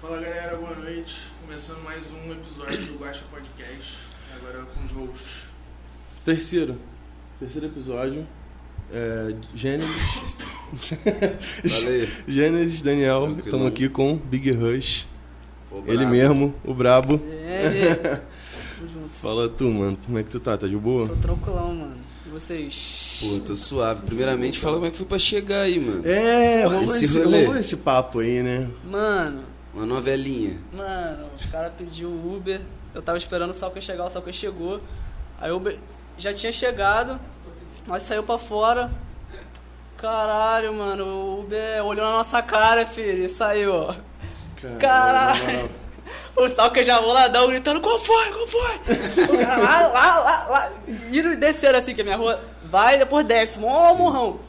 Fala galera, boa noite. Começando mais um episódio do Guacha Podcast. Agora com os hosts. Terceiro. Terceiro episódio. É, Gênesis. Valeu. Gênesis, Daniel. Tranquilo. Estamos aqui com Big Rush. Pô, Ele brabo. mesmo, o brabo. É, é. Tamo junto. Fala tu, mano. Como é que tu tá? Tá de boa? Tô tranquilão, mano. E vocês? Pô, tô suave. Primeiramente, fala como é que foi pra chegar aí, mano. É, rolou Esse esse, rolê. rolou esse papo aí, né? Mano, Uma novelinha. mano, os caras pediu o Uber. Eu tava esperando o Salca chegar, o Salca chegou. Aí o Uber já tinha chegado, nós saiu pra fora. Caralho, mano, o Uber olhou na nossa cara, filho, e saiu, ó. Caralho. O Salca já boladão gritando, qual foi, qual foi? O cara lá, lá, lá, lá. E desceram assim, que a minha rua vai, depois desce, mó morrão.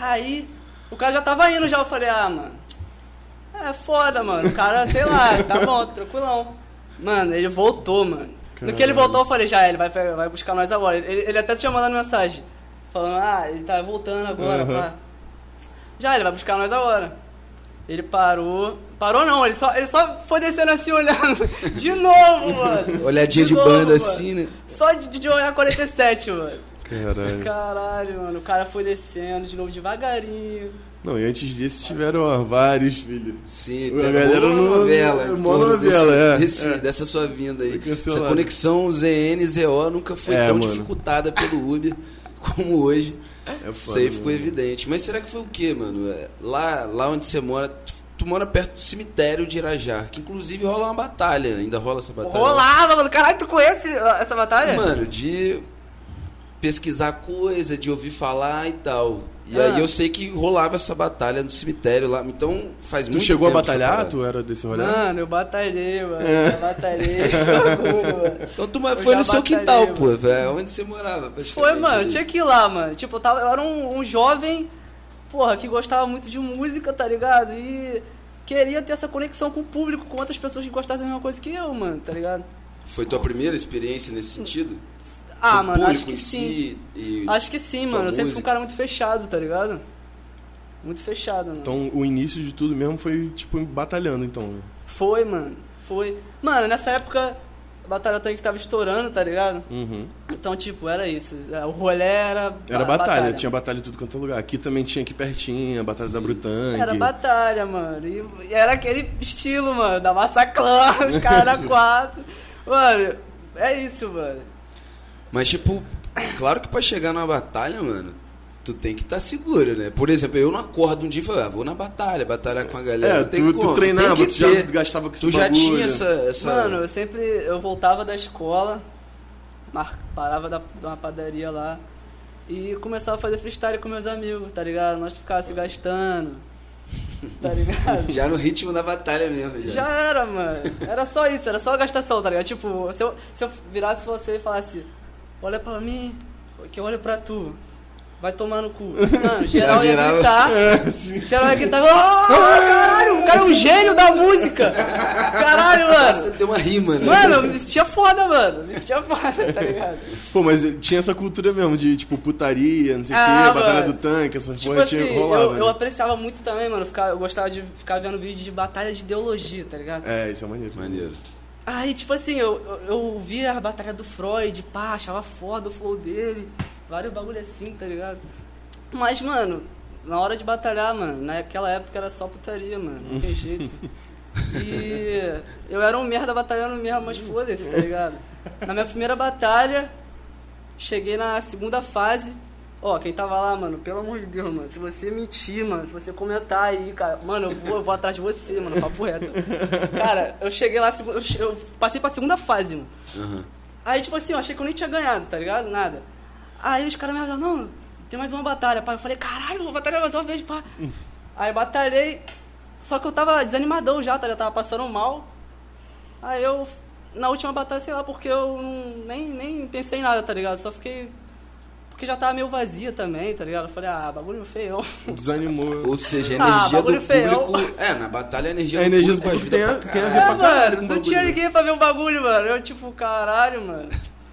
Aí, o cara já tava indo já, eu falei, ah, mano, é foda, mano. O cara, sei lá, tá bom, tranquilão. Mano, ele voltou, mano. No que ele Caralho. voltou, eu falei, já, ele vai, pe- vai buscar nós agora. Ele, ele até tinha mandado mensagem, falando, ah, ele tá voltando agora, Aham. pá. Já, ele vai buscar nós agora. Ele parou. Parou não, ele só, ele só foi descendo assim olhando. De novo, mano. Olhadinha de novo, banda mano. assim, né? Só de, de olhar 47, mano. Caralho. Caralho, mano. O cara foi descendo de novo devagarinho. Não, e antes disso tiveram ó, vários, filho. Sim, A tem tá uma galera mó não- novela. em mó torno novela, desse- é, desse- é. Dessa sua vinda aí. Foi cancelado. Essa conexão ZN, ZO nunca foi É, tão mano. dificultada pelo Uber como hoje. É Isso aí foda, ficou mano. evidente. Mas será que foi o quê, mano? É, Lá, lá onde você mora, tu, tu mora perto do cemitério de Irajá, que inclusive rola uma batalha. Ainda rola essa batalha? Rolava, mano. Caralho, tu conhece essa batalha? Mano, de pesquisar coisa, de ouvir falar e tal. E Ah. aí eu sei que rolava essa batalha no cemitério lá. Então faz Tu muito chegou a tempo essa batalhar? parada. Tu era desse rolê? Mano, eu batalhei, mano. É. Eu batalhei. esse bagulho, mano. Então tu mas Eu foi já no seu batalhei, quintal, mano. pô, velho. Onde você morava? praticamente, né? Foi, mano, eu ali. tinha que ir lá, mano. Tipo, eu, tava, eu era um, um jovem, porra, que gostava muito de música, tá ligado? E queria ter essa conexão com o público, com outras pessoas que gostassem da mesma coisa que eu, mano, tá ligado? Foi tua primeira experiência nesse sentido? Ah, Com o mano, acho público em que sim. si e- Acho que sim, tua mano. Eu sempre fui um música. cara muito fechado, tá ligado? Muito fechado, mano. Então o início de tudo mesmo foi, tipo, batalhando, então. né? Foi, mano. Foi. Mano, nessa época, a Batalha Tanque tava estourando, tá ligado? Uhum. Então, tipo, era isso. O rolê era. ba- Era batalha, tinha batalha em tudo quanto é lugar. Aqui também tinha aqui pertinho, a Batalha da Brutangue. Era batalha, mano. E, e era aquele estilo, mano, da Massaclã, os caras da quatro. Mano, é isso, mano. Mas, tipo, claro que pra chegar na batalha, mano, tu tem que estar seguro, né? Por exemplo, eu não acordo um dia e falo, ah, vou na batalha, batalhar com a galera. É, não tem tu, como, tu treinava, tem tu, que já ter. gastava com esse Tu já bagulho. tinha essa. essa... Mano, eu sempre. Eu voltava da escola, mar- parava da, de uma padaria lá e começava a fazer freestyle com meus amigos, tá ligado? Nós ficava se gastando. Tá ligado? Já no ritmo da batalha mesmo, já. Já era, mano. Era só isso, era só gastação, tá ligado? Tipo, se eu, se eu virasse você e falasse, olha pra mim, que eu olho pra tu. Vai tomar no cu. Mano, geral ia virava. gritar. É, Geral ia gritar. "Ah, caralho, o cara é um gênio da música. Caralho, Basta mano. ter uma rima, né? Mano, eu me sentia foda, mano. Me sentia foda, tá ligado? Pô, mas tinha essa cultura mesmo de, tipo, putaria, não sei o Ah, quê, batalha mano. do tanque, essas Tipo porra assim, tinha eu, rolava. eu né? apreciava muito também, mano. Ficar, eu gostava de ficar vendo vídeo de batalha de ideologia, tá ligado? É, isso é maneiro. Maneiro. Aí, tipo assim, eu, eu, eu vi a batalha do Freud, pá, achava foda o flow dele, vários bagulho assim, tá ligado? Mas, mano, na hora de batalhar, mano, naquela época era só putaria, mano, não tem jeito. E eu era um merda batalhando mesmo, mas foda-se, tá ligado? Na minha primeira batalha, cheguei na segunda fase. Ó, quem tava lá, mano, pelo amor de Deus, mano, se você mentir, mano, se você comentar aí, cara, mano, eu vou, eu vou atrás de você, mano, papo reto. Cara, eu cheguei lá, segu- eu che- eu passei pra segunda fase, mano. Aham. Aí, tipo assim, eu achei que eu nem tinha ganhado, tá ligado? Nada. Aí os caras me avisaram, não, tem mais uma batalha, pai. Eu falei, caralho, vou batalhar mais uma vez, pá. Hum. Aí batalhei, só que eu tava desanimadão já, tá ligado? Tava passando mal. Aí eu, na última batalha, sei lá, porque eu não- nem, nem pensei em nada, tá ligado? Só fiquei... Porque já tava meio vazia também, tá ligado? Eu falei, ah, bagulho feio. Desanimou. Ou seja, a Ah, energia do bagulho feião. público. É, na batalha a energia, A energia do do público público ajuda tem a- pra tem a ver caralho. É, pra caralho com mano, não tinha bagulho. ninguém pra ver o bagulho, mano. Eu, tipo, caralho, mano.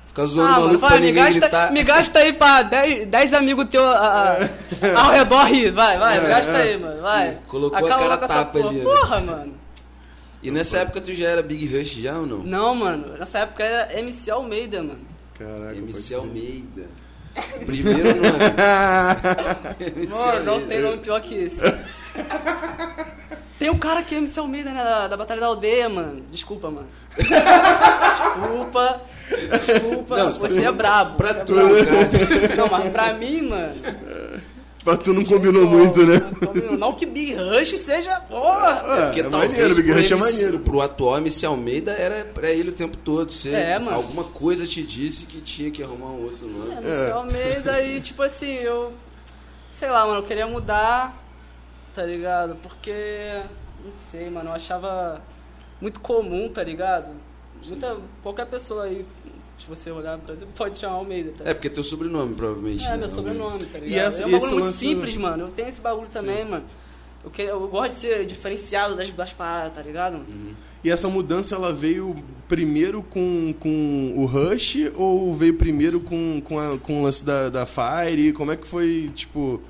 Ficar zoando Ah, o mano, maluco vai, pra me ninguém gasta, gritar. me gasta aí pra 10, amigos teus a- a- ah, ao redor rir. Vai, vai, me gasta aí, mano. Vai. É. Colocou a Acaba cara com essa tapa porra. ali, né? Porra, mano. E nessa época tu já era Big Rush já ou não? Não, mano, nessa época era MC Almeida, mano. Caraca. MC pode crer. Almeida. Primeiro nome. MC Mano, não tem Almeida. nome pior que esse. Tem um cara que é MC Almeida, né? Da, da Batalha da Aldeia, mano. Desculpa, mano. Desculpa. Desculpa. Não, você você tá é falando brabo. pra você é tu, né, brabo. cara. Não, mas pra mim, mano. Pra tu não combinou muito, né? não combinou. Não que Big Rush seja. Porra! É, Porque é talvez maneiro, Big pro Rush é MC maneiro. Pro atual MC Almeida era pra ele o tempo todo. Você, É, mano. Alguma coisa te disse que tinha que arrumar um outro nome. É, MC Almeida e, tipo assim, eu. Sei lá, mano, eu queria mudar, tá ligado? Porque. Não sei, mano, eu achava muito comum, tá ligado? Muita, qualquer pessoa aí, se você olhar no Brasil, pode chamar Almeida, tá É, porque é teu sobrenome, provavelmente. né, é, meu Almeida? sobrenome, tá ligado? E essa- é um e bagulho esse muito lance- simples, mano. Eu tenho esse bagulho também, mano. Eu, que, eu gosto de ser diferenciado das, das paradas, tá ligado? E essa mudança, ela veio primeiro com, com o Rush ou veio primeiro com, com, a- com o lance da, da Fire? Como é que foi, tipo...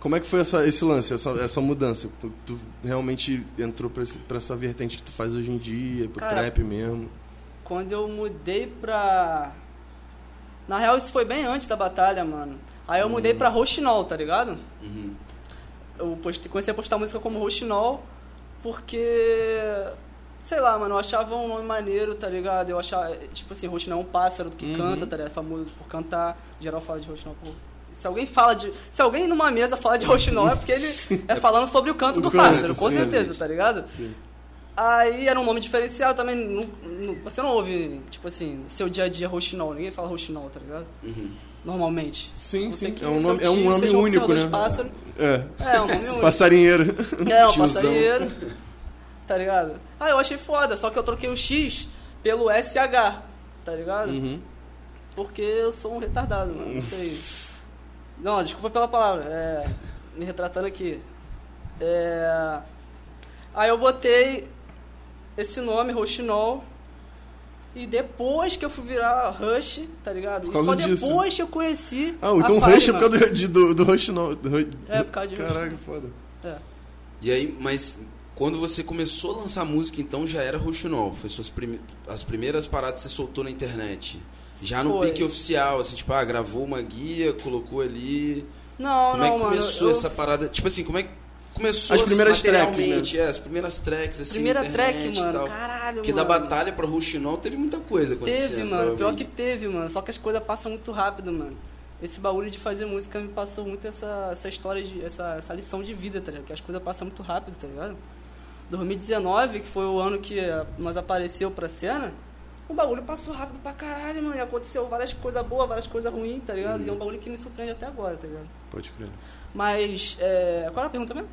Como é que foi essa- esse lance, essa, essa mudança? Tu, tu realmente entrou pra, esse- pra essa vertente que tu faz hoje em dia, pro Cara, trap mesmo? Quando eu mudei pra. Na real, isso foi bem antes da batalha, mano. Aí eu mudei Uhum. pra Roxinol, tá ligado? Uhum. Eu postei, comecei a postar música como Roxinol porque. Sei lá, mano, eu achava um nome maneiro, tá ligado? Eu achava. Tipo assim, Roxinol é um pássaro Uhum. que canta, tá ligado? É famoso por cantar. Em geral fala de Roxinol por. Se alguém fala de. Se alguém numa mesa fala de Roxinol é porque ele é falando sobre o canto O do canto, pássaro, com sim, certeza, gente. tá ligado? Aí era um nome diferenciado também. não- não- você não ouve, tipo assim, no seu dia a dia roxinol. Ninguém fala roxinol, tá ligado? Normalmente. Sim, Você sim. que É um seu nome, é tio um nome seja um único, observador né? de pássaro. É. É, um nome único. Passarinheiro. É, um Tiozão. passarinheiro. Tá ligado? Ah, eu achei foda, só que eu troquei o X pelo SH, tá ligado? Uhum. Porque eu sou um retardado, mano. Não sei. Não, desculpa pela palavra. é, me retratando aqui. É, aí eu botei esse nome, Roxinol. E depois que eu fui virar Rush, tá ligado? Por E causa só disso. depois que eu conheci. Ah, então o a Fire, Rush é por mano. causa do, de- do, do Rush, não. do Rush- É, por causa de Rush. Caraca, foda. É. E aí, mas quando você começou a lançar música, então já era Roxinol. Foi suas prime- as primeiras paradas que você soltou na internet. Já no Foi. pique oficial, assim, tipo, ah, gravou uma guia, colocou ali. Não, como não, é que mano. começou eu- essa parada? Tipo assim, como é que começou As primeiras tracks, né? materialmente? É, as primeiras tracks, assim, Primeira na track, internet e mano. tal. Caralho, Porque da mano. batalha pra Roxinol teve muita coisa acontecendo. Teve, mano. Pior que provavelmente. teve, mano. Só que as coisas passam muito rápido, mano. Esse bagulho de fazer música me passou muito essa, essa história, de, essa, essa lição de vida, tá ligado? Que as coisas passam muito rápido, tá ligado? 2019, que foi o ano que eh, nós apareceu pra cena, o bagulho passou rápido pra caralho, mano. E aconteceu várias coisas boas, várias coisas ruins, tá ligado? E é um bagulho que me surpreende até agora, tá ligado? Pode crer. Mas, é... qual era a pergunta mesmo?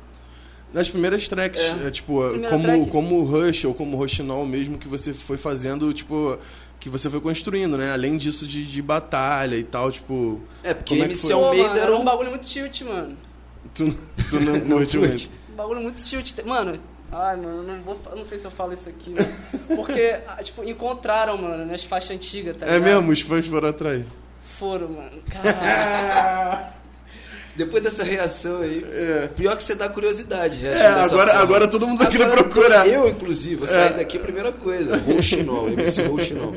Nas primeiras tracks, É. é, tipo, Primeira como, track. como o Rush ou como o Rochinol mesmo que você foi fazendo, tipo, que você foi construindo, né? Além disso de, de batalha e tal, tipo. É, porque Como é que MC foi? Pô, Almeida mano, era um um... bagulho muito tilt, mano. Tu, tu não curte curte. muito. Um bagulho muito tilt. Mano, ai, mano, eu não, vou, fa- eu não sei se eu falo isso aqui, mano. Porque, ah, tipo, encontraram, mano, nas faixas antigas, tá É ligado? mesmo, os fãs foram atrás. Foram, mano. Caralho. Depois dessa reação aí, É. pior que você dá curiosidade. reagir É, dessa agora, forma. agora todo mundo vai querer Agora, procurar. Eu, inclusive, vou sair É. daqui a primeira coisa. Roxinol, MC Roxinol.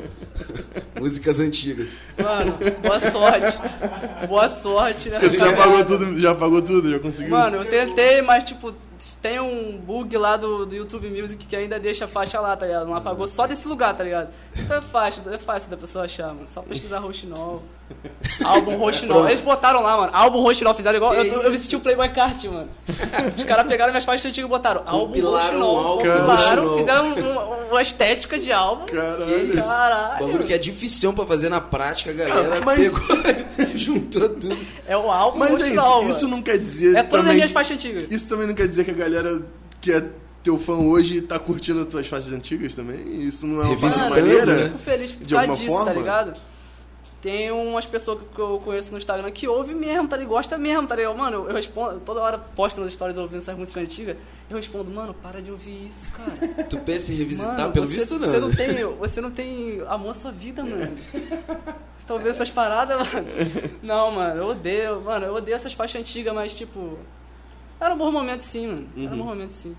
Músicas antigas. Mano, boa sorte. Boa sorte nessa Ele já parada. pagou tudo, já pagou tudo, já conseguiu. Mano, eu tentei, mas, tipo, tem um bug lá do, do YouTube Music que ainda deixa a faixa lá, tá ligado? Não apagou só desse lugar, tá ligado? Então é fácil, é fácil da pessoa achar, mano. Só pesquisar Roxinol. Álbum Roxinol. Pronto. Eles botaram lá, mano. Álbum Roxinol. Fizeram igual. Que Eu, eu isso? assisti o Playboy Kart, mano. Os caras pegaram minhas faixas antigas e botaram álbum Compilaram um Roxinol. álbum Compilaram, Roxinol. fizeram um- uma estética de álbum. Que Caralho. isso? Caralho. Bagulho que é dificião pra fazer na prática, a galera Mas- pegou, juntou tudo. É o álbum Mas aí, Roxinol. isso mano. não quer dizer. É todas as também- minhas faixas antigas. Isso também não quer dizer que a galera que é teu fã hoje tá curtindo as tuas faixas antigas também? Isso não é uma Revisitando, parada Mano, Eu maneira? né? fico feliz por De causa alguma disso, forma? tá ligado? Tem umas pessoas que eu conheço no Instagram que ouve mesmo, tá ligado? Gosta mesmo, tá ligado? Mano, eu respondo, toda hora posto nas stories ouvindo essas músicas antigas, eu respondo, mano, para de ouvir isso, cara. Tu pensa em revisitar? Mano, Pelo você, visto, não. Você né? não, tem, você não tem amor à sua vida, mano. Vocês estão vendo essas paradas, mano? Não, mano, eu odeio, Uhum. mano, eu odeio essas faixas antigas, mas tipo. Era um bom momento sim, mano. Era um bom momento sim.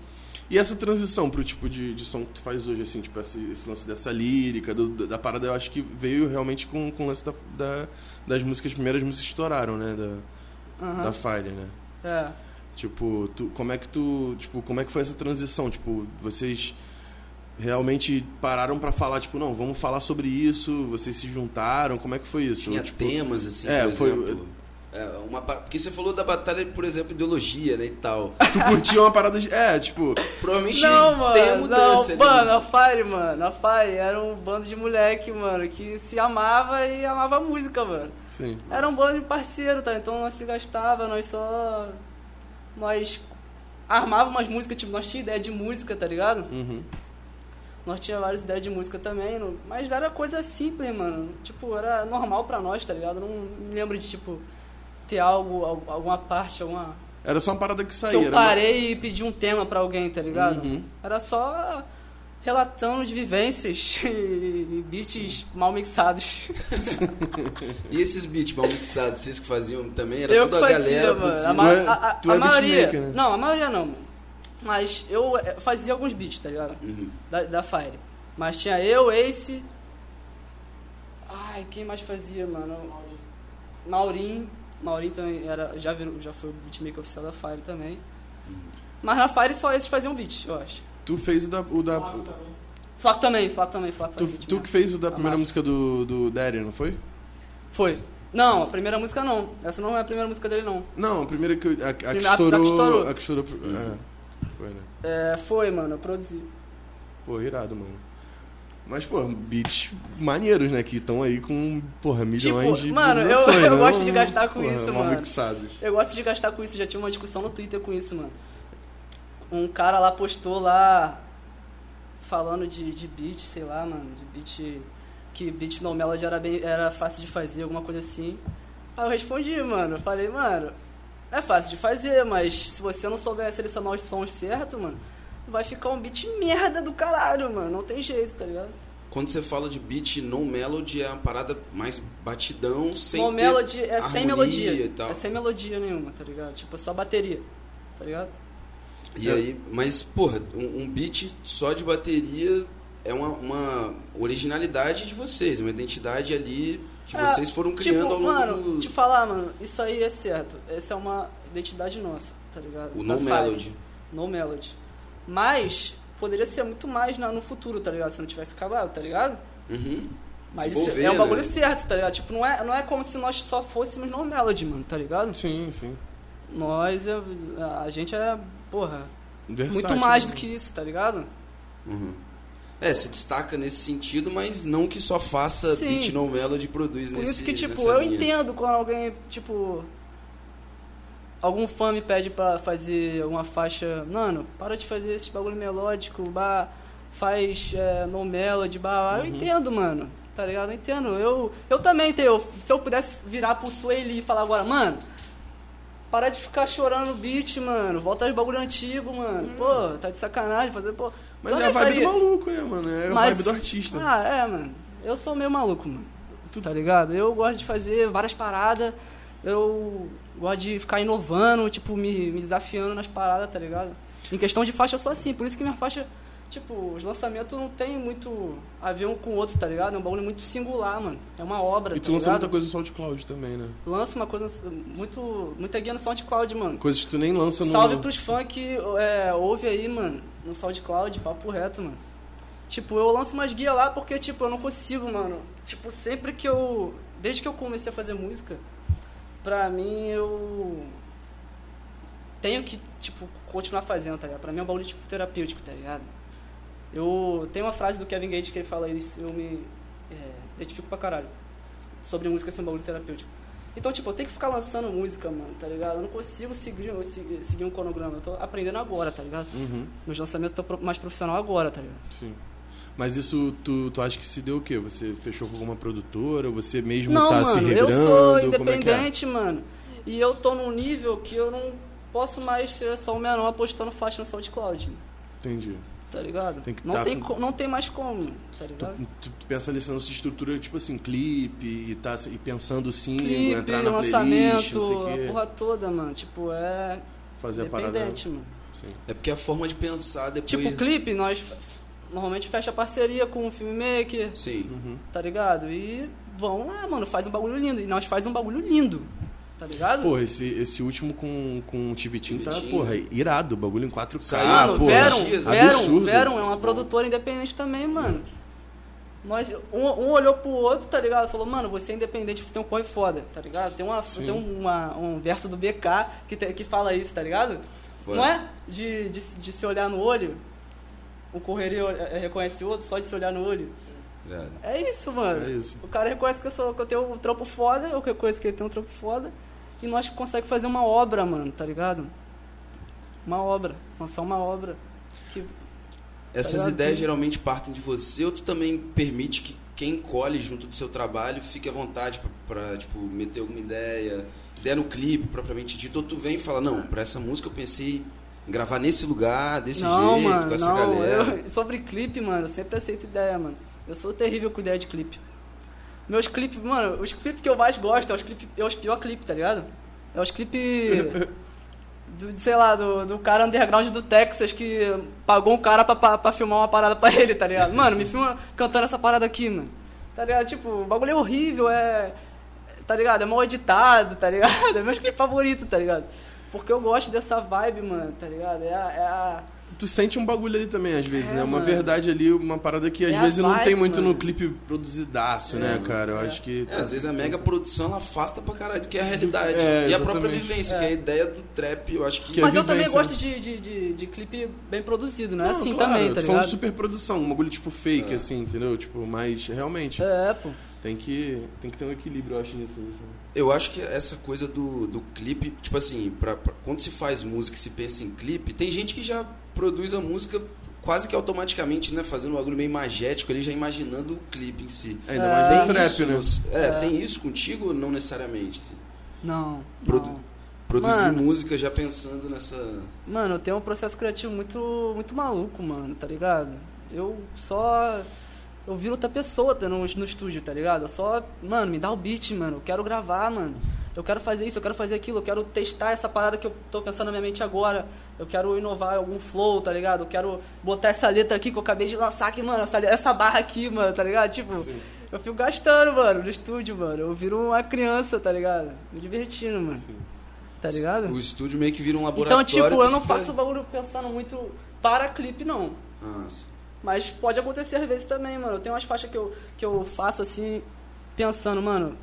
E essa transição pro tipo de, de som que tu faz hoje, assim, tipo, esse, esse lance dessa lírica, do- da- da parada, eu acho que veio realmente com, com o lance da, da- das músicas, as primeiras músicas que estouraram, né? Da, Aham. da Fire, né? É. Tipo, tu, como é que tu, tipo, como é que foi essa transição? Tipo, vocês realmente pararam pra falar, tipo, não, vamos falar sobre isso, vocês se juntaram, como é que foi isso? Tinha tipo, temas, assim, é, por foi- exemplo. É, uma, pa- porque você falou da batalha, por exemplo, ideologia, né, e tal. tu curtia uma parada de, é, tipo, Provavelmente Não, mano. tem a mudança não, ali. né? mano, a Fire, mano. A Fire era um bando de moleque, mano, que se amava e amava a música, mano. sim. Era um bando de parceiro, tá? Então nós se gastava, nós só. Nós armávamos umas músicas, tipo, nós tinha ideia de música, tá ligado? Uhum. Hum. Nós tinha várias ideias de música também, não- mas era coisa simples, mano. Tipo, era normal pra nós, tá ligado? Não me lembro de, tipo, ter algo, al- alguma parte, alguma. Era só uma parada que Que saía. eu Tá era uma- parei e pedi um tema pra alguém, tá ligado? Uhum. Era só relatando de vivências e beats mal mixados. E esses beats mal mixados, vocês que faziam também, era eu toda que fazia, a galera mano. produzindo. A, ma- Tu é- a- a- tu a é maioria. beatmaker, né? Não, a maioria não, mano. Mas eu eh, fazia alguns beats, tá ligado? Uhum. Da, da Fire. Mas tinha eu, Ace. Ai, quem mais fazia, mano? Maurim. Maurim também era, já, virou, já foi o beatmaker oficial da Fire também. Uhum. Mas na Fire só esses faziam beat, eu acho. Tu fez o da. O da Flaco também, Flaco também, tipo, Flaco tu, fazia beat tu mesmo. que fez o da A primeira Tá massa. música do, do Darian, não foi? Foi. Não, a primeira música não. Essa não é a primeira música dele, não. Não, a primeira que. eu- A, a que Primeira- a que estourou. estourou. A que estourou. é, foi, né? É, foi, mano, eu produzi. Pô, irado, mano. Mas, pô, beats maneiros, né? Que estão aí com, porra, milhões Tipo, de mano, eu- visualizações, eu né? gosto de Não, gastar com porra, isso, mal mano. mixados. Eu gosto de gastar com isso, já tinha uma discussão no Twitter com isso, mano. Um cara lá postou lá falando de, de beat, sei lá, mano, de beat. Que beat no melody era, bem, era fácil de fazer, alguma coisa assim. Aí eu respondi, mano, eu falei, mano, é fácil de fazer, mas se você não souber selecionar os sons certo, mano, vai ficar um beat merda do caralho, mano. Não tem jeito, tá ligado? Quando você fala de beat no melody, é uma parada mais batidão, sem no ter melody é harmonia sem melodia. E, tal. É sem melodia nenhuma, tá ligado? Tipo, é só bateria, tá ligado? E aí, mas, porra, um, um beat só de bateria é uma, uma originalidade de vocês, uma identidade ali que É, vocês foram tipo, criando ao longo mano, do... te falar, mano, isso aí é certo. Essa é uma identidade nossa, tá ligado? o Da No Fire. Melody. No Melody. Mas poderia ser muito mais na- no futuro, tá ligado? Se não tivesse acabado, tá ligado? Uhum. Mas isso Desenvolver, é um bagulho né? certo, tá ligado? Tipo, não é, não é como se nós só fôssemos no Melody, mano, tá ligado? Sim, sim. Nós, é, a gente é, porra, muito Versátil, mais né? do que isso, tá ligado? Uhum. É, se destaca nesse sentido, mas não que só faça Sim. beat no melody e produz Por nesse isso que, tipo, nessa eu linha. entendo quando alguém, tipo. Algum fã me pede pra fazer uma faixa. Mano, para de fazer esse bagulho melódico, bah, faz é, no melody, bah. Uhum. Eu entendo, mano. Tá ligado? Eu entendo. Eu, eu também tenho. Se eu pudesse virar pro Sueli e falar agora, mano. Para de ficar chorando no beat, mano. Volta aos bagulho antigo, mano. Pô, tá de sacanagem fazer, pô. Hum. Mas é também a vibe faria. do maluco, né, mano? É a Mas- vibe do artista. Ah, é, mano. Eu sou meio maluco, mano. Tá ligado? Eu gosto de fazer várias paradas. Eu gosto de ficar inovando, tipo, me, me desafiando nas paradas, tá ligado? Em questão de faixa, eu sou assim. Por isso que minha faixa, tipo, os lançamentos não tem muito a ver um com o outro, tá ligado? É um bagulho muito singular, mano. É uma obra, e tá tu lança ligado? muita coisa no SoundCloud também, né? Lança uma coisa muito... Muita guia no SoundCloud, mano. Coisas que tu nem lança no... Salve pros fãs que é, ouve aí, mano, no SoundCloud, papo reto, mano. Tipo, eu lanço umas guias lá porque, tipo, eu não consigo, mano. Tipo, sempre que eu. Desde que eu comecei a fazer música, pra mim eu. Tenho que, tipo, continuar fazendo, tá ligado? Pra mim é um bagulho, tipo, terapêutico, tá ligado? Eu. Tem uma frase do Kevin Gates que ele fala isso, eu me. é, identifico pra caralho. Sobre música ser um bagulho terapêutico. Então, tipo, eu tenho que ficar lançando música, mano, tá ligado? Eu não consigo seguir, eu segui- seguir um cronograma. Eu tô aprendendo agora, tá ligado? Uhum, Meus lançamentos estão mais profissional agora, tá ligado? sim. Mas isso, tu, tu acha que se deu o quê? Você fechou com alguma produtora? Você mesmo Não, tá se mano, eu regrando? sou Como é que é? independente, mano. E eu tô num nível que eu não posso mais ser só o menor apostando faixa no SoundCloud, mano, Entendi. tá ligado? Tem que não, tá tem com- co- não tem mais como, Tu, tá ligado? tu, tu pensa nessa nossa estrutura, tipo assim, clipe, e, tá, e pensando sim, Clipe, entrar na lançamento, playlist, não sei o a quê. porra toda, mano. Tipo, é Fazer a parada. independente, mano. Sim. É porque a forma de pensar depois. Tipo, o clipe, nós f- normalmente fecha parceria com o filmmaker, Sim. tá ligado? E vão lá, mano, faz um bagulho lindo. E nós faz um bagulho lindo, tá ligado? Porra, esse, esse último com, com o Tivitim tá, Tivitinho. porra, irado. O bagulho em 4K. Saiu Ah, no porra, Verum, Jesus. Verum, absurdo. Verum é uma produtora independente também, mano. Nós, um, um olhou pro outro, tá ligado? Falou, mano, você é independente, você tem um corre foda, tá ligado? Tem, uma, tem uma- um verso do BK que, tem- que fala isso, tá ligado? Foda. Não é de, de, se- de se olhar no olho, o correria é, é, reconhece o outro só de se olhar no olho. Irado. É isso, mano. É isso. O cara reconhece que eu, sou, que eu tenho um trampo foda, eu reconheço que ele tem um trampo foda, e nós conseguimos fazer uma obra, mano, tá ligado? Uma obra, lançar uma obra. Que, Essas Tá ligado? ideias geralmente partem de você ou tu também permite que quem colhe junto do seu trabalho fique à vontade pra- pra tipo, meter alguma ideia, ideia no clipe propriamente dito, ou tu vem e fala, não, pra essa música eu pensei em gravar nesse lugar, desse não, jeito, mano, com essa não, galera. eu- sobre clipe, mano, eu sempre aceito ideia, mano. Eu sou terrível com ideia de clipe. Meus clipes, mano, os clipes que eu mais gosto é os clipes, é os pior clipes, tá ligado? É os clipes, do, sei lá, do, do cara underground do Texas que pagou um cara pra, pra, pra filmar uma parada pra ele, tá ligado? Mano, me filma cantando essa parada aqui, mano. Tá ligado? Tipo, o bagulho é horrível, é... Tá ligado? É mal editado, tá ligado? É meus clipes favoritos, tá ligado? Porque eu gosto dessa vibe, mano, tá ligado? É a- É a Tu sente um bagulho ali também, às vezes, É, né? Uma mano. verdade ali, uma parada que às É a vezes não vibe, tem muito no mano. clipe produzidaço, né, cara? Eu acho que. É, às vezes a mega produção ela afasta pra caralho do que é a realidade. É, e a própria exatamente. vivência, que é a ideia do trap, eu acho que. Que é Mas eu vivência, também né? gosto de, de, de, de clipe bem produzido, não é Não, assim claro, também, eu tá tô falando ligado? de superprodução, um bagulho tipo É. fake, assim, entendeu? Tipo, mas realmente É, pô. tem, que, tem que ter um equilíbrio, eu acho, nisso. assim. Eu acho que essa coisa do, do clipe, tipo assim, pra, pra- quando se faz música e se pensa em clipe, tem gente que já produz a música quase que automaticamente, né? Fazendo um bagulho meio magético ali, já imaginando o clipe em si. Ainda É. mais no trap, isso né? nos- é, É. tem isso contigo ou não necessariamente? assim? Não. Produ- não. Produzir Mano. música já pensando nessa. Mano, eu tenho um processo criativo muito, muito maluco, mano, tá ligado? Eu só. Eu viro outra pessoa tá, no, no estúdio, tá ligado? Eu só. Mano, me dá o beat, mano. Eu quero gravar, mano. Eu quero fazer isso, eu quero fazer aquilo, eu quero testar essa parada que eu tô pensando na minha mente agora. Eu quero inovar em algum flow, tá ligado? Eu quero botar essa letra aqui que eu acabei de lançar aqui, mano. Essa, essa barra aqui, mano, tá ligado? Tipo, eu fico gastando, mano, no estúdio, mano. Eu viro uma criança, tá ligado? Me divertindo, mano. Tá ligado? O estúdio meio que vira um laboratório. Então, tipo, tu eu não fica- faço o bagulho pensando muito para clipe, não. Ah, sim. Mas pode acontecer às vezes também, mano. Eu tenho umas faixas que eu, que eu faço assim, pensando, mano,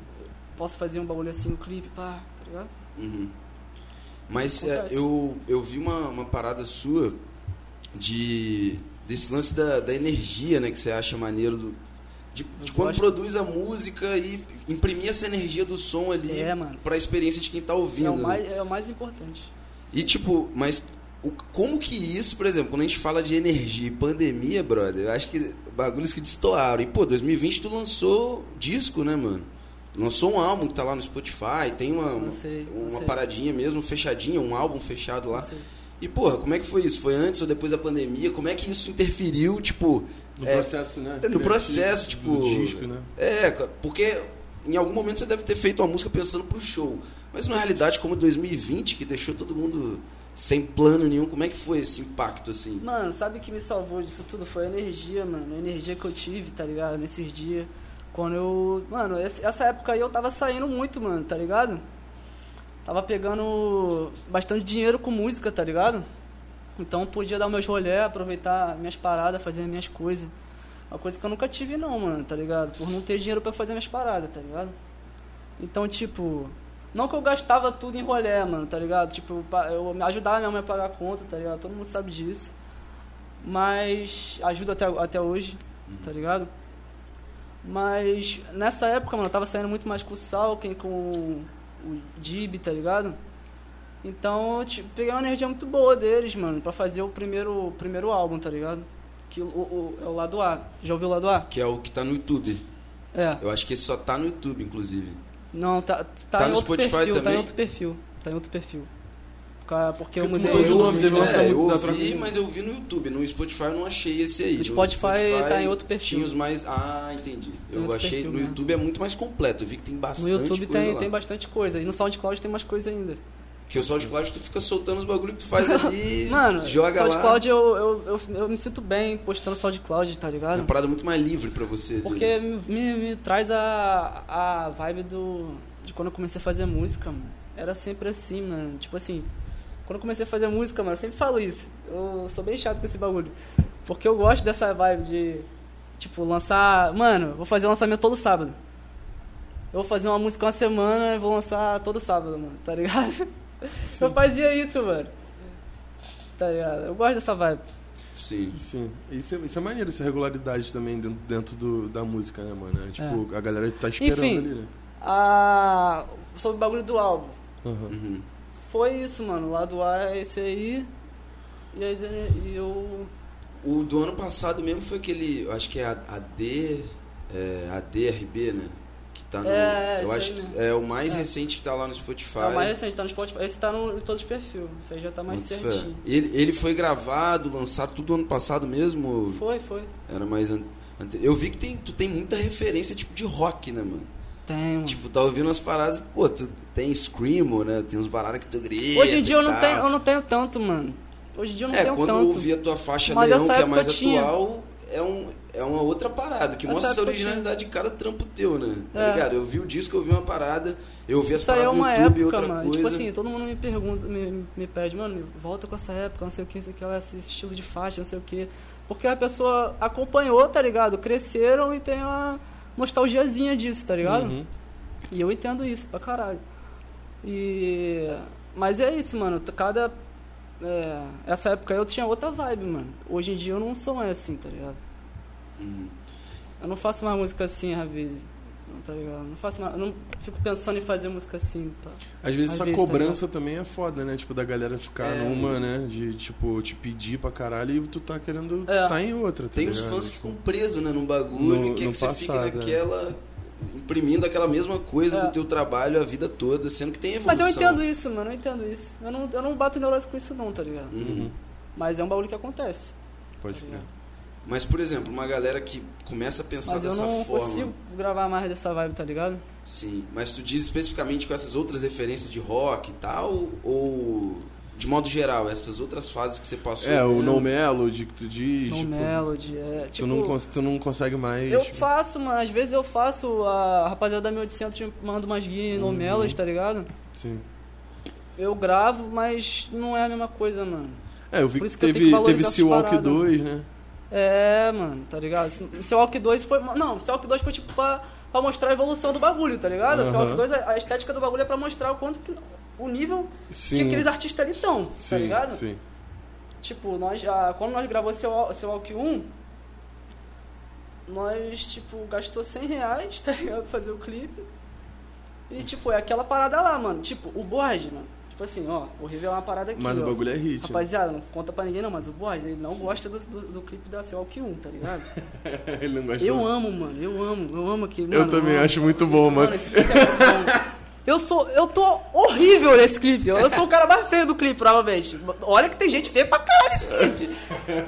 posso fazer um bagulho assim no clipe, pá, tá ligado? Uhum. Mas é, Acontece. eu, eu vi uma, uma parada sua de desse lance da, da energia, né? Que você acha maneiro do- de, de quando gosto. produz a música e imprimir essa energia do som ali É, mano. pra experiência de quem tá É o, ouvindo. né? mais, é o mais importante. E tipo, mas o- como que isso, por exemplo, quando a gente fala de energia e pandemia, brother, eu acho que bagulhos que destoaram. E pô, 2020 tu lançou disco, né, mano? Lançou um álbum que tá lá no Spotify, tem uma, uma, Lancei, uma lancei. paradinha mesmo, fechadinha, um álbum fechado lá. Lancei. E porra, como é que foi isso? Foi antes ou depois da pandemia? Como é que isso interferiu, tipo, No é, processo, né? é, No processo, tipo. Do disco, né? É, ca- porque em algum momento você deve ter feito uma música pensando pro show. Mas na realidade, como 2020, que deixou todo mundo sem plano nenhum, como é que foi esse impacto, assim? Mano, sabe o que me salvou disso tudo? Foi a energia, mano. A energia que eu tive, tá ligado? Nesses dias. Quando eu. Mano, esse- essa época aí eu tava saindo muito, mano, tá ligado? Tava pegando bastante dinheiro com música, tá ligado? Então eu podia dar meus rolé, aproveitar minhas paradas, fazer minhas coisas. Uma coisa que eu nunca tive, não, mano, tá ligado? Por não ter dinheiro pra fazer minhas paradas, tá ligado? Então, tipo. Não que eu gastava tudo em rolé, mano, tá ligado? Tipo, pa- eu me ajudava minha mãe a pagar a conta, tá ligado? Todo mundo sabe disso. Mas ajuda até, até hoje, Uhum. tá ligado? Mas nessa época, mano, eu tava saindo muito mais com o Salken, com o Dib, tá ligado? Então eu ti- peguei uma energia muito boa deles, mano, pra fazer o primeiro, o primeiro álbum, tá ligado? Que o, o- é o lado A. Tu Já ouviu o lado A? Que é o que tá no YouTube. É. Eu acho que esse só tá no YouTube, inclusive. Não, tá, tá, Tá em no outro Spotify perfil, tá também? em outro perfil. Tá em outro perfil. Porque, porque Porque eu tu mudei. mudou de eu novo, mudei teve um de lance nome. É, eu dá pra ouvi, mim. mas eu vi no YouTube. No Spotify eu não achei esse aí. No Spotify tá em outro perfil. Tinha os mais. Ah, entendi. Eu outro achei. perfil, no né? YouTube é muito mais completo. Eu vi que tem bastante No YouTube coisa tem, lá. tem bastante coisa. E no SoundCloud tem mais coisa ainda. Porque o SoundCloud tu fica soltando os bagulho que tu faz ali, Mano, joga lá. SoundCloud eu, eu, eu, eu me sinto bem postando SoundCloud, tá É ligado? uma parada muito mais livre pra você. Porque me, me- me traz a, a vibe do de quando eu comecei a fazer música, mano. Era sempre assim, mano. Tipo assim, quando eu comecei a fazer música, mano, eu sempre falo isso. Eu sou bem chato com esse bagulho. Porque eu gosto dessa vibe de, tipo, lançar. Mano, vou fazer lançamento todo sábado. Eu vou fazer uma música uma semana e vou lançar todo sábado, mano, tá ligado? Eu fazia isso, mano. Tá ligado? Eu gosto dessa vibe. Sim. Sim, isso é, isso é maneiro, essa regularidade também dentro, dentro do, da música, né, mano? É, tipo, a galera tá esperando Enfim. ali, né? Ah, sobre o bagulho do álbum. Aham. Uhum. Foi isso, mano. Lá do ar é esse aí. E aí Zé- e eu. O do ano passado mesmo foi aquele, eu acho que é a- AD, é, ADRB, né? Que tá no. É, é, eu isso acho aí que mesmo. é o mais É. recente que tá lá no Spotify. É o mais recente, tá no Spotify. Esse tá no, em todos os perfis. Isso aí já tá mais Muito fé. certinho. Ele, ele foi gravado, lançado tudo ano passado mesmo? ou Foi, foi. Era mais. an- ante- Eu vi que tem, tu tem muita referência tipo de rock, né, mano? Tem, mano. Tipo, tá ouvindo umas paradas, pô, tu tem Screamo, né? Tem uns paradas que tu grita. Hoje em dia eu e não, tal. tenho, eu não tenho tanto, mano. Hoje em dia eu não tá. É, tenho quando tanto. eu ouvi a tua faixa Mas Leão, essa que é época mais eu tinha. atual, é, um, é uma outra parada, que Essa mostra essa época eu tinha. originalidade de cada trampo teu, né? Tá É. ligado? Eu vi o disco, eu vi uma parada, eu vi as Isso aí paradas é uma no YouTube e época, outra mano. coisa. Tipo assim, todo mundo me pergunta, me, me pede, mano, volta com essa época, não sei o que, não sei o que, olha esse estilo de faixa, não sei o que. Porque a pessoa acompanhou, tá ligado? Cresceram e tem uma nostalgiazinha disso, tá ligado? Uhum. E eu entendo isso pra caralho. E... Mas é isso, mano. Cada. é, Essa época aí eu tinha outra vibe, mano. Hoje em dia eu não sou mais assim, tá ligado? Uhum. Eu não faço mais música assim, às vezes. Não, tá ligado? Não faço mais. Eu não fico pensando em fazer música assim. Pá. Às vezes Às essa vezes, tá cobrança também é foda, né? Tipo, da galera ficar É. numa, né? De, tipo, te pedir pra caralho e tu tá querendo... É. Tá em outra, tá Tem uns ligado? fãs que Tipo, ficam presos, né, num bagulho, No- e quer no que você fique passado, é. naquela. imprimindo aquela mesma coisa É. do teu trabalho a vida toda, sendo que tem Mas evolução. eu entendo isso, mano. Eu entendo isso. Eu não, eu não bato neurose com isso, não, tá ligado? Uhum. Mas é um bagulho que acontece. Hum. Pode tá crer. ligado? Mas, por exemplo, uma galera que começa a pensar Mas eu dessa não forma. consigo gravar mais dessa vibe, tá ligado? Sim, mas tu diz especificamente com essas outras referências de rock e tal, ou de modo geral, essas outras fases que você passou? É, o No Melody que tu diz, No tipo, melody, é. tu, Tipo, não cons- tu não consegue mais... tipo, Eu faço, mano. Às vezes eu faço. A rapaziada da 1800 me manda umas guias Uhum. no Melody, tá ligado? Sim. Eu gravo, mas não é a mesma coisa, mano. É, eu vi Por que, isso que eu tenho teve, que valorizar teve essas Seawalk paradas. 2, né? É, mano, tá ligado? Se- Seu Walk 2 foi. Não, Seu Walk 2 foi tipo pra, pra mostrar a evolução do bagulho, tá ligado? Seu Aham. Walk 2, a a estética do bagulho é pra mostrar o quanto que. O nível que Sim. aqueles artistas ali estão, Sim, tá ligado? sim. Tipo, nós, a- quando nós gravou seu, Al- seu Walk 1, nós, tipo, gastou 100 reais, tá ligado? Pra fazer o clipe. E, tipo, é aquela parada lá, mano. Tipo, o Borges, mano. Tipo assim, ó, vou revelar uma parada aqui. Mas ó. o bagulho é hit. né? Rapaziada, não conta pra ninguém não, mas o Borges, ele não gosta do, do, do clipe da seu Walk 1, tá ligado? Ele não gosta Eu não. amo, mano, eu amo, eu amo aquele. é Eu mano, também amo. acho muito bom, mano. Mano, esse clipe é muito bom. Eu sou. Eu tô horrível nesse clipe. Eu sou o cara mais feio do clipe, provavelmente. Olha que tem gente feia pra caralho nesse clipe.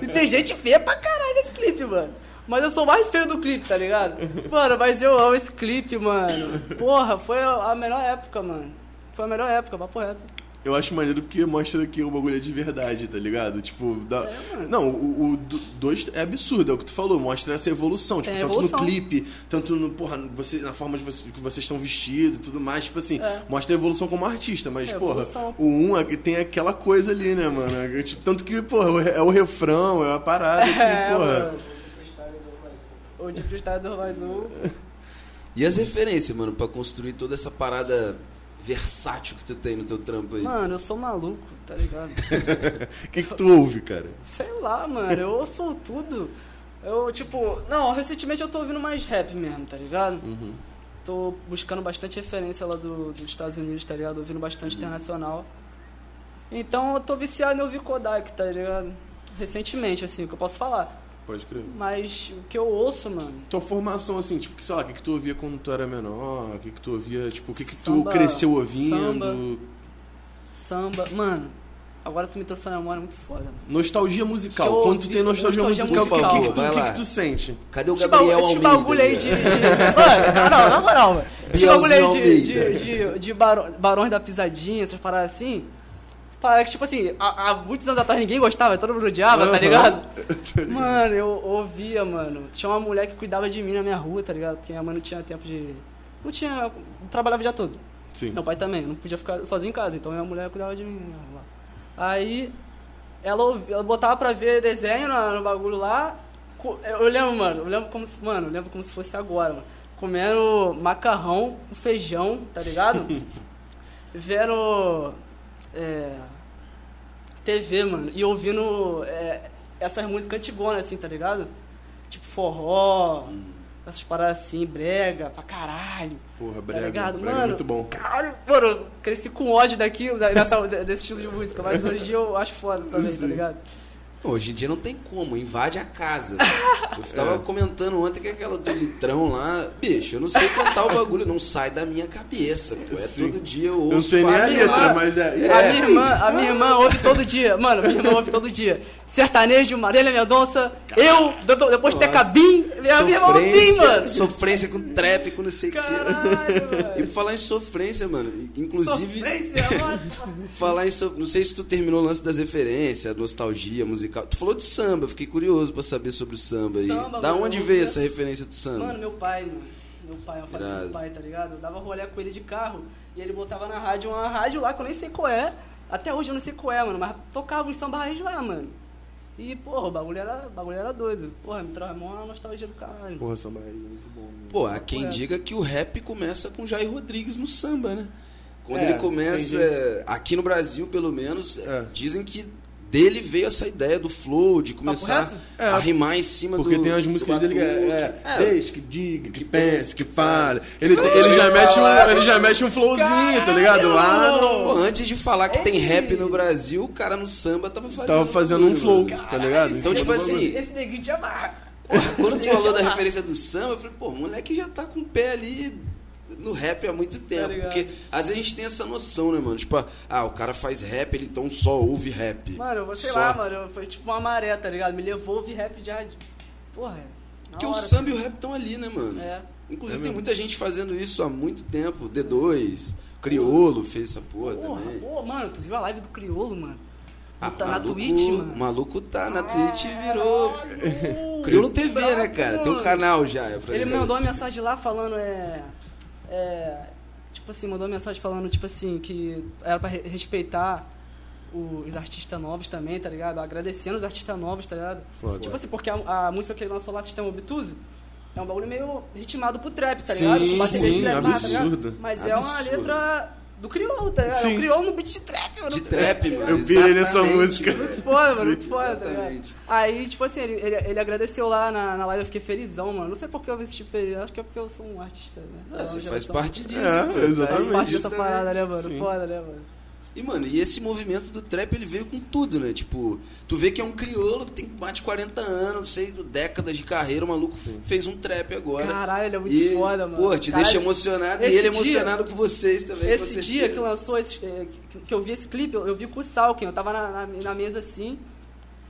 E tem gente feia pra caralho nesse clipe, mano. Mas eu sou o mais feio do clipe, tá ligado? Mano, mas eu amo esse clipe, mano. Porra, foi a a melhor época, mano. Foi a melhor época, papo reto. Eu acho maneiro porque mostra que o bagulho é de verdade, tá ligado? Tipo, dá... É, mano. não, o, o do- dois é absurdo, é o que tu falou, mostra essa evolução, tipo, É, tanto evolução. no clipe, tanto no, porra, no- você, na forma de você- que vocês estão vestidos e tudo mais, tipo assim, É. mostra a evolução como artista, mas, É, porra, evolução. o um é que tem aquela coisa ali, né, mano? É, tipo, tanto que, porra, o re- é o refrão, é a parada que, porra. mano. O de freestyle do mais um. E as referências, mano, pra construir toda essa parada versátil que tu tem no teu trampo aí? Mano, eu sou maluco, tá ligado? O que, que tu ouve, cara? Sei lá, mano, eu ouço tudo. Eu, tipo, não, recentemente eu tô ouvindo mais rap mesmo, tá ligado? Tô buscando bastante referência lá do, dos Estados Unidos, tá ligado? Ouvindo bastante internacional. Então eu tô viciado em ouvir Kodak, tá ligado? Recentemente, assim, o que eu posso falar. Pode crer. Mas o que eu ouço, mano. Tua formação, assim, tipo, que, sei lá, o que, que tu ouvia quando tu era menor? O que, que tu ouvia, tipo, o que, que tu Samba, cresceu ouvindo? samba. Samba. Mano, Agora tu me trouxe uma memória muito foda, mano. Nostalgia musical. Show, Quando tu tem nostalgia, nostalgia musical, o que, musical. que, que tu, Vai que, lá. que tu sente? Cadê o Esse Então, Gabriel baú- esse Almeida? né? bagulho aí de. de... Mano, na moral, na moral, mano. Esse Bielzinho bagulho aí de, Almeida. de, de, de barão- Barões da Pisadinha, essas paradas assim. Para que, tipo assim, há, há muitos anos atrás ninguém gostava, todo mundo odiava, tá Aham. ligado? Mano, eu ouvia, mano. Tinha uma mulher que cuidava de mim na minha rua, tá ligado? Porque minha mãe não tinha tempo de. Não tinha. Trabalhava o dia todo. Sim. Meu pai também, eu não podia ficar sozinho em casa, então minha mulher cuidava de mim. né, lá. Aí ela, ouvi- ela botava pra ver desenho na- no, bagulho lá. co- é, Eu lembro, mano, eu lembro como se, mano, eu lembro como se fosse agora, mano. Comendo macarrão com feijão, tá ligado? Vendo é, TV, mano, e ouvindo é, essas músicas antigonas, assim, tá ligado? Tipo forró, essas paradas assim, brega, pra caralho. Porra, Tá brega. ligado, brega é mano? muito bom. Caralho, mano, eu cresci com ódio daqui, da- dessa- desse estilo de música, mas hoje em dia eu acho foda também, tá Sim. ligado? Hoje em dia não tem como, invade a casa. Eu É. tava comentando ontem que aquela do litrão lá, bicho, eu não sei cantar o bagulho, não sai da minha cabeça, pô. É Sim. todo dia eu ouço. Eu não sei nem a quase letra, lá. mas é. A minha irmã, a minha irmã ouve todo dia, mano, minha irmã ouve todo dia. Sertanejo, Marília Mendonça, eu, depo- depois Nossa. Tecabim, minha minha irmã ouve, é um mano. Sofrência, sofrência com trap, com não sei o quê. Caralho, E mano. por falar em sofrência, mano, inclusive, Sofrência, é mano. falar em so- não sei se tu terminou o lance das referências, nostalgia musical. Tu falou de samba, eu fiquei curioso pra saber sobre o samba aí. Samba, da mano, onde eu- veio essa referência do samba? Mano, meu pai, mano. Meu pai, eu falei assim, Irado. meu pai, tá ligado? Eu dava rolê com ele de carro e ele botava na rádio uma rádio lá que eu nem sei qual é. Até hoje eu não sei qual é, mano, mas tocava os samba raiz lá, mano. E, porra, o bagulho era, o bagulho era doido. Porra, me traz uma nostalgia do caralho. Porra, samba é muito bom. mano. Pô, há quem É. diga que o rap começa com Jair Rodrigues no samba, né? Quando É, ele começa, tem é, aqui no Brasil, pelo menos, É. dizem que dele veio essa ideia do flow, de começar reto? a rimar em cima Porque do tem as do músicas dele que batuque. é, é, Desde que diga, que pense, que fale. Ele, fale. ele, já, Ele mete um, fala. ele já mete um flowzinho, tá ligado? Lá no... Pô, antes de falar que tem rap no Brasil, o cara no samba tava fazendo, Tava fazendo um tudo, flow, mano. tá ligado? Então, Em tipo cima do assim, bagulho. Esse neguinho te amarra. Quando tu falou da referência do samba, eu falei, pô, o moleque já tá com o pé ali no rap há muito tempo. Tá ligado. porque às vezes a gente tem essa noção, né, mano? Tipo, ah, o cara faz rap, ele então só ouve rap. Mano, eu vou- sei Só. lá, mano, foi tipo uma maré, tá ligado? Me levou a ouvir rap de rádio. Porra, é, na Porque é o hora, samba e o rap estão ali, né, mano? É. Inclusive tem muita gente fazendo isso há muito tempo. D2, Criolo fez essa porra, Porra, também. porra, mano, tu viu a live do Criolo, mano? Ah, tá o na maluco- Twitch, mano. Ah, O maluco tá na Twitch e virou. Criolo TV, né, cara? Tem um canal já. É Ele me mandou uma mensagem lá falando, é, é, Tipo assim, mandou uma mensagem falando, tipo assim, que era pra re- respeitar o- os artistas novos também, tá ligado? Agradecendo os artistas novos, tá ligado? Foda. Tipo assim, porque a, a música que ele lançou lá, Sistema Obtuso, é um bagulho meio ritmado pro trap, tá Sim, ligado? Com bateria sim, de trap, tá ligado? absurdo. Mas é uma Absurdo. letra do crioulo, tá ligado? É Sim. um crioulo no beat de trap, mano. De trap, mano. Eu pirei nessa Exatamente, música. mano. Foda, mano, muito Sim, foda, tá exatamente. ligado? Aí, tipo assim, ele, ele, ele agradeceu lá na, na live, eu fiquei felizão, mano. Não sei por que eu me senti feliz, acho que é porque eu sou um artista, né? Ah, você Eu já faz sou- parte disso. É, pô. exatamente. Faz parte dessa Justamente. parada, né, mano? Sim. Foda, né, mano? E, mano, e esse movimento do trap, ele veio com tudo, né? Tipo, tu vê que é um crioulo que tem mais de 40 anos, não sei, décadas de carreira, o maluco fez um trap agora. Caralho, ele é muito E, foda, mano. Pô, te Caralho, deixa emocionado e esse ele é dia- emocionado com vocês também. com Esse certeza. dia que lançou, esse, eh, que, que eu vi esse clipe, eu, eu vi com o Salkin, eu tava na, na, na mesa assim,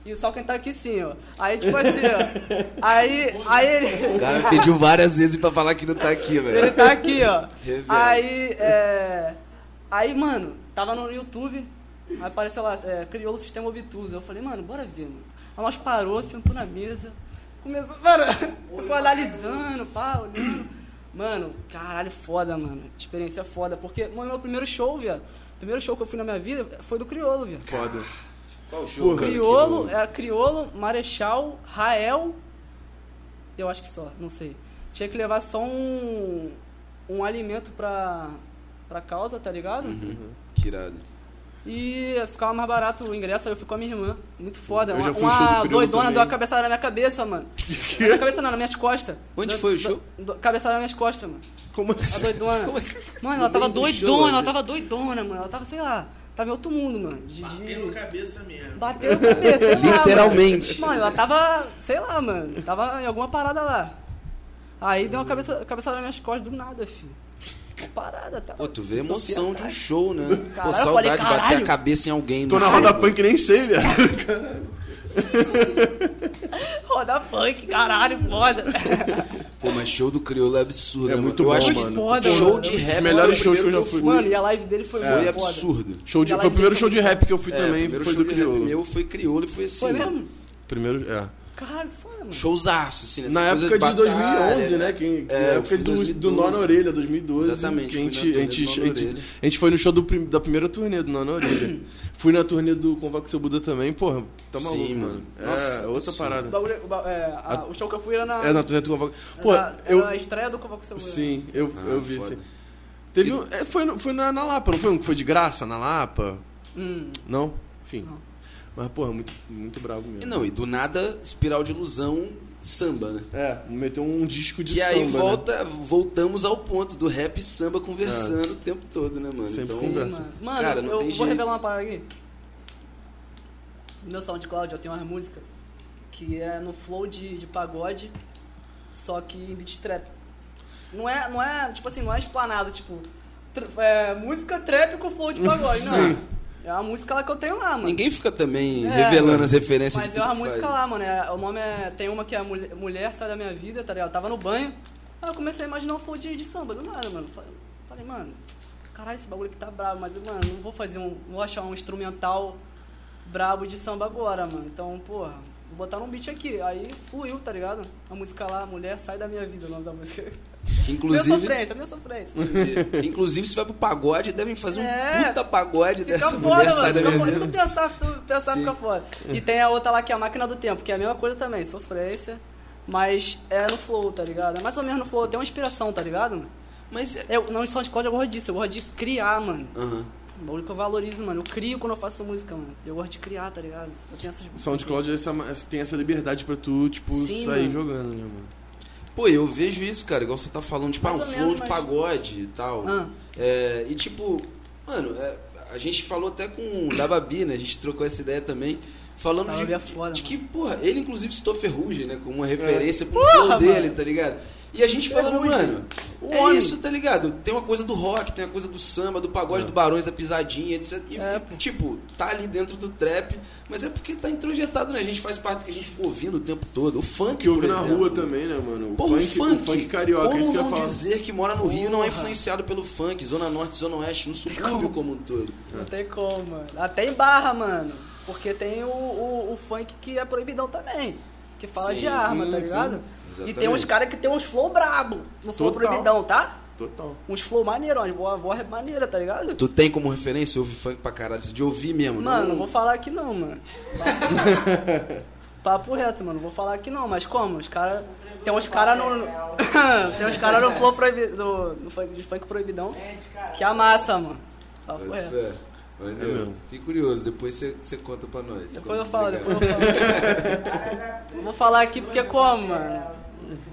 e o Salkin tá aqui sim, ó. Aí, tipo assim, ó. Aí, aí ele... O cara pediu várias vezes pra falar que não tá aqui, Ele velho. tá aqui, ó. Revela. Aí, é... Aí, mano, tava no YouTube, aí apareceu lá, é, criou o sistema obtuso. Eu falei, mano, bora ver, mano. Aí nós parou, sentou na mesa, começou, mano, ficou analisando, pá, olhando. Mano, caralho, foda, mano. Experiência foda, porque, mano, meu primeiro show, viado. Primeiro show que eu fui na minha vida foi do Criolo, viado. Foda. Qual o show, cara, que Criolo, não- era Criolo, Marechal, Rael. Eu acho que só, não sei. Tinha que levar só um, um alimento pra, pra causa, tá ligado? Uhum. Que irado. E ficava mais barato o ingresso, aí eu fui com a minha irmã. Muito foda. Eu Uma, já fui no show do uma Criolo doidona também. deu uma cabeçada na minha cabeça, mano. Na minha cabeça não, nas minhas costas. Onde Deu- foi o do- show? é do- Cabeçada nas minhas costas, mano. Como A assim? doidona. Mano, No ela tava meio do doidona, show, ela né? tava doidona, mano. Ela tava, sei lá, tava em outro mundo, mano. De- de- Batendo cabeça mesmo. Bateu a cabeça, sei lá, mano. Literalmente. Mano, ela tava, sei lá, mano, tava em alguma parada lá. Aí deu uma cabeça, cabeçada nas minhas costas do nada, filho. Parada, tá? Pô, tu vê a São emoção de um piedade. show, né? Pô, Caralho, eu saudade falei, de bater a caralho. cabeça em alguém. Tô no na show, roda mano. punk e nem sei, velho. Roda funk, caralho, foda. Pô, mas show do Criolo é absurdo. É né, muito mano? bom, Eu acho mano. que Foda, show mano. de Os rap melhores foi shows que eu já Meu fui. Mano, e a live dele foi foi muito é, foda. absurdo. Show de, Ela foi o primeiro é show de rap que eu fui É, o também, primeiro foi show do de rap Criolo. meu foi Criolo e foi assim. Foi mesmo? Primeiro, é. Caralho, que foda, mano. Showzaço, assim, nessa Na coisa época de, batalha, 2011, né? Quem, É, na eu época fui em do, do 2012. Nó na Orelha, 2012. que Exatamente, a fui gente, na a, turnê gente, do Nó a, na gente, Orelha. a gente foi no show do prim- da primeira turnê do Nó na Orelha. Fui na turnê do Convoque Seu Buda também, porra, tá Sim, maluco, mano. mano. Nossa, é, outra absurdo. O, parada. bagulho, o, ba- é, a- A- o show que eu fui era na, É, na turnê do Convoque. era- Pô, era eu. a estreia do Convoque Seu Sim, eu, Ah, eu vi, foda. sim. Teve um, é, foi no- foi na, na Lapa, não foi um que foi de graça na Lapa? Hum, Não? Enfim. Não. Mas, porra, muito, muito bravo E mesmo. não, e do nada, espiral de ilusão, samba, né? É, meteu um disco de E aí samba, né? volta, voltamos ao ponto do rap e samba conversando o tempo todo, né, mano? É. Sempre então, conversa. Sim, mano. Mano, Cara, eu não vou tem jeito. revelar uma parada aqui. No meu SoundCloud eu tenho uma música que é no flow de, de pagode, só que em beat trap. Não é, não é, tipo assim, não é esplanado, tipo, tr- é, música trap com flow de pagode, não. Sim. É uma música lá que eu tenho lá, mano. ninguém fica também É, revelando as referências de Mas é tudo uma que música faz. lá, mano. é- o nome é. Tem uma que é Mulher, Mulher Sai da Minha Vida, tá ligado? Eu tava no banho. Aí eu comecei a imaginar um flow de, de samba, do nada, mano. Falei, falei, mano, caralho, esse bagulho aqui tá brabo, mas, mano, não vou fazer um. Não vou achar um instrumental brabo de samba agora, mano. Então, porra, vou botar num beat aqui. Aí fluiu, tá ligado? A música lá, Mulher Sai da Minha Vida, o nome da música. Que Minha inclusive, sofrência, minha sofrência. inclusive, se vai pro pagode, devem fazer um É. puta pagode Fica dessa foda, mulher mano. sai da fica minha foda. Se vida. tu pensar, se tu pensar Sim. fica foda. E tem a outra lá que é a máquina do tempo, que é a mesma coisa também, sofrência. Mas é no flow, tá ligado? É mais ou menos no flow, tem uma inspiração, tá ligado? mano? Mas é. Eu, não, em SoundCloud eu gosto disso, eu gosto de criar, mano. Aham. Um bagulho que eu valorizo, mano. Eu crio quando eu faço música, mano. Eu gosto de criar, tá ligado? Eu tenho essas. SoundCloud é essa- essa- tem essa liberdade pra tu, tipo, Sim, sair mano. jogando, né, mano? Pô, eu vejo isso, cara, igual você tá falando, tipo, ah, Mais um ou flow menos, de mas- pagode e tal. Ah. É, e tipo, mano, é, a gente falou até com o Dababi, né? A gente trocou essa ideia também. Falando Dababi de, é foda, de mano. É. que, porra, ele inclusive citou Ferrugem, né? Como uma referência pro flow Porra, dele, mano. tá ligado? E a gente falando, Ferrugem. mano, O é homem. isso, tá ligado? Tem uma coisa do rock, tem uma coisa do samba, do pagode, do barões, da pisadinha, etc. E, É, e, tipo, tá ali dentro do trap, mas é porque tá introjetado, né? A gente faz parte do que a gente fica ouvindo o tempo todo. O funk, Que ouve por Tipo, na exemplo. rua também, né, mano? O Porra, funk, o funk, o funk carioca, como é isso que eu ia não falar. dizer que mora no Rio e não é Porra. influenciado pelo funk, Zona Norte, Zona Oeste, no subúrbio como um todo. Não tem como, mano. Até em barra, mano. Porque tem o, o, o funk que é proibidão também. Que fala Sim, de arma, sim, tá sim. ligado? E tem Exatamente. uns caras que tem uns flow brabo no flow Total. proibidão, tá? Total. Uns flow maneirões, boa voz maneira, tá ligado? Tu tem como referência? Ouve funk pra caralho, de ouvir mesmo. Mano, não... não vou falar aqui não, mano. Papo reto, mano. Não vou falar aqui não, mas como? Os caras. Tem uns caras no. tem uns caras no flow proibido. No, no funk, de funk proibidão. Que amassa, mano. Papo Pode reto. ver. Valeu. É mesmo. Fiquei curioso, depois você- você conta pra nós. Depois eu Como falo, que é. depois eu falo. Eu vou falar aqui porque como, mano?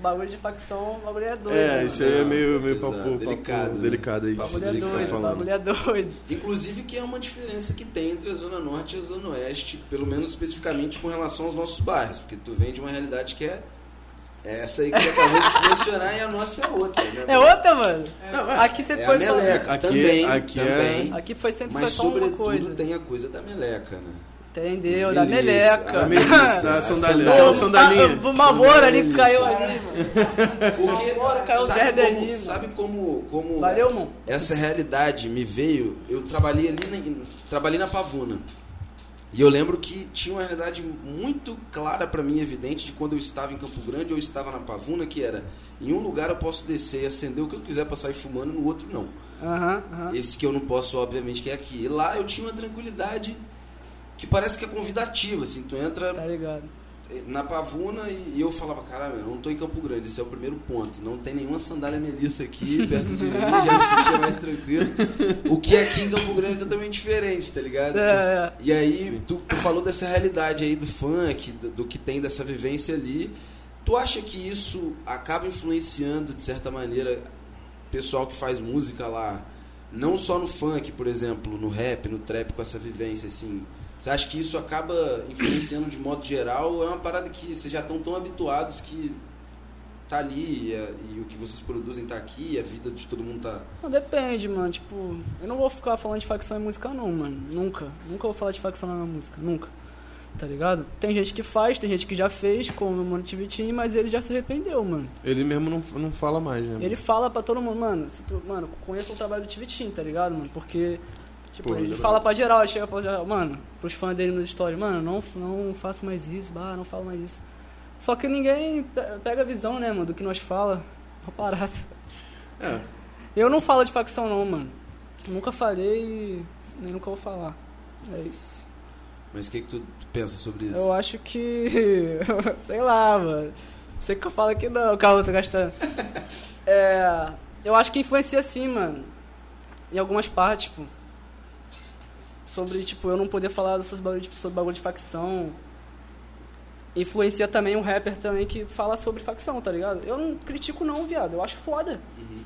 Bagulho de facção, o bagulho é doido. É, mano. isso aí é meio, meio Pesado, papo, papo delicado, delicado, né? aí. Papo O bagulho é delicado doido, o falando. bagulho é doido. Inclusive que é uma diferença que tem entre a Zona Norte e a Zona Oeste, pelo menos especificamente com relação aos nossos bairros, porque tu vem de uma realidade que é essa aí que você acabou de mencionar e a nossa é outra, né? É mano? outra, mano? Não, é. Aqui É sempre a foi só. meleca, Aqui- também, aqui é- também. Aqui foi sempre Mas foi só uma sobretudo coisa. tem a coisa da meleca, né? Entendeu? Os É Da belize, meleca. ah, Da melissa, a sandália. sandália. a sandalinha. O Mamoro ali que Sandalinha. caiu ali, mano. Porque Agora caiu sabe, dez como, dedinhos, mano. sabe como, como Valeu, irmão. essa realidade me veio? Eu trabalhei ali na, trabalhei na Pavuna. E eu lembro que tinha uma realidade muito clara pra mim, evidente, de quando eu estava em Campo Grande ou eu estava na Pavuna, que era em um lugar eu posso descer e acender o que eu quiser pra sair fumando, no outro não. Aham, aham. Esse que eu não posso, obviamente, que é aqui. E lá eu tinha uma tranquilidade que parece que é convidativa, assim, tu entra Tá ligado? na Pavuna e e eu falava, caralho, eu não tô em Campo Grande, esse é o primeiro ponto. Não tem nenhuma sandália melissa aqui perto de mim, já me sentia mais tranquilo. O que é aqui em Campo Grande é totalmente diferente, tá ligado? É, é. E aí, tu, tu falou dessa realidade aí do funk, do, do que tem dessa vivência ali. Tu acha que isso acaba influenciando, de certa maneira, o pessoal que faz música lá? Não só no funk, por exemplo, no rap, no trap, com essa vivência, assim. Você acha que isso acaba influenciando de modo geral? Ou é uma parada que vocês já estão tão habituados que tá ali e, a- e o que vocês produzem tá aqui, e a vida de todo mundo tá. Não, depende, mano. Tipo, eu não vou ficar falando de facção em música, não, mano. Nunca. Nunca vou falar de facção na minha música. Nunca. Tá ligado? Tem gente que faz, tem gente que já fez, como o Mano Tivitinho, mas ele já se arrependeu, mano. Ele mesmo não, não fala mais, né? Ele fala pra todo mundo, mano, se tu, mano, conheça o trabalho do Tivitinho, tá ligado, mano? Porque, tipo, Pô, ele legal. fala pra geral, ele chega pra geral, mano, pros fãs dele nos stories, mano, não, não faço mais isso, bah, não falo mais isso. Só que ninguém pe- pega a visão, né, mano, do que nós fala. Uma parada. É. Eu não falo de facção, não, mano. Nunca falei e nem nunca vou falar. É isso. Mas o que, que tu pensa sobre isso? Eu acho que. Sei lá, mano. Sei que eu falo que não, calma, eu tô gastando. É, eu acho que influencia sim, mano. Em algumas partes, tipo. Sobre, tipo, eu não poder falar sobre bagulho, de- sobre bagulho de facção. Influencia também um rapper também que fala sobre facção, tá ligado? Eu não critico não, viado. Eu acho foda. Uhum.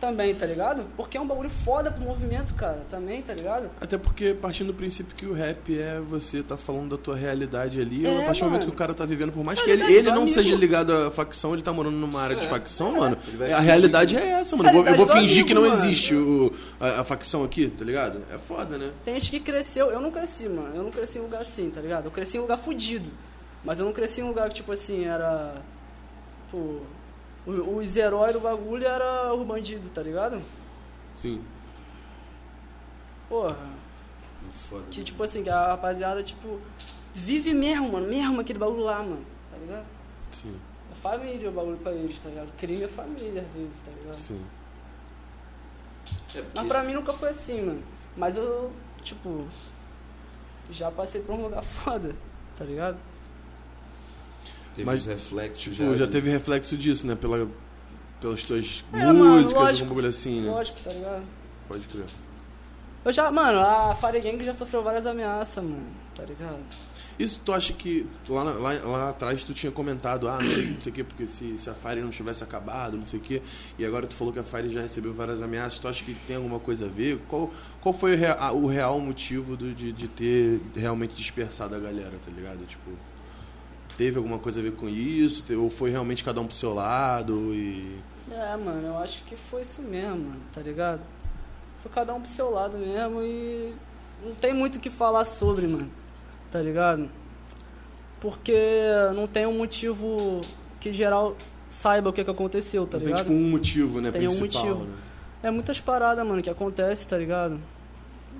Também, tá ligado? Porque é um bagulho foda pro movimento, cara. Também, tá ligado? Até porque partindo do princípio que o rap é você tá falando da tua realidade ali, É, a partir do momento mano. que o cara tá vivendo, por mais que ele, Realidade ele do não amigo. seja ligado à facção, ele tá morando numa área de facção, mano. É. Ele vai A fingir realidade que- é essa, mano. Eu vou- Eu vou Realidade do fingir que não amigo, mano. existe o, a, a facção aqui, tá ligado? É foda, né? Tem gente que cresceu, eu não cresci, mano. Eu não cresci em lugar assim, tá ligado? Eu cresci em lugar fudido. Mas eu não cresci em lugar que, tipo assim, era. Tipo. o- Os heróis do bagulho era o bandido, tá ligado? Sim. Porra. É Foda. né? Que, tipo assim, que a rapaziada, tipo. Vive mesmo, mano. Mesmo aquele bagulho lá, mano. Tá ligado? Sim, É família o bagulho pra eles, tá ligado? Crime é família às vezes, tá ligado? sim. É porque- Mas pra mim nunca foi assim, mano. Mas eu, tipo. Já passei por um lugar foda, tá ligado? Teve Mas, uns reflexos Pô, Tipo, já de- teve reflexo disso, né? Pela, pelas tuas É, mano, músicas, lógico. algum bagulho assim, né? Lógico, tá ligado? Pode crer. Eu já, mano, a Fire Gang já sofreu várias ameaças, mano, tá ligado? Isso tu acha que lá, na- lá, lá atrás tu tinha comentado, ah, não sei, não sei o quê, porque se, se a Fire não tivesse acabado, não sei o quê, e agora tu falou que a Fire já recebeu várias ameaças, tu acha que tem alguma coisa a ver? Qual, qual foi o, rea- a- o real motivo do- de, de ter realmente dispersado a galera, tá ligado? Tipo, teve alguma coisa a ver com isso? Te- Ou foi realmente cada um pro seu lado e. É, mano, eu acho que foi isso mesmo, mano, tá ligado? Foi cada um pro seu lado mesmo e não tem muito o que falar sobre, mano, tá ligado? Porque não tem um motivo que geral saiba o que, que aconteceu, tá não tem ligado? tipo um motivo, né, Tem um principal. motivo. né? É muitas paradas, mano, que acontece, tá ligado?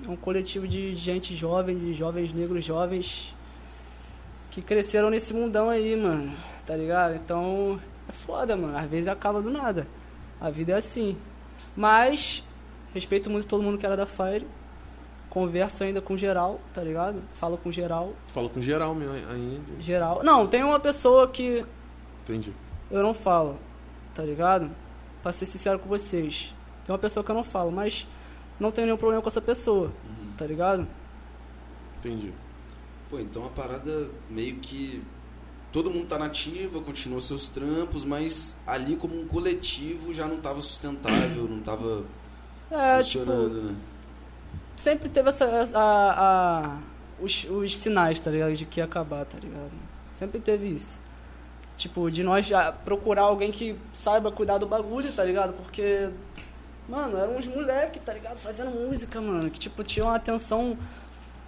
É um coletivo de gente jovem, de jovens negros jovens que cresceram nesse mundão aí, mano, tá ligado? Então é foda, mano. Às vezes acaba do nada. A vida é assim. Mas respeito muito todo mundo que era da Fire. Converso ainda com geral, tá ligado? Falo com geral. Tu falou com geral meu, ainda. Geral. Não, tem uma pessoa que Entendi. eu não falo, tá ligado? Pra ser sincero com vocês. Tem uma pessoa que eu não falo, mas não tenho nenhum problema com essa pessoa, tá ligado? Entendi. Pô, então a parada meio que. Todo mundo tá nativa, continuou seus trampos, mas ali como um coletivo já não tava sustentável, não tava É, tipo, funcionando, né? sempre teve essa. essa- a, a- os, os sinais, tá ligado? De que ia acabar, tá ligado? Sempre teve isso. Tipo, de nós já procurar alguém que saiba cuidar do bagulho, tá ligado? Porque. Mano, eram uns moleque, tá ligado? Fazendo música, mano. Que, tipo, tinham a atenção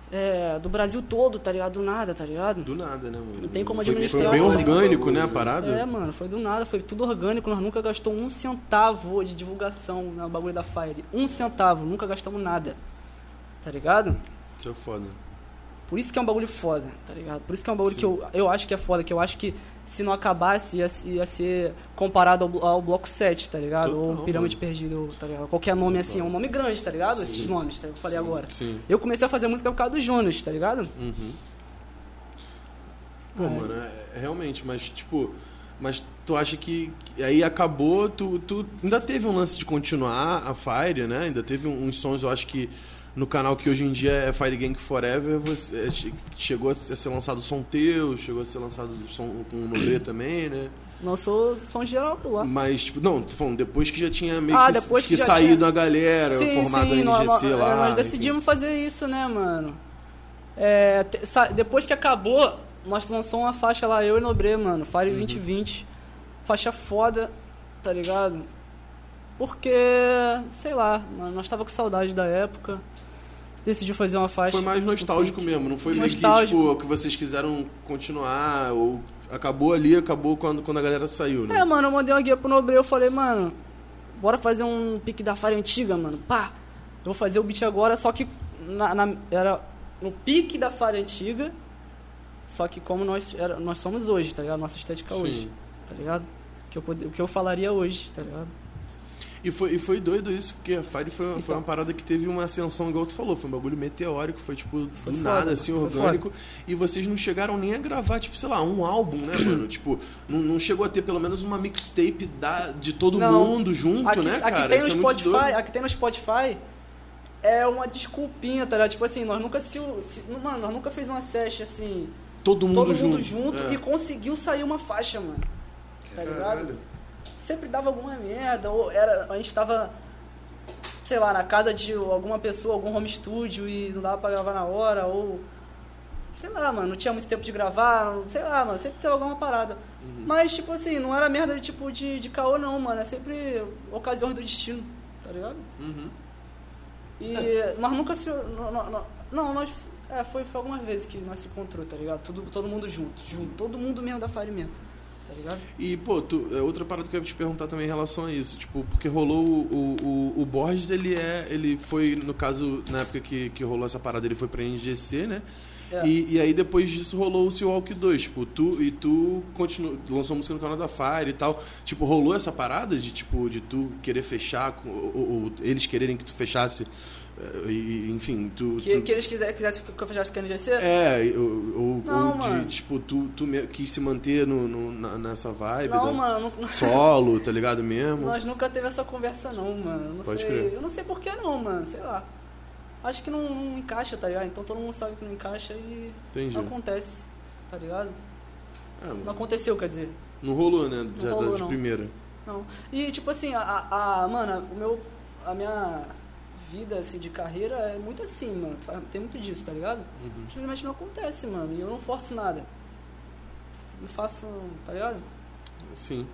é, do Brasil todo, tá ligado? Do nada, tá ligado? Do nada, né, mano? Não tem como Foi bem- administrar. Foi bem o bagulho. orgânico, né, a parada? É, mano, foi do nada, foi tudo orgânico. Nós nunca gastamos um centavo de divulgação na bagulho da Fire. Um centavo, nunca gastamos nada. Tá ligado? Isso é foda. Por isso que é um bagulho foda, tá ligado? Por isso que é um bagulho que eu, eu acho que é foda, que eu acho que se não acabasse ia, ia ser comparado ao, blo- ao Bloco 7, tá ligado? Total, Ou Pirâmide mano. Perdido, tá ligado? Qualquer nome assim, é um nome grande, tá ligado? Esses nomes, tá? eu falei agora. Sim. Eu comecei a fazer música por causa do Jonas, tá ligado? Uhum. Pô, Aí. mano, é- é realmente, mas tipo. Mas tu acha que. que Aí acabou, tu, tu. Ainda teve um lance de continuar a Fire, né? Ainda teve um- uns sons, eu acho que. No canal que hoje em dia é Fire Gang Forever, você, é, che- chegou a ser lançado som teu, chegou a ser lançado som com o Nobre também, né? Lançou som um geral por lá. Mas, tipo, não, tô falando, depois que já tinha meio Ah, que, depois que, que já saído tinha- a galera, formado a nós- NGC nós- lá. Nós decidimos fazer isso, né, mano? É, te- Uhum. sa- depois que acabou, nós lançamos uma faixa lá, eu e Nobre, mano, Fire 2020. faixa foda, tá ligado? Porque, sei lá, mano, nós tava com saudade da época. Decidi fazer uma faixa. Foi mais nostálgico mesmo, não foi meio que, um Nostálgico. tipo, que vocês quiseram continuar, ou acabou ali, acabou quando, quando a galera saiu, né? É, mano, eu mandei uma guia pro Nobreu, eu falei, mano, bora fazer um pique da Fire antiga, mano. Pá! Eu vou fazer o beat agora, só que na, na- era no pique da Fire antiga, só que como nós, era- nós somos hoje, tá ligado? Nossa estética hoje, tá ligado? O que, eu pod- o que eu falaria hoje, tá ligado? E foi, e foi doido isso, porque a Fire foi, uma- foi Então. uma parada que teve uma ascensão, igual tu falou, foi um bagulho meteórico, foi tipo Foi do foda, nada, assim, foi orgânico. E vocês não chegaram nem a gravar, tipo, sei lá, um álbum, né, mano? tipo, não, não chegou a ter pelo menos uma mixtape da, de todo Não. mundo junto, aqui, né, aqui cara? tem isso no é muito Spotify, doido. aqui tem no Spotify é uma desculpinha, tá ligado? Tipo assim, nós nunca se, se mano, nós nunca fez uma session assim, Todo mundo todo junto. mundo junto é. e conseguiu sair uma faixa, mano. Tá ligado? Caralho. sempre dava alguma merda, ou era, a gente tava, sei lá, na casa de alguma pessoa, algum home studio e não dava pra gravar na hora, ou sei lá, mano, não tinha muito tempo de gravar, não- sei lá, mano, sempre teve alguma parada. Mas, tipo assim, não era merda de tipo de, de caô não, mano, é sempre ocasiões do destino, tá ligado? Uhum. E nós nunca se. Não, não, não- não, nós. É, foi, foi algumas vezes que nós se encontrou, tá ligado? Tudo, todo mundo junto, junto, todo mundo mesmo da Fire mesmo, tá ligado? E, pô, tu, é, outra parada que eu ia te perguntar também em relação a isso, tipo, porque rolou o, o, o Borges, ele é, ele foi, no caso, na época que, que rolou essa parada, ele foi pra NGC, né? É. E, e aí depois disso rolou o Sea Walk 2, tipo, tu e tu continu, lançou música no canal da Fire e tal. Tipo, rolou essa parada de tipo de tu querer fechar, com, ou, ou eles quererem que tu fechasse, eh, e, enfim, tu. Que, tu- que eles quisessem quisesse que eu fechasse com a NGC? É, ou, ou- Não, ou de, mano. tipo, tu, tu me- quis se manter no, no- na- nessa vibe. Não, da- mano, não- solo, tá ligado mesmo? nós nunca teve essa conversa não, mano. Eu Não Pode sei, crer. eu não sei por que não, mano, sei lá. Acho que não, não encaixa, tá ligado? Então todo mundo sabe que não encaixa e Entendi. não acontece, tá ligado? É, mano, Não aconteceu, quer dizer. não rolou, né? Já da- rolou, de não. primeira. Não. E tipo assim, a, a, a- mano, o meu a minha vida assim de carreira é muito assim, mano. Fa- Tem muito disso, tá ligado? Uhum. Hum. Simplesmente não acontece, mano. E eu não forço nada. Não faço, tá ligado? Sim.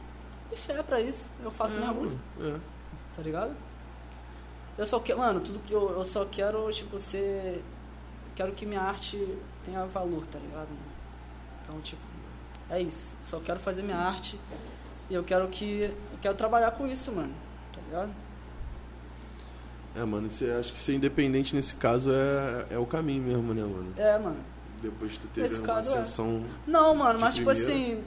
E fé pra isso, eu faço minha música. É. tá ligado? Eu só quero, mano, tudo que eu, eu só quero, tipo, ser. Quero que minha arte tenha valor, tá ligado? Então, tipo, é isso. Só quero fazer minha arte e eu quero que. Eu quero trabalhar com isso, mano, tá ligado? É, mano, você, acho que ser independente nesse caso é, é o caminho mesmo, né, mano? É, mano. Depois tu teve Nesse uma caso, é. ascensão. Não, mano, De mas tipo primeira? assim.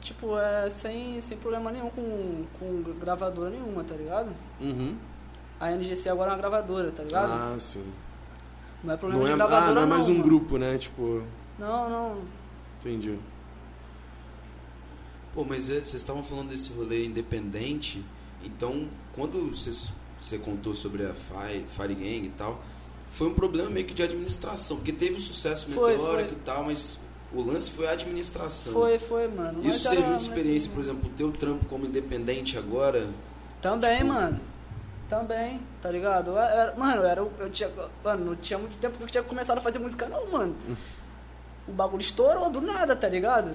Tipo, é sem, sem problema nenhum com, com gravadora nenhuma, tá ligado? Uhum. A NGC agora é uma gravadora, tá ligado? Ah, sim. não é problema Não é, de ah, gravadora, não é mais um mano. grupo, né? Tipo, Não, não. entendi. Pô, mas é, vocês estavam falando desse rolê independente, então quando vocês- você contou sobre a Fire, Fire Gang e tal, foi um problema meio que de administração, porque teve o sucesso Foi, meteórico foi. e tal, mas o lance foi a administração. Foi, foi, mano. Mas Isso era- serviu de mas- experiência, por exemplo, o teu trampo como independente agora, Também, Tipo- mano. Também, tá ligado? Eu era- mano, eu, era, um, eu tinha, mano, não tinha muito tempo que eu tinha começado a fazer música, não, mano. Hum. O bagulho estourou do nada, tá ligado?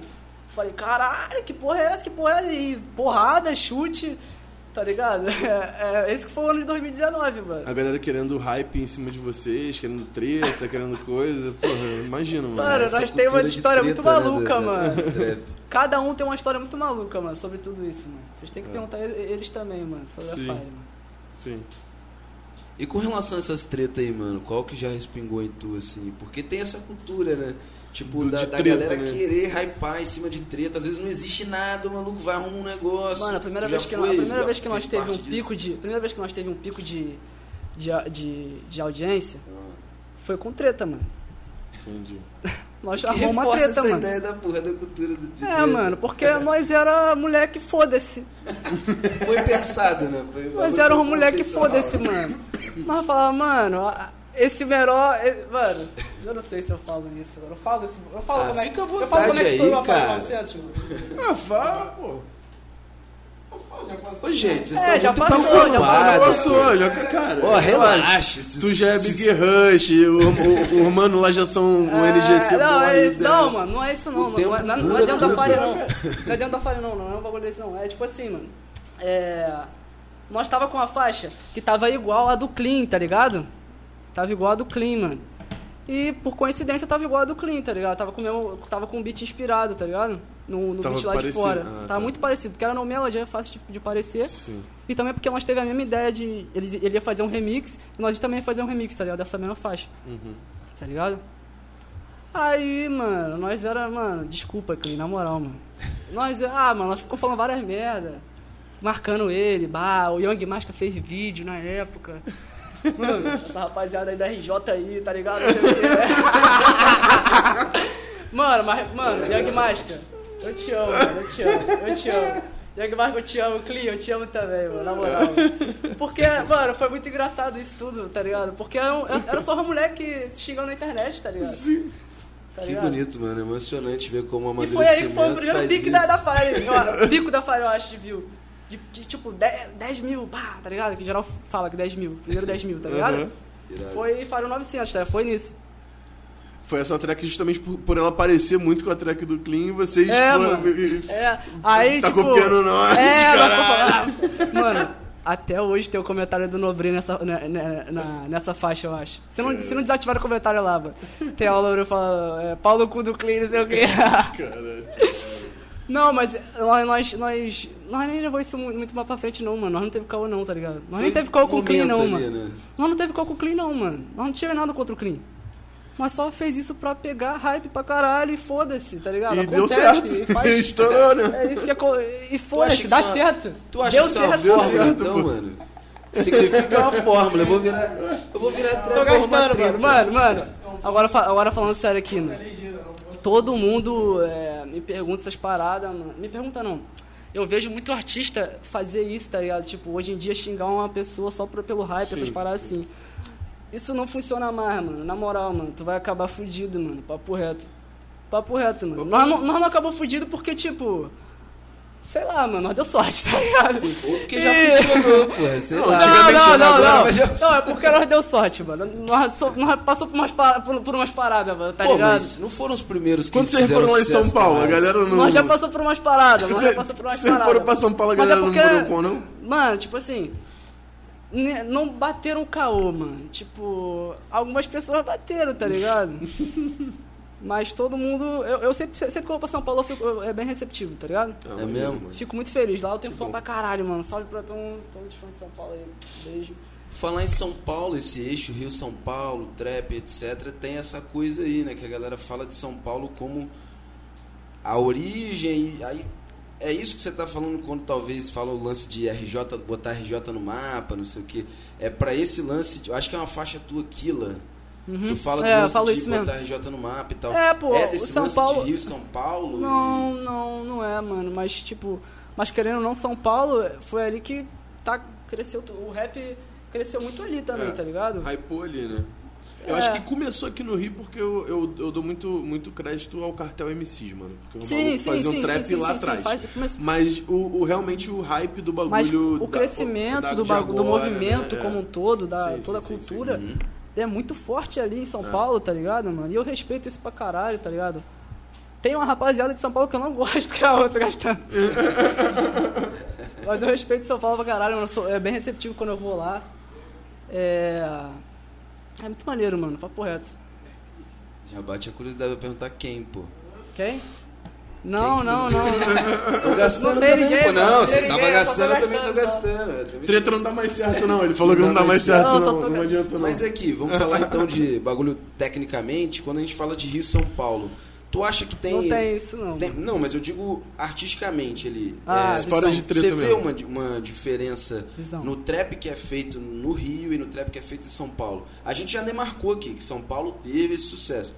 Falei, caralho, que porra é essa? Que porra é essa? E porrada, chute, tá ligado? É, é, esse que foi o ano de 2019, mano. A galera querendo hype em cima de vocês, querendo treta, querendo coisa. Porra, imagina, mano. Mano, essa nós temos uma cultura de história treta, muito né, maluca, da- da- mano. da trap. Cada um tem uma história muito maluca, mano, sobre tudo isso, mano. Vocês têm que É. perguntar e- eles também, mano, sobre Sim. a Fire, mano. Sim. E com relação a essas tretas aí, mano, qual que já respingou em tu, assim? Porque tem essa cultura, né? Tipo, Do- da, de da treta, galera né? querer hypar em cima de treta. Às vezes não existe nada, o maluco vai arrumar um negócio. Mano, a primeira Tu já vez que, foi, a primeira já vez que nós fez teve um parte pico disso? de, primeira vez que nós teve um pico de de, a- de, de audiência Ah. foi com treta, mano. Entendi. Nós Que arrumamos uma reforça treta, essa mano. ideia da porra da cultura do, de É, treta. mano, porque nós era moleque foda-se. Foi pensado, né? Foi um Nós bagulho era um moleque conceitual. foda-se, mano. Mas eu falava, mano, a- esse melhor. e- Mano, eu não sei se eu falo isso. mano. Eu falo, esse, eu falo Ah, como é que. fica à eu falo como é vontade que estourou aí, a Fala cara. 900, mano. Ah, fala, pô. Ô, gente, vocês É, estão já muito passou, preocupados. já Ah, passou, já que, cara. Ó, relaxa. esses- Tu já é esses- Big Rush, o, o, o mano lá já são um o NGC. Ah, não, porra, é isso, né? não, mano, não é isso não, O mano. tempo Não, é- não, não muda é dentro da tudo. falha, não. Não é dentro da falha, não, não é um bagulho desse, não. É tipo assim, mano. É. Nós tava com a faixa que tava igual a do Clean, tá ligado? Tava igual a do Clean, mano. E por coincidência tava igual a do Clean, tá ligado? Tava com o mesmo- tava com o beat inspirado, tá ligado? No, no Tava beat lá de parecido, fora. ah, tava tá. muito parecido, porque era no Melody, é fácil de- de parecer. Sim. E também porque nós teve a mesma ideia de. Ele, ele ia fazer um remix, e nós também ia fazer um remix, tá ligado? Dessa mesma faixa. Tá ligado? Aí, mano, nós era. Mano, desculpa, Clean, na moral, mano. Nós. Ah, mano, nós ficou falando várias merda. Marcando ele, bah, o Young Masca fez vídeo na época. Mano, essa rapaziada aí da RJ aí, tá ligado? Mano, mas, mano, Young Masca, eu te amo, mano, eu te amo, eu te amo. Young Masca, eu te amo, Clean, eu te amo também, mano, na moral. Porque, mano, foi muito engraçado isso tudo, tá ligado? Porque era, um- era só uma mulher que se xingou na internet, tá ligado? Sim. Que bonito, mano. Emocionante ver como o E foi aí amadurecimento que foi o primeiro faz pique da, isso. da Fire, ó, o pico da Fire, eu acho, de view. De, de, tipo, 10, 10 mil, pá, tá ligado? Que geral fala que 10 mil, primeiro 10 mil, tá ligado? Aham. Irado. Foi Fire 900, tá? ligado? Foi nisso. Foi essa track justamente por, por ela parecer muito com a track do Clean e vocês. É, foram- mano. e- e- É, aí, Tá tipo, copiando nós, É, nós caralho. copiando- Mano, até hoje tem o comentário do Nobri nessa, né, né, na- nessa faixa, eu acho. Se não, se não desativar o comentário lá, mano. Tem a Nobri falando, é, pau no cu do Clean, não sei o quê. Não, mas nós, nós, nós, nós nem levou isso mu- muito mais pra frente, não, mano. Nós não teve caô, não, tá ligado? Nós Foi nem teve caô com o Clean, momento não, ali, mano. né? Nós não teve caô com o Clean, não, mano. Nós não tivemos nada contra o Clean. Nós só fez isso pra pegar hype pra caralho e foda-se, tá ligado? E deu certo. Acontece, e faz- Estourou, né? é isso que é co- E acha foda-se, que dá isso é uma- certo. Tu acha deu que isso é uma certo. fórmula, certo, então, pô. mano? Significa uma fórmula. Eu vou virar. Eu vou virar treta. Tô eu vou arrumar gastando, treta. mano. Mano, mano. Agora, fa- agora falando sério aqui, mano. Todo mundo é, me pergunta essas paradas, mano. Me pergunta não. Eu vejo muito artista fazer isso, tá ligado? Tipo, hoje em dia xingar uma pessoa só pro- pelo hype, essas paradas assim. Isso não funciona mais, mano. Na moral, mano. Tu vai acabar fudido, mano. Papo reto. Papo reto, mano. Nós não, nós não acabamos fudido porque, tipo. Sei lá, mano. Nós deu sorte, tá ligado? Ou porque já E- funcionou, pô. Sei Não, lá. tinha É. não, tá não, mencionado não, agora, não. mas já- Não, é porque nós deu sorte, mano. Nós, so- nós passou por umas, pa- por, por umas paradas, mano, tá Pô, ligado? mas não foram os primeiros que Quando vocês fizeram foram lá em sucesso, né? São Paulo, a caralho? galera não. Nós já passou por umas paradas, nós Cê- já passou por umas cê paradas. foram pra São Paulo, a Mas é galera não morou com, não? Mano, tipo assim. ne- Não bateram caô, mano. Tipo, algumas pessoas bateram, tá ligado? Mas todo mundo. Eu, eu sempre, sempre que eu vou pra São Paulo, eu fico eu- é bem receptivo, tá ligado? Ah, É maneiro, mesmo? mano. Fico muito feliz. Lá eu tenho fã pra caralho, mano. Salve pra tom- todos os fãs de São Paulo aí. Beijo. Falar em São Paulo, esse eixo Rio-São Paulo, trap, etc., tem essa coisa aí, né? Que a galera fala de São Paulo como a origem. e Aí, é isso que você tá falando quando talvez fala o lance de RJ, botar RJ no mapa, não sei o quê. É pra esse lance, de- eu acho que é uma faixa tua, Kila. Tu fala do É, eu lance falo de isso mesmo. botar RJ no mapa e tal. É, pô, é o desse São lance Paulo- de Rio-São Paulo? Não, não, não é, mano. Mas, tipo, mas querendo ou não, São Paulo foi ali que tá, cresceu. tu- O rap cresceu muito ali também, É. tá ligado? Hypou ali, né? Eu É. acho que começou aqui no Rio porque eu, eu, eu dou muito, muito crédito ao cartel MCs, mano. Porque o maluco fazia um trap lá atrás. faz- mas, Mas o, o- realmente o hype do bagulho. mas o da- crescimento da- do, de bagu- do agora, movimento né? É. como um todo, da, Sim, toda sim, É. a sim, cultura, sim. Uhum. é muito forte ali em São Paulo, tá ligado, mano? E eu respeito isso pra caralho, tá ligado? Tem uma rapaziada de São Paulo que eu não gosto, que a outra gastando. Mas eu respeito São Paulo pra caralho, mano. Eu sou- é bem receptivo quando eu vou lá. É. É muito maneiro, mano. Papo reto. Já bate a curiosidade, eu vou perguntar quem, pô. Quem? Não, Quem que tu- não, não, não. Tô gastando Não tem também, ninguém, pô. mano, Não, não tem você tava ninguém, eu só tô gastando, eu também tô gastando, gastando. eu também tô É. Treta não dá mais certo, não. Ele falou que não dá mais certo, Não, só não. tô- Não adianta, não. Mas aqui, vamos falar então de bagulho tecnicamente. Quando a gente fala de Rio e São Paulo, tu acha que tem. Não tem isso, não. tem- não, mas eu digo artisticamente ali. é, Ah, Fora de treta Você vê mesmo. uma, di- uma diferença Visão. no trap que é feito no Rio e no trap que é feito em São Paulo. A gente já demarcou aqui que São Paulo teve esse sucesso.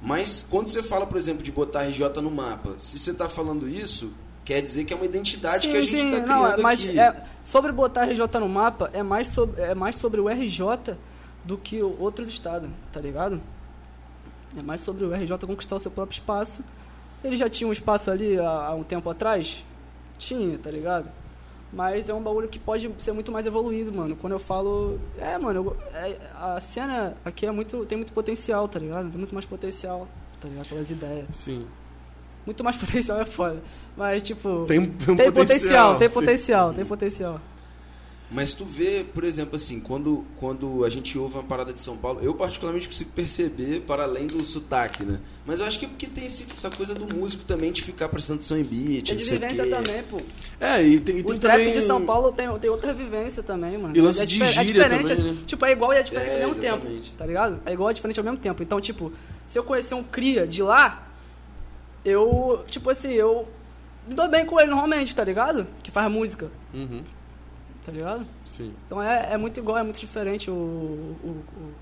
Mas quando você fala, por exemplo, de botar RJ no mapa, se você tá falando isso, quer dizer que é uma identidade que a gente tá criando não, é- mas aqui. é- sobre botar RJ no mapa é mais sobre, é mais sobre o RJ do que o- outros estados, tá ligado? É mais sobre o RJ conquistar o seu próprio espaço. Ele já tinha um espaço ali há, há um tempo atrás? Tinha, tá ligado? Mas é um bagulho que pode ser muito mais evoluído, mano. Quando eu falo. É, mano, eu- é- a cena aqui é muito, tem muito potencial, tá ligado? Tem muito mais potencial, tá ligado? Pelas ideias. Sim. Muito mais potencial é foda. Mas, tipo. Tem, tem um tem potencial, tem sim. potencial, tem potencial. Mas tu vê, por exemplo, assim, quando, quando a gente ouve uma parada de São Paulo, eu particularmente consigo perceber para além do sotaque, né? Mas eu acho que é porque tem esse- essa coisa do músico também de ficar prestando atenção em beat, É Tipo, não de sei o quê. vivência também, pô. É, e tem, e tem o trap também de São Paulo tem, tem outra vivência também, mano. E lance é de difer- gíria é diferente, também, assim, né? Tipo, é igual e é diferente É, ao mesmo exatamente. tempo. Tá ligado? É igual e é diferente ao mesmo tempo. Então, tipo, se eu conhecer um cria de lá, eu, tipo assim, eu me dou bem com ele normalmente, tá ligado? Que faz música, Uhum, tá ligado? sim. Então é, é muito igual, é muito diferente o, o- o-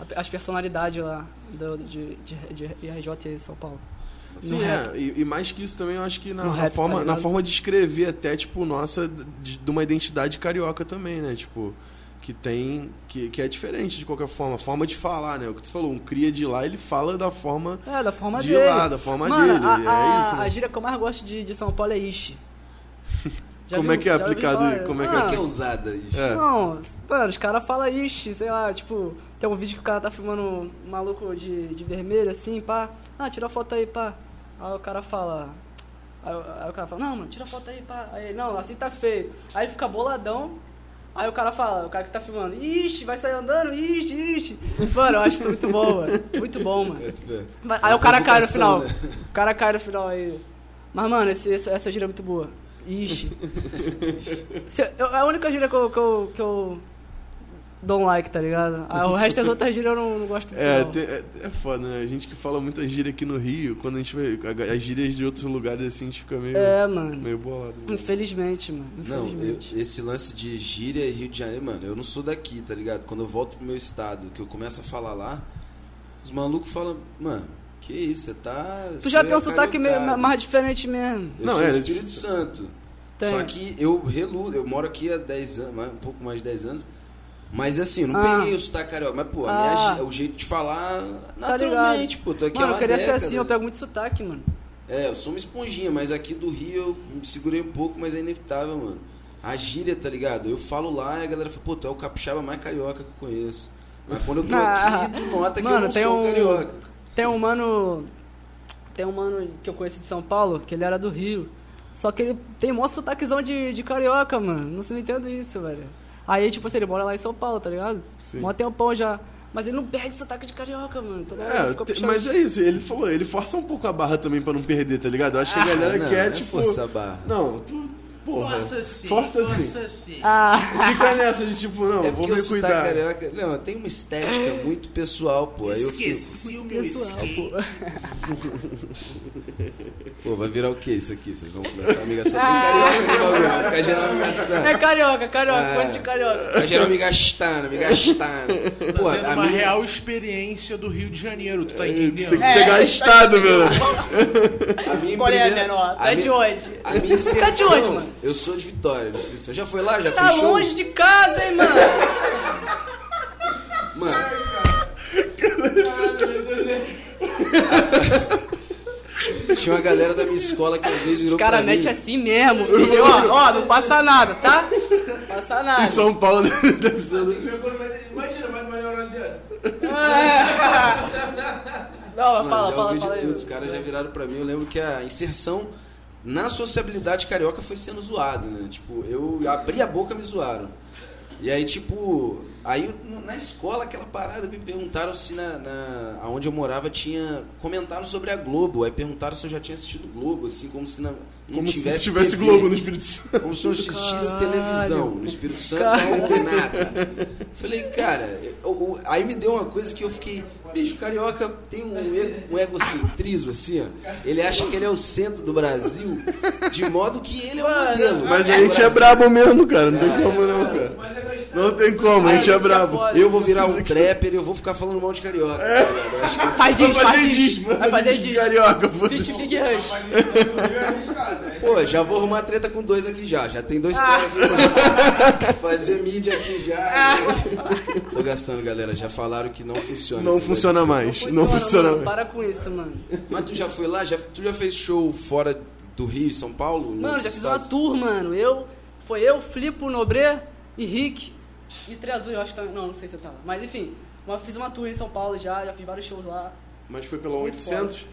a- as personalidades lá do, de, de, de RJ e São Paulo. No Sim, rap. é. E, e mais que isso também, eu acho que na, No na rap, tá forma, na ligado? forma de escrever até, tipo, nossa, de, de uma identidade carioca também, né? Tipo, que tem. Que, que é diferente de qualquer forma. A forma de falar, né? O que tu falou, um cria de lá, ele fala da forma. É, da forma De dele. lá, da forma Mano, dele, A, é a- isso, né? a gíria que eu mais gosto de, de São Paulo é ishi. Já Como é que é já ouviu aplicado falar? como é Como é que é Ah, usada isso? É. Não, mano, os caras falam ishi, sei lá, tipo, tem um vídeo que o cara tá filmando um maluco de, de vermelho, assim, pá. Ah, tira a foto aí, pá. Aí o cara fala. Aí, o- aí o cara fala, não, mano, tira a foto aí, pá. Aí, ele, não, assim tá feio. Aí ele fica boladão. Aí o cara fala, o cara que tá filmando, ixi, vai sair andando, ixi, ixi. Mano, eu acho isso muito bom, mano. Muito bom, mano. É, tipo, é. Mas- Aí o cara cai no Educação, final. né? O cara cai no final aí. Mas, mano, esse- essa, essa gíria é muito boa. Ixi. Se eu- eu- é a única gíria que eu, que eu, que eu dou um like, tá ligado? Ah, o resto das outras gírias eu não, não gosto muito. É, não. tem- é, é foda, né? A gente que fala muita gíria aqui no Rio, quando a gente vai. a- As gírias de outros lugares assim, a gente fica meio, É, mano. meio bolado. né? Infelizmente, mano. Não, eu- Infelizmente. esse lance de gíria e Rio de Janeiro, mano, eu não sou daqui, tá ligado? Quando eu volto pro meu estado, que eu começo a falar lá, os malucos falam, mano, que isso, você tá. tu já você tem um é sotaque meio, cariocado." mais diferente mesmo. Eu Não, sou é, do Espírito Santo. Tem. Só que eu reludo, eu moro aqui há 10 anos, mais- um pouco mais de 10 anos. Mas assim, eu não Ah. peguei o sotaque carioca. Mas, pô, a Ah. Tá minha gi- é o jeito de falar naturalmente, pô. Tô aqui mano, há eu uma queria década. ser assim, eu pego muito sotaque, mano. É, eu sou uma esponjinha, mas aqui do Rio eu me segurei um pouco, mas é inevitável, mano. A gíria, tá ligado? Eu falo lá e a galera fala, pô, tu é o capixaba mais carioca que eu conheço. Mas quando eu tô Ah. aqui, tu nota que Mano, eu não tem sou um- carioca. Tem um mano. Tem um mano que eu conheci de São Paulo, que ele era do Rio. Só que ele tem mó sotaquezão de, de carioca, mano. Não se não entendo isso, velho. Aí, tipo assim, ele mora lá em São Paulo, tá ligado? Sim. Mó tempão já. Mas ele não perde o sotaque de carioca, mano. Toda hora ele É, fica te- puxando- mas é isso, ele falou, ele força um pouco a barra também pra não perder, tá ligado? Eu acho que a Ah, galera não, quer, não é tipo. força a barra. Não, tu. Porra. Força sim, Força, força sim. sim. Ah, Fica nessa de tipo, não, é vou porque o me sotaque cuidar. carioca. Não, tem uma estética muito pessoal, pô. Aí eu fico. Esqueci o meu pessoal, skate. pô. Pô, vai virar o que isso aqui? Vocês vão começar a amiga só tem carioca no bagulho. Vai ficar geral me gastando. É carioca, carioca, Ah. coisa de carioca. Vai geral me gastando, me gastando. Tendo Pô, a Tá uma minha- real experiência do Rio de Janeiro, tu tá Tem entendendo? que ser gastado, meu. A minha Qual é, primeira- menor? a Tá de minha- onde? A minha inserção, Tá de onde, mano? Eu sou de Vitória, no Espírito Santo. Já foi lá? Já Tá foi show? longe de casa, hein, mano? Mano. Tinha uma galera da minha escola que uma vez virou O cara pra mim. mete assim mesmo, filho. Ó, ó, não passa nada, tá? Não passa nada. Em São Paulo deve ser. Imagina, vai maior hora dessa. É. Não, Mano, fala, já fala, ouvi fala. de aí. tudo. Os caras já viraram pra mim. Eu lembro que a inserção na sociabilidade carioca foi sendo zoada, né? Tipo, eu abri a boca me zoaram. E aí, tipo, aí eu- na escola, aquela parada, me perguntaram se na, na onde eu morava tinha. Comentaram sobre a Globo. Aí perguntaram se eu já tinha assistido Globo, assim, como se na- não Como tivesse. se tivesse TV. Globo né? no Espírito Santo. Como se eu assistisse Caralho. televisão. No Espírito Santo não nada. Falei, cara, eu- eu- aí me deu uma coisa que eu fiquei. Bicho, o carioca tem um, e- um egocentrismo, assim, ó. Ele acha que ele é o centro do Brasil, de modo que ele é o Mano, modelo. Mas do a gente é Brasil. brabo mesmo, cara. Não tem como não, é cara. Não tem como, a gente é isso que é brabo. foda. Eu vou virar um trapper e eu vou ficar falando mal de carioca. É. cara. Eu acho que Faz Vai disco, fazer faz disco. disco, Vai fazer disco disco. carioca, pô. Fit Big Rush. Pô, já vou arrumar treta com dois aqui já. Já tem dois ah. aqui. Fazer mídia aqui Ah. já. Tô gastando, galera. Já falaram que não funciona. Não esse negócio. funciona mais, não funciona mano, mais. Para com isso, mano. Mas tu já foi lá? Já, tu já fez show fora do Rio e São Paulo? em Mano, outros já fiz uma estados? tour, mano. Eu Foi eu, Flipo, Nobre, Henrique e Treazur, eu acho que tá, Não, não sei se eu tava. Mas enfim, eu fiz uma tour em São Paulo já, já fiz vários shows lá. Mas foi pela Muito 800?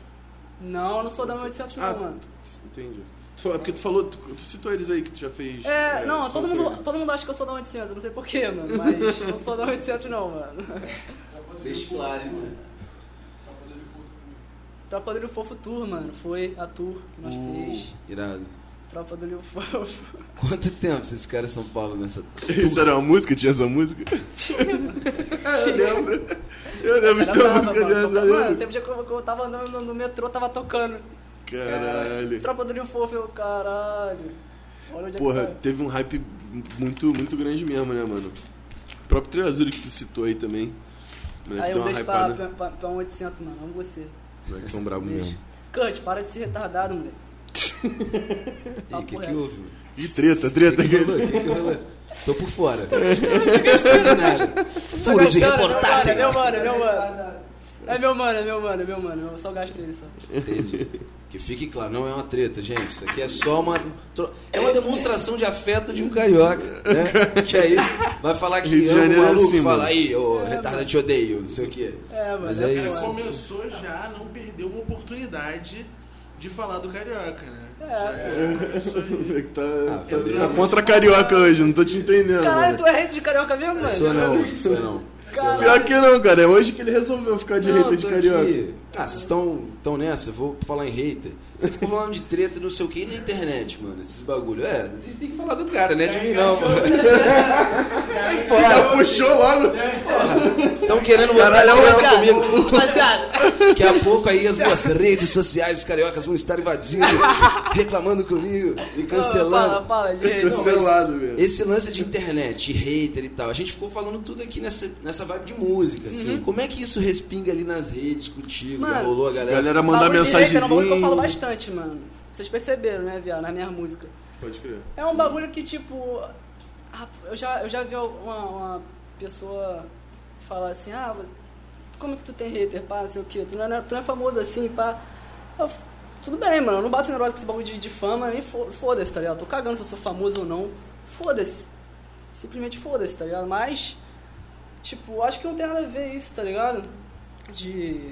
Não, eu não sou da 1800 não, Ah, mano. entendi. Tu- É porque tu falou, tu, tu citou eles aí que tu já fez. É, não, som todo com mundo, ele. todo mundo acha que eu sou da 800, eu não sei porquê, mano. Mas eu não sou da 800 não, mano. Deixa claro, né? Tropa do Olho Fofo Tour, mano. Foi a tour que nós Hum. fez. Irado. Tropa do Olho Fofo. Quanto tempo vocês ficaram em São Paulo nessa. Isso era uma música? Tinha essa música? eu lembro. Eu lembro de Era ter uma brava, música mano. dessa. Toca- Mano, eu lembro. teve dia que eu, que eu tava andando no, no metrô, tava tocando. Caralho. Tropa do Olho Fofo, eu, caralho. Olha onde é Porra, que tá. teve um hype muito, muito grande mesmo, né, mano? O próprio Trezuri que tu citou aí também. Moleque, Aí um deu eu uma deixo pra, hypada. pra, pra, pra 800, mano. Amo você. Moleque, são brabo Beijo. mesmo. Kurt, para de ser retardado, moleque. E o que, que reto. houve, mano? Ih, treta, treta. O que, que rolou? O que, que rolou? Tô por fora. Não sei de nada. Furo de Meu cara, meu cara, reportagem. É meu mano, é meu mano. É meu mano, é meu mano, é meu mano. Eu só gasto ele só. Entendi. Que fique claro, não é uma treta, gente. Isso aqui é só uma. tro- É uma demonstração de afeto de um carioca. Né? Que aí vai falar que Rio de ama o Janeiro é maluco, assim, fala mano. aí, ô retardado, te odeio, não sei o quê. É, mano, Mas é é o Cara, isso. carioca. começou já a não perder uma oportunidade de falar do Carioca, né? É. Já, já começou aí. Moleque, tá, Ah, tá- velho. tá contra a carioca hoje, não tô te entendendo. Caralho, mano. tu é hater de carioca mesmo, Não Sou mano? não, sou não. Sou não. Pior que não, cara. É hoje que ele resolveu ficar de Não, hater de tô carioca. aqui. Ah, vocês estão nessa? Eu vou falar em hater. Você ficou falando de treta e não sei o que na internet, mano. Esses bagulho. É, a gente tem que falar do cara, né? De mim não. Sai Já fora. puxou É, logo. Estão querendo botar Caralho, treta é Rapaziada, comigo. Rapaziada, Daqui a pouco aí as minhas redes sociais, os cariocas vão estar invadindo, reclamando comigo, me Fala, cancelando. fala, gente. Não, mas Cancelado, velho. Esse lance de internet, de hater e tal, a gente ficou falando tudo aqui nessa, nessa vibe de música. assim. Como é que isso respinga ali nas redes contigo? Já Uhum. Mano, rolou a galera? Galera Fala mandar direito, mensagemzinha. Era um bagulho que eu falo bastante, mano. Vocês perceberam, né, viado, na minha música. Pode crer. É um bagulho que, tipo. ah, Eu já, eu já vi uma, uma pessoa falar assim: ah, como que tu tem hater, pá, não sei o quê, tu não é, tu não é famoso assim, pá. Eu f- tudo bem, mano, eu não bato nervoso com esse bagulho de, de fama, nem fo- foda-se, tá ligado? Tô cagando se eu sou famoso ou não, foda-se. Simplesmente foda-se, tá ligado? Mas, tipo, acho que não tem nada a ver isso, tá ligado? De.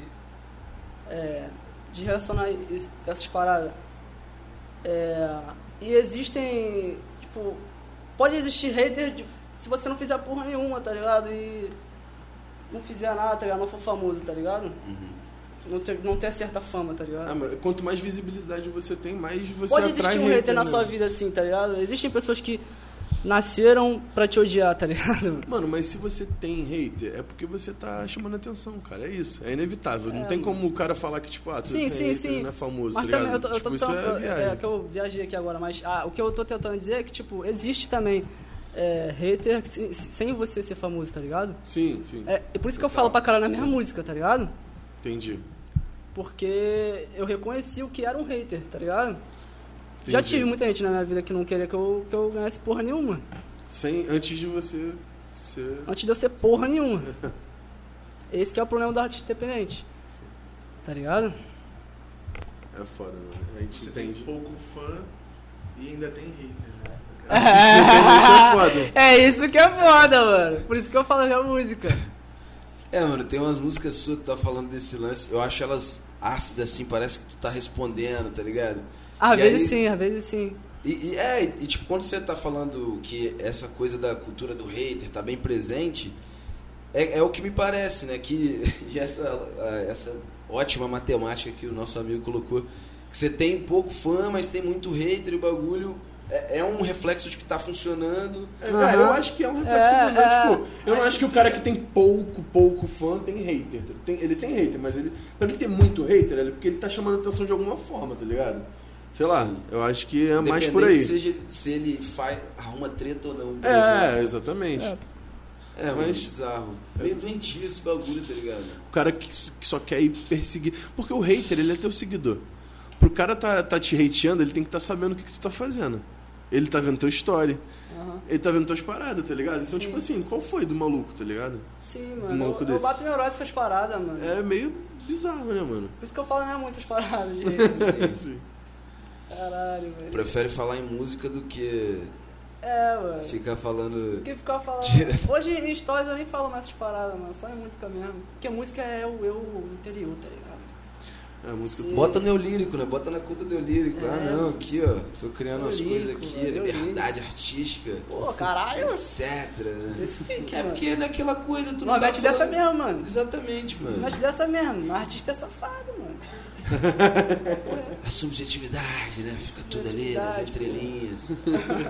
É, de relacionar isso- essas paradas. É, e existem, tipo, pode existir hater de- se você não fizer porra nenhuma, tá ligado? E não fizer nada, tá ligado? Não for famoso, tá ligado? Não, ter, não ter certa fama, tá ligado? Uhum. Ah, mas quanto mais visibilidade você tem, mais você pode atrai existir um hater na né? sua vida assim, tá ligado? Existem pessoas que nasceram pra te odiar, tá ligado? Mano, mas se você tem hater, é porque você tá chamando atenção, cara. É isso. É inevitável. não tem como o cara falar que, tipo, ah, tu Sim, tem sim, hater, sim. não é famoso, Mas tá também, eu ligado? tô, eu tô tipo, isso tentando- é viagem. é, que eu viajei aqui agora, mas ah, o que eu tô tentando dizer é que, tipo, existe também é, hater se- se- sem você ser famoso, tá ligado? Sim, sim. É, é por isso que eu falo pra caralho na minha música, tá ligado? Entendi. Porque eu reconheci o que era um hater, tá ligado? Entendi. Já tive muita gente na minha vida que não queria que eu, que eu ganhasse porra nenhuma. Sem, antes de você ser... Antes de eu ser porra nenhuma. Esse que é o problema do artista independente. Tá ligado? É foda, mano. A gente Você tem entende. pouco fã e ainda tem haters, né? Independente é foda. É isso que é foda, mano. Por isso que eu falo minha música. É, mano, tem umas músicas suas que tu tá falando desse lance, eu acho elas ácidas assim, parece que tu tá respondendo, tá ligado? Ah, Às E vezes aí- sim, às vezes sim. E, e é, e tipo, quando você tá falando que essa coisa da cultura do hater tá bem presente, é, é o que me parece, né? Que, e essa, a- essa ótima matemática que o nosso amigo colocou, que você tem um pouco fã, mas tem muito hater e o bagulho é, é um reflexo de que tá funcionando. É, cara, eu Aham. acho que é um reflexo É, do- é. tipo, eu não acho que o cara que tem pouco, pouco fã tem hater. Tem- ele tem hater, mas ele, pra ele ter muito hater, é porque ele tá chamando atenção de alguma forma, tá ligado? Sei lá, eu acho que é mais por aí. Independente Seja, né? se ele faz, arruma treta ou não. por exemplo. É, exatamente. É. É, mas... Mas- bizarro. Meio doentio esse bagulho, tá ligado? O cara que, s- que só quer ir perseguir. Porque o hater, ele é teu seguidor. Pro cara tá, tá te hateando, ele tem que tá sabendo o que, que tu tá fazendo. Ele tá vendo teu story. Aham. Ele tá vendo tuas paradas, tá ligado? Então, tipo assim, qual foi do maluco, tá ligado? Um Sim, Do mano. maluco Eu, eu desse. bato neurose essas paradas, mano. É meio bizarro, né, mano? Por isso que eu falo na minha música essas paradas. gente. Sim. Caralho, velho. Prefere falar em música do que É, mano. Fica falando. Do que ficar falando. Tira. Hoje em stories eu nem falo mais essas paradas, mano. Só em música mesmo. Porque música é o eu interior, tá ligado? É, música. Sim. Bota neolírico, né? Bota na conta neolírico. Ah, É. não, aqui, ó. Tô criando as Neolírico, coisas aqui. é mano, liberdade artística, Pô, caralho. etc. né? Esse pique, É mano. porque naquela coisa tu não. Nós tá mete dessa falando- mesmo, mano. Exatamente, mano. Nós dessa mesmo. Nós artista é safado, mano. A subjetividade, né? Fica tudo ali nas Subjetividade, entrelinhas.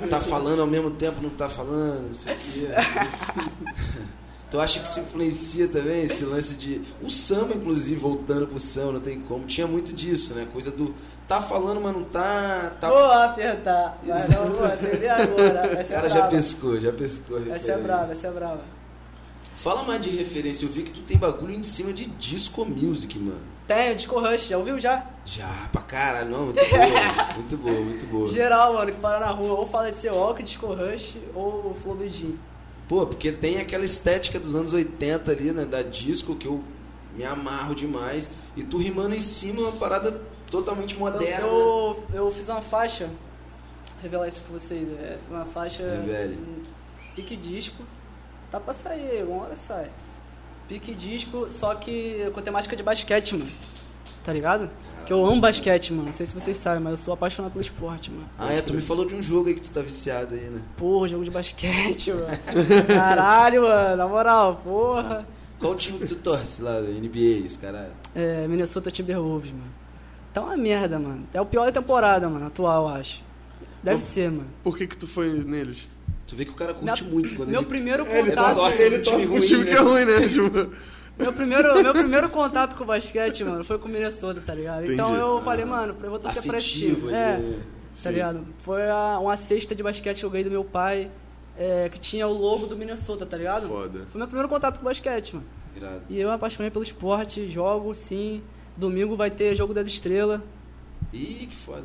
Tá falando ao mesmo tempo, não tá falando, não sei o quê. Tu acha que se influencia também esse lance de. O samba, inclusive, voltando pro samba, não tem como. Tinha muito disso, né? Coisa do. Tá falando, mas não tá. tá... Vou apertar. Vai, não, vou acender agora. Vai o ser cara já é brava. pescou, já pescou a Essa é referência. brava, essa é brava. Fala mais de referência. Eu vi que tu tem bagulho em cima de disco music, mano. Tem, o Disco Rush, já ouviu já? Já, pra caralho. Não, muito boa. Muito boa, muito boa. Geral, mano, que para na rua, ou fala de seu Walk, Disco Rush, ou Flow Beijing. Pô, porque tem aquela estética dos anos 80 ali, né? Da disco que eu me amarro demais. E tu rimando em cima uma parada totalmente moderna. Então, Eu, eu, eu fiz uma faixa, revelar isso pra vocês, é, fiz uma faixa Revele. um pique disco, tá pra sair, uma hora sai. Pique disco, só que com temática de basquete, mano. Tá ligado? Que eu amo basquete, mano. Não sei se vocês sabem, mas eu sou apaixonado pelo esporte, mano. Ah, é, tu me falou de um jogo aí que tu tá viciado aí, né? Porra, jogo de basquete, mano. Caralho, mano, na moral, porra. Qual time que tu torce lá, da NBA, os caralho? É, Minnesota Timberwolves, mano. Tá uma merda, mano. É o pior da temporada, mano, atual, eu acho. Deve ser, mano. Por que que tu foi neles? Tu vê que o cara curte muito quando meu ele... primeiro Ele contato, torce- ele torce pro time que que é é ruim, né? Tipo, meu primeiro, meu primeiro contato com o basquete, mano, foi com o Minnesota, tá ligado? Então Entendi. eu falei, mano, eu vou torcer pra esse Afetivo time. ali, É, né? tá ligado? Foi a- uma cesta de basquete que eu ganhei do meu pai, é, que tinha o logo do Minnesota, tá ligado? Foda. Foi meu primeiro contato com o basquete, mano. Irado. E eu me apaixonei pelo esporte, jogo, sim. Domingo vai ter jogo das estrelas. Ih, que foda.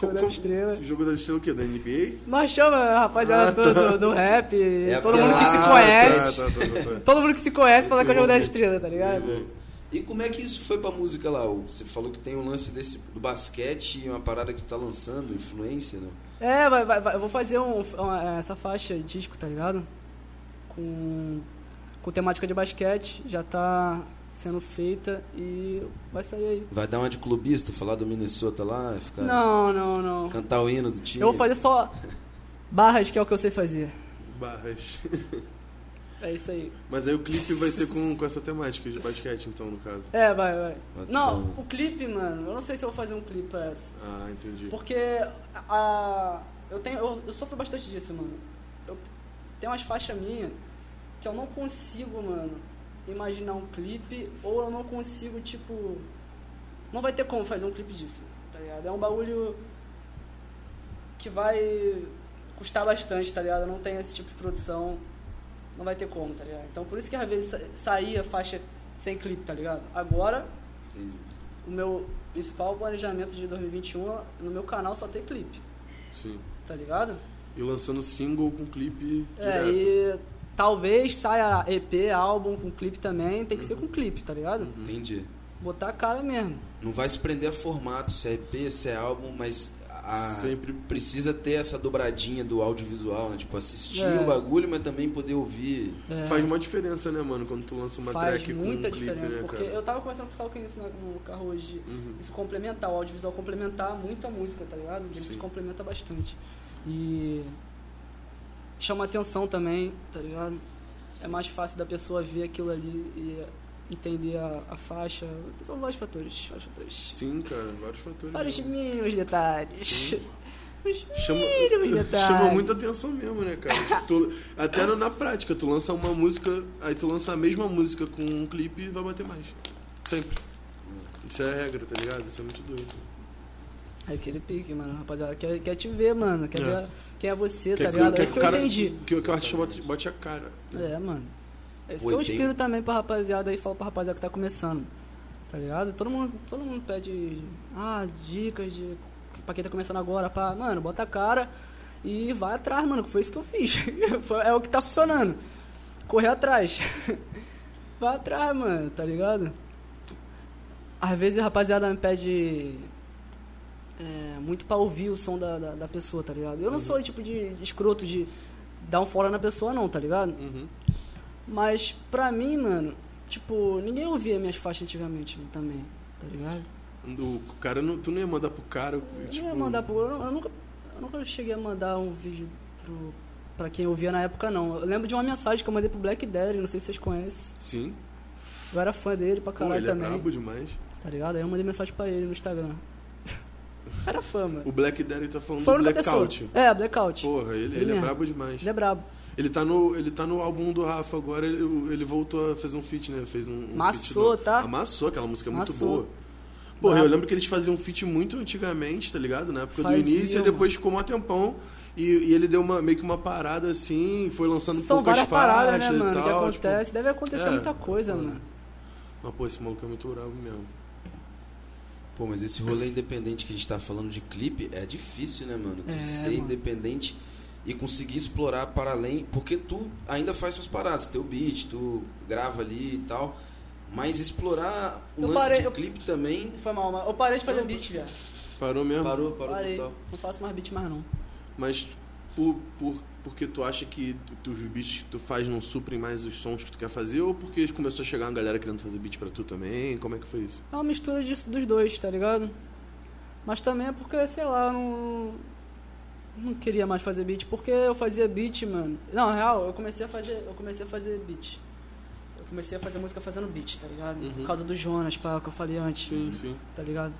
Jogo das estrelas. jogo da estrela o quê? Da NBA? Nós chama a rapaziada Ah, toda tá. do, do rap, É todo mundo porque- que se Ah, conhece. Tá, tá, tá, tá. Todo mundo que se conhece fala que é o jogo da Entendi. estrela, tá ligado? E como é que isso foi pra música lá? Você falou que tem um lance desse, do basquete e uma parada que tu tá lançando, influência, né? É, vai, vai, vai- eu vou fazer um, uma- essa faixa de disco, tá ligado? Com, com temática de basquete, já tá sendo feita e vai sair aí. Vai dar uma de clubista, falar do Minnesota lá, ficar... Não, não, não. Cantar o hino do time. Eu vou fazer só barras, que é o que eu sei fazer. Barras. É isso aí. Mas aí o clipe vai ser com, com essa temática de basquete, então, no caso. É, vai, vai. Vai te Não, dar um- o clipe, mano, eu não sei se eu vou fazer um clipe pra essa. Ah, entendi. Porque a, eu tenho eu, eu sofro bastante disso, mano. Eu tenho umas faixas minhas que eu não consigo, mano, imaginar um clipe ou eu não consigo, tipo, não vai ter como fazer um clipe disso, tá ligado? É um bagulho que vai custar bastante, tá ligado? Não tem esse tipo de produção, não vai ter como, tá ligado? Então por isso que às vezes sa- saía faixa sem clipe, tá ligado? Agora Entendi. o meu principal planejamento de 2021 é no meu canal só tem clipe, Sim. tá ligado? E lançando single com clipe É, direto. e talvez saia EP, álbum com clipe também, tem que ser com clipe, tá ligado? Entendi. Botar a cara mesmo. Não vai se prender a formato, se é EP, se é álbum, mas a- Sempre- precisa ter essa dobradinha do audiovisual, né? Tipo, assistir É. o bagulho, mas também poder ouvir. É, Faz uma diferença, né, mano, quando tu lança uma faz track com um muita clipe, diferença, né, porque cara? eu tava conversando com o Salken isso no, no carro hoje, de Uhum. isso complementar, o audiovisual complementar muito a música, tá ligado? Ele se Sim. complementa bastante. E chama atenção também, tá ligado? É mais fácil da pessoa ver aquilo ali e entender a, a faixa. São vários fatores, vários fatores. Sim, cara, vários fatores. Vários né? mínimos detalhes. Os Chama, mínimos detalhes. chama muita atenção mesmo, né, cara? Tipo, tu- até na, na prática, tu lança uma música, aí tu lança a mesma música com um clipe e vai bater mais. Sempre. Isso é a regra, tá ligado? Isso é muito doido. É aquele pique, mano, rapaziada. Quer, quer te ver, mano. Quer É. ver quem é você, tá Quer ligado? que é isso que o eu cara- entendi. Que, que o artista bote, bote a cara. É, mano. É isso Pô, que eu e tem- inspiro também pra rapaziada e falo pra rapaziada que tá começando. Tá ligado? Todo mundo, todo mundo pede ah, dicas de. Pra quem tá começando agora, pá. Mano, bota a cara e vai atrás, mano. Que foi isso que eu fiz. Foi- é o que tá funcionando. Correr atrás. vai atrás, mano, tá ligado? Às vezes a rapaziada me pede é, muito pra ouvir o som da, da, da pessoa, tá ligado? Eu não sou o tipo de escroto de dar um fora na pessoa, não, tá ligado? Uhum. Mas pra mim, mano, tipo, ninguém ouvia minhas faixas antigamente também, tá ligado? O cara, não, tu não ia mandar pro cara. Eu Tipo, não ia mandar pro. Eu, eu nunca, eu nunca cheguei a mandar um vídeo pro, pra quem ouvia na época, não. Eu lembro de uma mensagem que eu mandei pro Black Daddy, não sei se vocês conhecem. Sim. Eu era fã dele pra Pô, caralho ele também. é brabo demais. Tá ligado? Aí eu mandei mensagem pra ele no Instagram. Era fã, mano. O Black Daddy tá falando Foi a do única Blackout. pessoa. É, Blackout. Porra, ele, Ele ele é mesmo. brabo demais. Ele é brabo. Ele tá no, ele tá no álbum do Rafa agora, ele, ele voltou a fazer um feat, né? Fez um, um Amassou, feat novo. tá? Amassou, aquela música é muito Amassou. boa. Porra, eu Brabo. lembro que eles faziam um feat muito antigamente, tá ligado? Na época do Faziam, início, e depois ficou um tempão. E, e ele deu uma, meio que uma parada assim, foi lançando São poucas várias paradas, né, faixas e mano, que tal. tipo, acontece. Deve acontecer é, muita coisa, mano. mano. mas, pô, esse maluco é muito bravo mesmo. Pô, mas esse rolê independente que a gente tá falando de clipe é difícil, né, mano? Tu É, ser mano. independente e conseguir explorar para além, porque tu ainda faz suas paradas, teu beat, tu grava ali e tal. Mas explorar o Eu lance parei, de eu- clipe também. Foi mal, mas eu parei de fazer beat, viado. Parou mesmo? Parou, parou Parei. total. Não faço mais beat mais, não. Mas por, por, porque tu acha que tu- os beats que tu faz não suprem mais os sons que tu quer fazer? Ou porque começou a chegar uma galera querendo fazer beat pra tu também? Como é que foi isso? É uma mistura disso, dos dois, tá ligado? Mas também é porque, sei lá, eu não. Não queria mais fazer beat, porque eu fazia beat, mano. Não, na real, eu comecei a fazer. Eu comecei a fazer beat. Eu comecei a fazer música fazendo beat, tá ligado? Por causa do Jonas, pá, que eu falei antes. Sim, sim. tá ligado?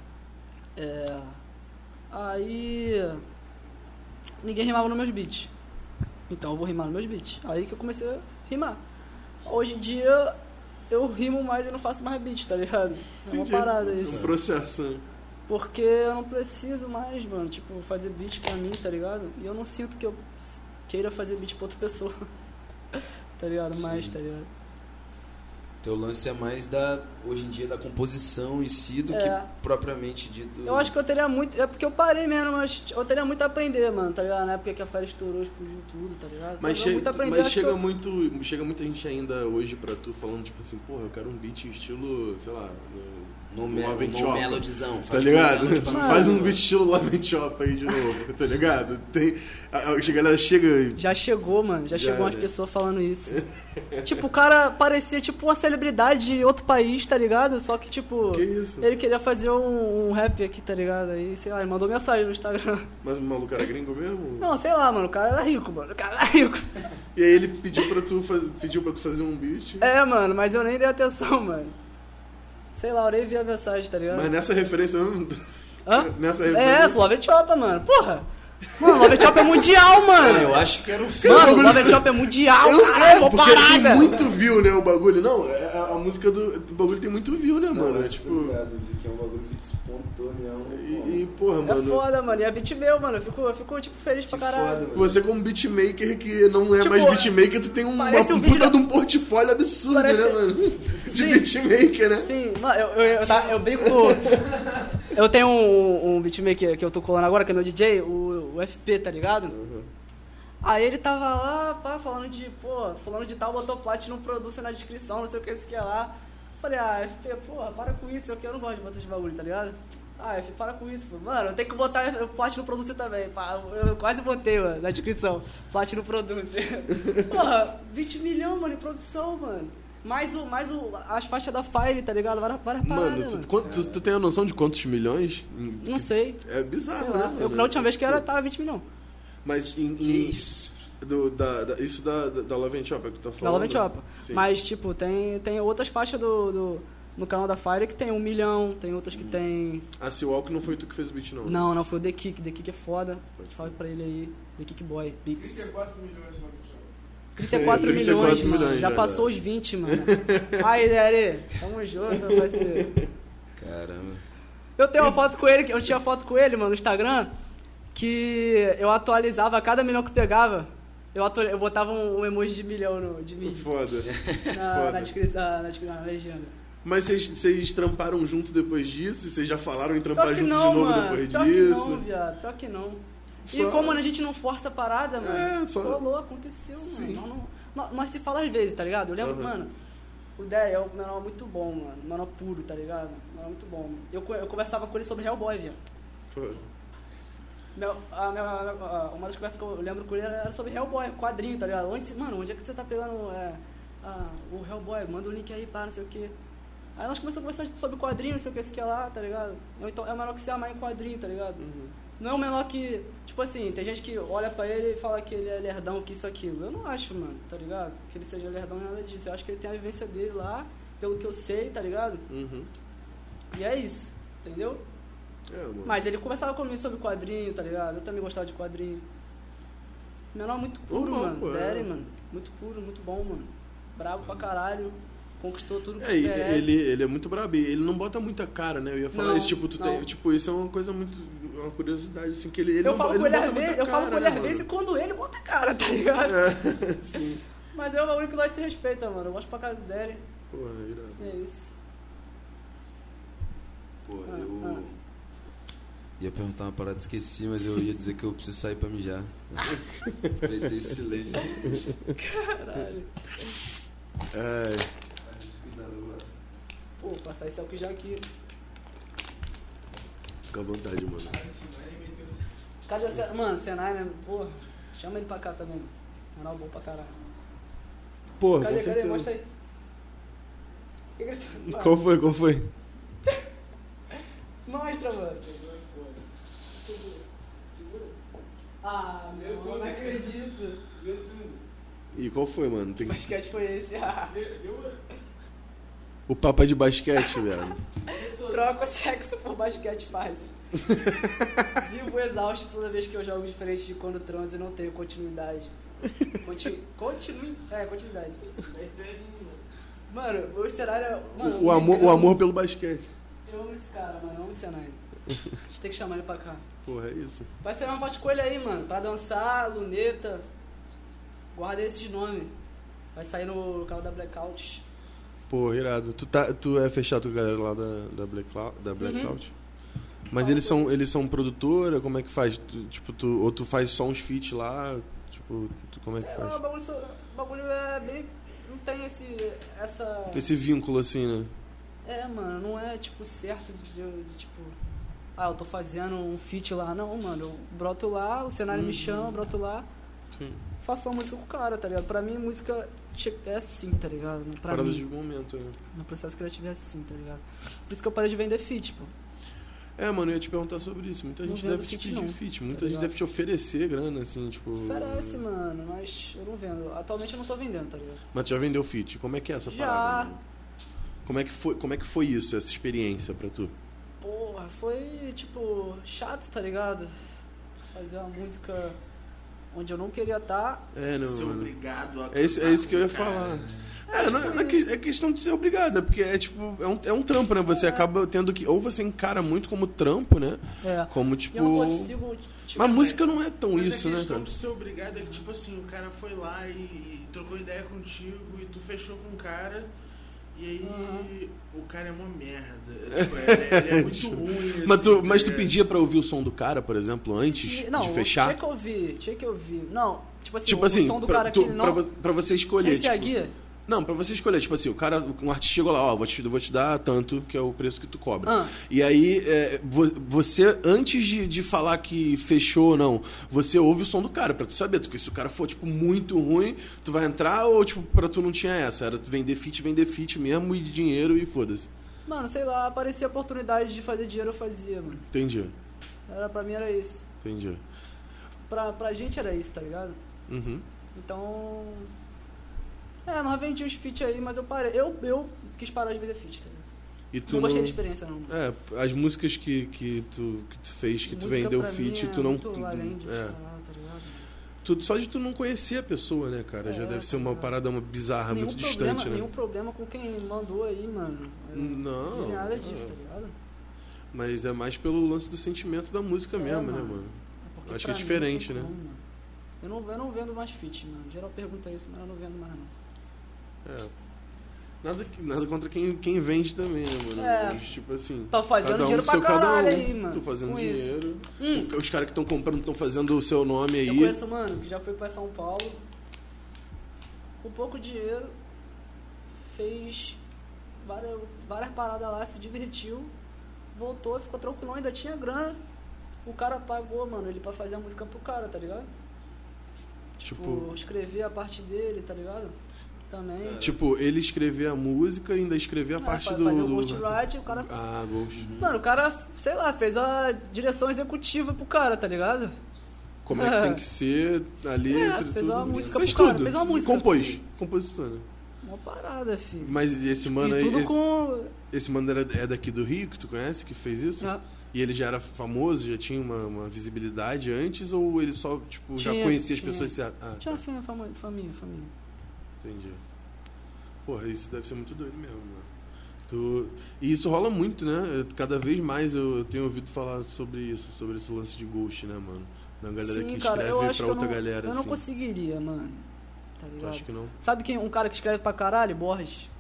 É. Aí. Ninguém rimava nos meus beats. Então eu vou rimar nos meus beats. Aí que eu comecei a rimar. Hoje em dia eu rimo mais e não faço mais beat, tá ligado? É uma Entendi. parada É um isso. processo. né? Porque eu não preciso mais, mano, tipo, fazer beat pra mim, tá ligado? E eu não sinto que eu s- queira fazer beat pra outra pessoa. tá ligado? Mais, Sim. tá ligado? Teu lance é mais da, hoje em dia, da composição em si do É. que propriamente dito. Eu acho que eu teria muito. É porque eu parei mesmo, mas eu teria muito a aprender, mano, tá ligado? Na época que a Fera estourou, explodiu tudo, tá ligado? Mas, Teria che- muito a aprender, mas acho que chega, um eu- muito, chega muita gente ainda hoje pra tu falando, tipo assim, porra, eu quero um beat estilo, sei lá, no, No, no mel, Love and no Chopper. melodyzão. Tá faz tipo, ligado? melody pra Faz um caramba. beat estilo Love and Chopper aí de novo, tá ligado? Tem, a, a- a galera chega e Já chegou, mano. Já, Já, chegou umas né? pessoas falando isso. tipo, o cara parecia tipo uma celebridade de outro país, tá ligado? Só que, tipo. Que isso? Ele queria fazer um, um rap aqui, tá ligado? Aí, sei lá, ele mandou mensagem no Instagram. Mas o maluco era gringo mesmo? Não, sei lá, mano. O cara era rico, mano. O cara era rico. E aí ele pediu pra tu, faz, pediu pra tu fazer um beat. É, mano, mas eu nem dei atenção, mano. Sei lá, eu nem vi a mensagem, tá ligado? Mas nessa referência eu não. Hã? Nessa É, referência. Love and assim. Choppa, mano. Porra. Mano, Love and Choppa é mundial, Ah, eu mano. acho que era Tá um filme. Mano, Love and Choppa é mundial. eu caralho, sei, vou porque parar, tem velho. muito view, né, o bagulho. Não, é- a, a música do, do bagulho tem muito view, né, mano? É, tipo. que é um bagulho que despontou mesmo. E, e, porra, É mano. foda, mano. E é beat meu, mano. Eu fico, eu fico tipo, feliz pra Que caralho. foda, mano. Você como beatmaker que não é Tipo, mais beatmaker, tu tem um- uma parece um vídeo puta da- de um portfólio absurdo, Parece- né, mano? De Sim. beatmaker, né? Sim, mano, eu, eu, eu, tá, eu brinco. Eu tenho um, um beatmaker que eu tô colando agora, que é meu DJ, o, o FP, tá ligado? Aí ele tava lá, pá, falando de, pô, falando de tal, botou Platinum Producer na descrição, não sei o que, isso que é lá. Falei, ah, FP, porra, para com isso, eu, que- eu não gosto de botar esse bagulho, tá ligado? Ah, FP, para com isso, pô. mano, eu tenho que botar o Platinum Producer também, pá, eu, eu quase botei, mano, na descrição, Platinum Producer. porra, 20 milhões, mano, em produção, mano. Mais, o, mais o, as faixas da Fire, tá ligado? Várias, várias Mano, paradas, tu, mano. quanto- tu- tu tem a noção de quantos milhões? Em- Não sei, É sei bizarro, né? lá. Eu, mano? na última vez que eu era, Tipo, tava 20 milhões. Mas em. Que em- isso? do- da- da- isso da, da, da Love and Chopper que tu tá Da falando. Love and Choppa. Sim. Mas, tipo, tem, tem outras faixas do, do- no canal da Fire que tem um milhão, tem outras Hum. que tem. A Ah, Sea Walk não foi tu que fez o beat, não. né? Não, não, foi o The Kick. The Kick é foda. Pode Salve pra ele aí. The Kick Boy, Bix. 34 milhões de nomes. 34 É, 34 milhões, mano. milhões, Já né, passou os 20, mano. Aí, Dere, tamo junto, parceiro. Caramba. Eu tenho uma foto com ele, que- eu tinha foto com ele, mano, no Instagram, que eu atualizava a cada milhão que pegava. Eu, atu- eu botava um, um emoji de milhão no, de mim Foda. na, foda. na descrição, na, na, descrição, na legenda. Mas vocês- vocês tramparam junto depois disso? Vocês já falaram em Pior trampar que junto não, de novo mano. depois Pior disso? que não, viado. Pior que não. Só- E como a gente não força a parada, mano, É, só- rolou, aconteceu, Sim. mano. Nós não- Nós, nós se fala às vezes, tá ligado? Eu lembro, Aham. mano, o Derry é um menor muito bom, mano. Menor puro, tá ligado? Menor muito bom. Mano. Eu, co- eu conversava com ele sobre Hellboy, viado. Pô, Meu- a minha- a- uma das conversas que eu lembro com ele era sobre Hellboy, quadrinho, tá ligado? Onde, se- mano, onde é que você tá pegando é, ah, o Hellboy? Manda o link aí, pá, não sei o quê. Aí nós começamos a conversar sobre quadrinho, não sei o que, isso que é lá, tá ligado? Ou Então é o menor que se amar em quadrinho, tá ligado? Uhum, Não é o menor que, tipo assim, tem gente que olha pra ele e fala que ele é lerdão, que isso, aquilo. Eu não acho, mano, tá ligado? Que ele seja lerdão nem nada disso. Eu acho que ele tem a vivência dele lá, pelo que eu sei, tá ligado? Uhum. E é isso, entendeu? É, mano. Mas ele conversava comigo sobre quadrinho, tá ligado? Eu também gostava de quadrinho. Menor muito puro, Normal, mano. pô, é. Derry, mano. Muito puro, muito bom, mano. Bravo pra caralho. Conquistou tudo que É, e- merece. ele, ele é muito brabo. e Ele não bota muita cara, né? Eu ia falar Não, isso, tipo, tu não. tem, tipo, isso é uma coisa muito. Uma curiosidade, assim, que ele. ele eu não, falo bo- ele com ele não às bota vezes, muita eu falo cara, com ele né, às mano? vezes e quando ele bota a cara, tá ligado? É, sim. Mas é o bagulho que nós se respeita, mano. Eu gosto pra cara do Derry. Porra, irado. É isso. Pô, Ah, eu. ah. Ia perguntar uma parada, esqueci, mas eu ia dizer que eu preciso sair pra mijar. Aproveitei esse silêncio. Caralho. É, Pô, passar esse álcool já aqui. fica à vontade, mano. Cadê o Sen- Mano, Senai, né? Porra, chama ele pra cá também. Canal bom pra caralho. Porra, Cadê, com cadê? certeza. Mostra aí. Que que ele tá- Mano, Qual foi? Qual foi? Mostra, mano. Ah, meu, eu não acredito. E qual foi, mano? Tem Que que- basquete foi esse? Ah, O papo é de basquete, velho. Ah, troca sexo por basquete fácil. Vivo exausto toda vez que eu jogo diferente de quando transo e não tenho continuidade. Continu... Continui... É, continuidade. Mano, o cenário... Mano, um O, o amor, eu- o amor pelo basquete. Eu amo esse cara, mano. Eu amo o cenário. A gente tem que chamar ele pra cá. Porra, é isso. Vai sair uma foto com ele aí, mano. Pra dançar, luneta. Guarda esses nomes. Vai sair no canal da Blackout. Pô, irado. Tu, tá, tu é fechado com a galera lá da, da Blackout? Da Uhum. Blackout? Mas eles são, eles são produtora? Como é que faz? Tu- tipo, tu, ou tu faz só uns feats lá? Tipo, tu- como é que Sei lá, o faz? bagulho, só- o bagulho é bem. Não tem esse. Essa. Esse vínculo assim, né? É, mano, não é tipo certo de, de- de, tipo. Ah, eu tô fazendo um feat lá. Não, mano. Eu broto lá, o cenário me chama, eu broto lá. Uhum. Sim. Faço uma música com o cara, tá ligado? Pra mim, música che- é assim, tá ligado? Pra Parada mim, de momento, né? no processo criativo é assim, tá ligado? Por isso que eu parei de vender tipo, feat, pô. É, mano, eu ia te perguntar sobre isso. Muita Não gente vendo deve te feat, pedir não. feat. Muita Tá gente ligado? deve te oferecer grana, assim, tipo... Oferece, mano, mas eu não vendo. Atualmente eu não tô vendendo, tá ligado? Mas tu já vendeu feat. Como é que é essa Já, parada? mano? Como é, que foi, como é que foi isso, essa experiência pra tu? porra, foi tipo chato, tá ligado? Fazer uma música onde eu não queria tá, estar. É, não, ser mano. obrigado a É isso, é cantar isso que eu ia com o cara. falar. É, não, não é que- é questão de ser obrigada, porque é tipo, é um, é um trampo, né? Você acaba tendo que. Ou você encara muito como trampo, né? É. Como E eu não tipo. consigo. Tipo, Mas música não é tão Mas isso, a né, questão cara? de ser obrigado é que, tipo assim, o cara foi lá e, e trocou ideia contigo e tu fechou com o cara. E aí o cara é uma merda. Tipo, é- ele é muito ruim. Mas assim, tu, tá mas tu ligado? pedia pra ouvir o som do cara, por exemplo, antes não, de Tinha fechar? que ouvir, tinha que ouvir. Não, tipo assim, Tipo o assim, som do pra, cara tu- que ele pra não. vo- pra você escolher. sem ser a tipo- guia? Não, pra você escolher, tipo assim, o cara, um artista chegou lá, ó, vou te, vou te dar tanto, que é o preço que tu cobra. Ah. E aí, é, vo- você, antes de, de falar que fechou ou não, você ouve o som do cara, pra tu saber, porque se o cara for, tipo, muito ruim, tu vai entrar ou, tipo, pra tu não tinha essa? Era tu vender fit, vender fit mesmo e dinheiro e foda-se. Mano, sei lá, aparecia a oportunidade de fazer dinheiro, eu fazia, mano. Entendi, Era, pra mim era isso. entendi. Pra, pra gente era isso, tá ligado? Uhum. Então. É, nós vendi os feat aí, mas eu parei. Eu, eu quis parar de vender feat, tá ligado? E tu não gostei da experiência, não. É, as músicas que, que, tu, que tu fez, que tu Música vendeu pra mim fit, é tu não. Muito além disso, é. caralho, tá ligado? Tu- só de tu não conhecer a pessoa, né, cara? É, Já deve ser uma cara. parada uma bizarra, nenhum muito problema, distante, né? Hum, Nenhum problema com quem mandou aí, mano. Eu Não, vi nada disso, é. tá ligado? Mas é mais pelo lance do sentimento da música É, mesmo, né, mano. mano? É porque Acho que pra é diferente, mim não né? tem como, mano. Eu não, eu não vendo mais feat, mano. Geral pergunta isso, mas eu não vendo mais, não. É. Nada, que- nada contra quem, quem vende também, né, mano? É. Mas, tipo assim. Tá fazendo cada um dinheiro com seu pra caralho cada um. aí, mano. Tô fazendo com isso. dinheiro. Hum. Os caras que estão comprando estão fazendo o seu nome aí. Eu conheço, mano, que já foi pra São Paulo. Com pouco dinheiro. Fez várias, várias paradas lá, se divertiu. Voltou, ficou tranquilo, ainda tinha grana. O cara pagou, mano, ele pra fazer a música pro cara, tá ligado? Tipo- Tipo, escrever a parte dele, tá ligado? Também. Tipo, ele escrever a música e ainda escrever a Ah, parte fa- do. fazer o do- ghostwrite, o cara- Uhum. Ah, ghost. Mano, o cara, sei lá, fez a direção executiva pro cara, tá ligado? Como é que tem que ser a letra Ah. É, fez tudo. uma música fez pro cara, tudo. fez uma música. Compôs. Compositor, né? Uma parada, filho. Mas esse mano é e aí. tudo Esse, com. esse mano era, é daqui do Rio, que tu conhece, que fez isso? Ah, E ele já era famoso, já tinha uma, uma visibilidade antes, ou ele só, tipo, já Tinha, conhecia as tinha. pessoas? se- Ah, Tinha uma fam- fam- família, família. Entendi. Porra, isso deve ser muito doido mesmo, mano. Tu... E isso rola muito, né? Eu- Cada vez mais eu eu tenho ouvido falar sobre isso, sobre esse lance de ghost, né, mano? Da galera que escreve pra outra eu não, galera, eu assim. não conseguiria, mano. Tá Tu ligado? acha que não? Sabe quem? Um cara que escreve pra caralho, Borges.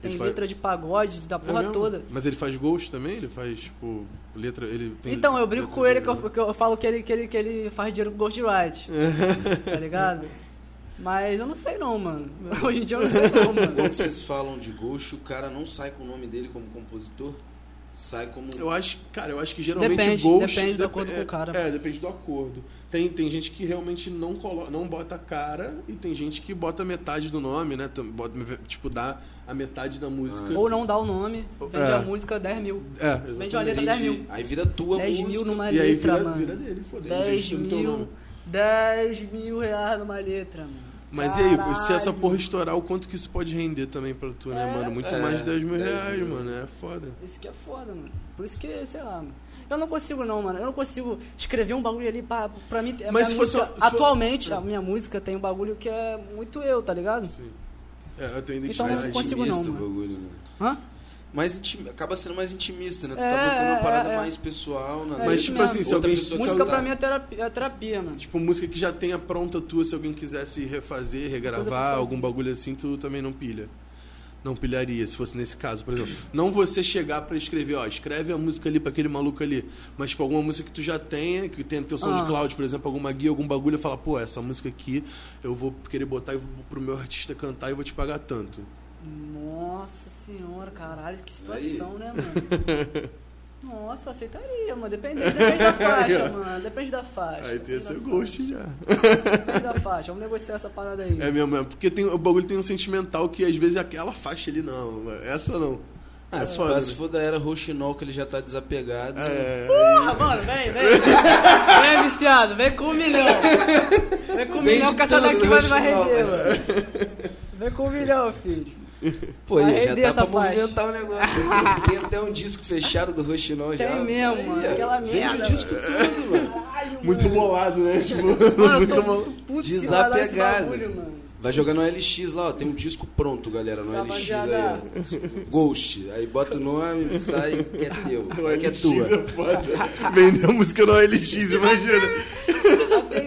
Tem Ele faz- letra de pagode, da É porra mesmo? toda. Mas ele faz ghost também? Ele faz, tipo, letra. Ele tem Então, eu brinco letra com ele, que dele, né? eu, que eu falo que ele, que, ele, que ele faz dinheiro com Ghostwrite. tá ligado? Mas eu não sei não, mano. Hoje em dia eu não sei não, mano. Quando vocês falam de Ghost, o cara não sai com o nome dele como compositor, sai como. Eu acho, cara, eu acho que geralmente Depende, ghost depende do dep- acordo é, com o cara. É, depende do acordo. Tem, tem gente que realmente não coloca, não bota a cara e tem gente que bota metade do nome, né? Tam- bota- tipo dá a metade da música. Ou não dá o nome, vende É. a música 10 mil. É, Vende exatamente. uma letra 10 mil. aí vira tua 10 música. mil numa E aí letra, vira, mano. vira dele, foda-se. 10 então não tem o nome. mil. 10 mil reais numa letra, mano. Mas e aí, se essa porra estourar, o quanto que isso pode render também pra tu, né, É, mano? Muito é, mais de 10 mil 10 reais, mil. mano. É foda. Isso que é foda, mano. Por isso que, sei lá, mano. Eu não consigo não, mano. Eu não consigo escrever um bagulho ali pra, pra mim. Mas a minha se fosse uma- música- se for- Atualmente, a minha música tem um bagulho que é muito eu, tá ligado? Sim. É, eu tenho Então, mais eu não consigo não, intimista o mano. bagulho, né? Hã? Mais intim... Acaba sendo mais intimista, né? Tu É, tá botando uma é, parada é. mais pessoal. Na... É Mas, isso tipo mesmo. assim, se Outra alguém. pessoa se música alguém- pra mim é terapia, é terapia mano. Tipo, música que já tenha pronta tua, se alguém quisesse refazer, Coisa pra regravar, fazer. algum bagulho assim, tu também não pilha. Não pilharia, se fosse nesse caso, por exemplo. Não você chegar pra escrever, ó, escreve a música ali pra aquele maluco ali. Mas, tipo, alguma música que tu já tenha, que tenha teu Ah. SoundCloud, por exemplo, alguma guia, algum bagulho, e fala, pô, essa música aqui eu vou querer botar e vou pro meu artista cantar e vou te pagar tanto. Nossa senhora, caralho, que Aí. situação, né, mano? Nossa, eu aceitaria, mano. Depende, depende da faixa, Aí, ó. mano. Depende da faixa. Aí tem Depende seu da gosto já. faixa, Depende da faixa. Vamos negociar essa parada aí. É mesmo, é. Porque tem, o bagulho tem um sentimental que às vezes é aquela faixa ali, não. é Essa não. É. Ah, se, foda, for- né? se for da era Roxinol, que ele já tá desapegado. É, Porra, mano, vem, vem. Vem, viciado, vem com um milhão. Vem com um Vem milhão de que essa tudo, daqui né, vai, vai Chico? render, mano. Vem com um milhão, filho. Pô, Vai aí já render tá essa pra faixa. movimentar o negócio. né? Tem até um disco fechado do Roxinol já. Tem mesmo, mano. Aquela Vende merda. o disco tudo, mano. Uhum. muito bolado, né? Tipo. Mano, eu tô muito puto que vai dar esse né? Desapegado. bagulho, mano. Vai jogar no LX lá, ó. Tem um disco pronto, galera, Tá no LX aí, Rapaziada. ó. Ghost. Aí bota o nome, sai, que é teu. O Aí que é LX tua. é foda. Vender a música no LX, imagina. Desapeguei,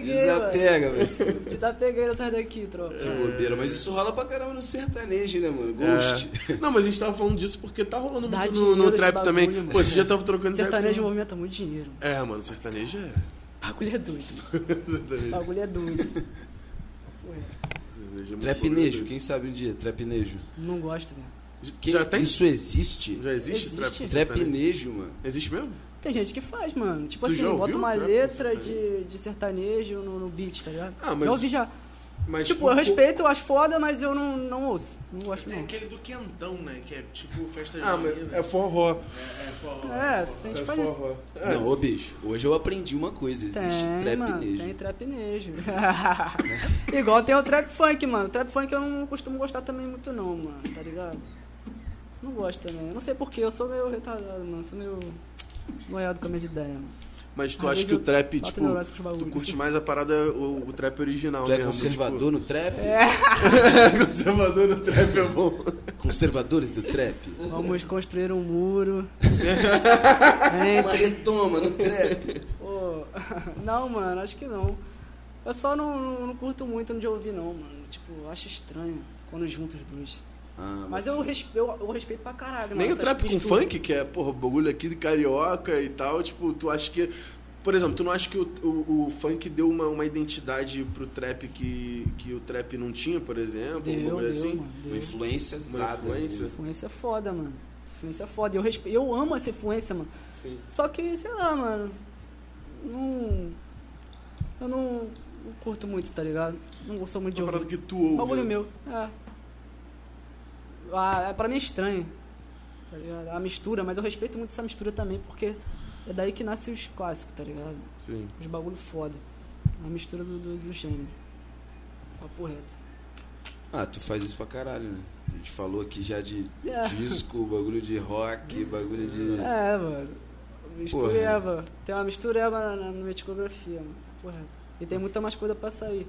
mano. Desapega, velho. Desapeguei dessas daqui, tropa. Que bobeira. Mas isso rola pra caramba no sertanejo, né, mano? Ghost. É. Não, mas a gente tava falando disso porque tá rolando Dá muito no, dinheiro no esse trap bagulho, também. mano. Pô, você já tava trocando Sertanejo trap. movimenta muito dinheiro. com- É, mano, sertanejo é. O bagulho é doido. O Sertanejo. bagulho é doido. Ué, sertanejo é muito Trapnejo, doido. quem sabe um dia? Trapnejo. não gosto, velho. Quem- Já tem? Isso existe? Já existe, Existe. trap? com sertanejo? Trapnejo, mano. Existe mesmo? Tem gente que faz, mano. Tipo Tu assim, já bota ouviu uma trap letra sertanejo? de, de sertanejo no, no beat, tá ligado? Ah, mas- Eu ouvi já. Mas, Tipo, eu respeito, eu acho foda, mas eu não, não ouço. Não gosto, Tem não. aquele do quentão, né? Que é tipo festa de Ah, mas é forró. É, é forró. É, forró. tem É gente que faz isso. forró. Não, ô bicho, hoje eu aprendi uma coisa, existe Tem, mano, trapnejo. tem trapnejo. Igual tem o trap funk, mano. Trap funk eu não costumo gostar também muito não, mano, tá ligado? Não gosto também. Eu Não sei porquê, eu sou meio retardado, mano. Sou meio noiado com as minhas ideias, mano. Mas tu Às acha vezes que o eu trap, bato tipo, neurose com os tu bagulho. curte mais a parada, o, o trap original Tu é mesmo, conservador no trap? É. tipo- conservador no trap é bom. Conservadores do trap? Vamos construir um muro. Uma retoma no trap. Pô, não, mano, acho que não. Eu só não, não, não curto muito de ouvir, não, mano. Tipo, acho estranho quando junto os dois. Ah, Mas eu, respe, eu, eu respeito pra caralho, mano. Nem o essas trap com misturas. funk, que é, porra, bagulho aqui de carioca e tal, tipo, tu acha que. Por exemplo, tu não acha que o, o, o funk deu uma, uma identidade pro trap que, que o trap não tinha, por exemplo? um Deu, bagulho deu, assim? mano, deu. Uma influência zada. influência? né? Influência é foda, mano. Essa influência é foda. Eu, respe... eu amo essa influência, mano. Sim. Só que, sei lá, mano. não. Eu não, não curto muito, tá ligado? Não gostou muito de Uma parada ouvir. que tu ouve. Bagulho né? meu, é. Ah, é pra mim é estranho. Tá ligado? A mistura, mas eu respeito muito essa mistura também, porque é daí que nasce os clássicos, tá ligado? Sim. Os bagulho foda. A mistura do, do, do gênero. Papo reto. Ah, tu faz isso pra caralho, né? A gente falou aqui já de É. disco, bagulho de rock, bagulho de. É, mano. Porra. Mistureba. Tem uma mistureba na, na minha discografia, mano. Porra. E tem muita mais coisa pra sair.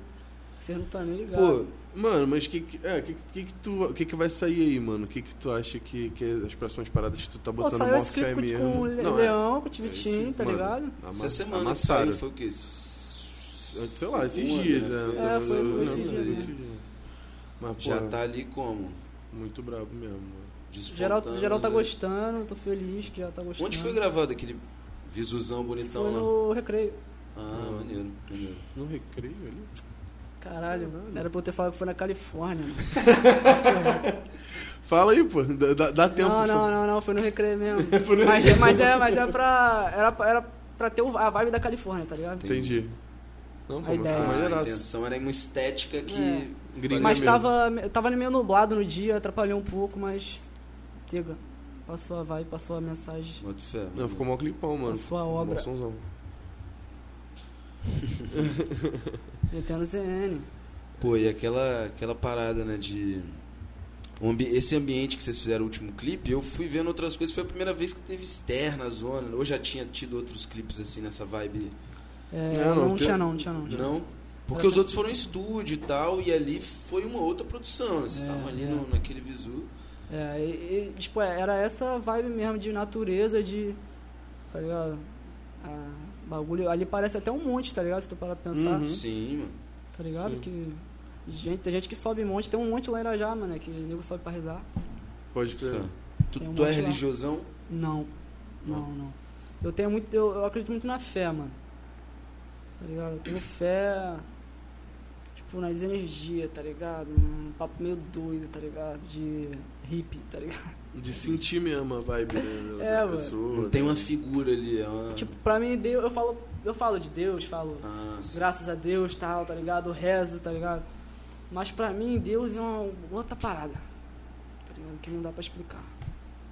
que Vocês não estão nem Pô, ligados. Mano, mas que que, é, que, que, que tu, o que que vai sair aí, mano? O que que tu acha que, que é as próximas paradas que tu tá Pô, botando saiu mó esse fé clipe com, mesmo? com o Le- Não, é. Leão, com o É Tivitinho, esse- tá mano, ligado? ama- Essa semana que amassaram. saiu foi o quê? S- Sei lá, esses segunda, dias, né? né? É, foi- foi esses Não, dias, né? Mas, pô, Já tá ali como? muito brabo mesmo, mano. Geral, Despontando, geral tá né? gostando, tô feliz que já tá gostando. Onde foi gravado aquele visuzão então, bonitão Foi lá? né? no recreio. Ah, maneiro, maneiro. No recreio ali? Caralho, Caralho. era pra eu ter falado que foi na Califórnia. mano. Fala aí, pô. né? Dá, dá- dá tempo. não, só. não, não, não, foi no recreio mesmo. Foi no mas, mas é, mas é pra. Era, pra- era pra ter o- a vibe da Califórnia, tá ligado? Entendi. Não, pô, A mas ideia. ficou Ah, a maneiraço. intenção era uma estética que. É. Gringa Mas mesmo. tava, tava meio nublado no dia, atrapalhou um pouco, mas. Tega, passou a vibe, passou a mensagem. Boto fé, Não, maneiro. ficou mó clipão, mano. A sua Mó obra. sonzão. Metendo ZN. Pô, e aquela, aquela parada, né, de... o ambi- Esse ambiente que vocês fizeram o último clipe, eu fui vendo outras coisas. Foi a primeira vez que teve externa, zona. né? Ou já tinha tido outros clipes, assim, nessa vibe? É, Não, não, não, tinha tem- não, tinha não. Não? Porque os outros foram em estúdio e tal, e ali foi uma outra produção. né? Vocês É, estavam ali é. no, naquele visu. É, e, e, tipo, é, era essa vibe mesmo de natureza, de. Tá ligado? Ah, bagulho. Ali parece até um monte, tá ligado? Se tu parar pra pensar. Uhum. Sim, mano. Tá ligado? Sim. Que. Gente, tem gente que sobe monte, tem um monte lá em Irajá, mano, que o nego sobe pra rezar. Pode crer. Fé. Tu, Tem um tu é monte lá. religiosão? Não. Não, Não. não. Eu tenho muito. Eu, eu acredito muito na fé, mano. Tá ligado? Eu tenho fé. Tipo, nas energias, tá ligado? Um papo meio doido, tá ligado? De hippie, tá ligado? De sentir mesmo a vibe né, da É, mano. pessoa. Não tem né? uma figura ali. É Tá. uma... Tipo, pra mim, Deus, eu falo, eu falo de Deus, falo Ah, sim. graças a Deus, tal, tá ligado? Eu Rezo, tá ligado? Mas pra mim, Deus é uma outra parada, tá ligado? Que não dá pra explicar.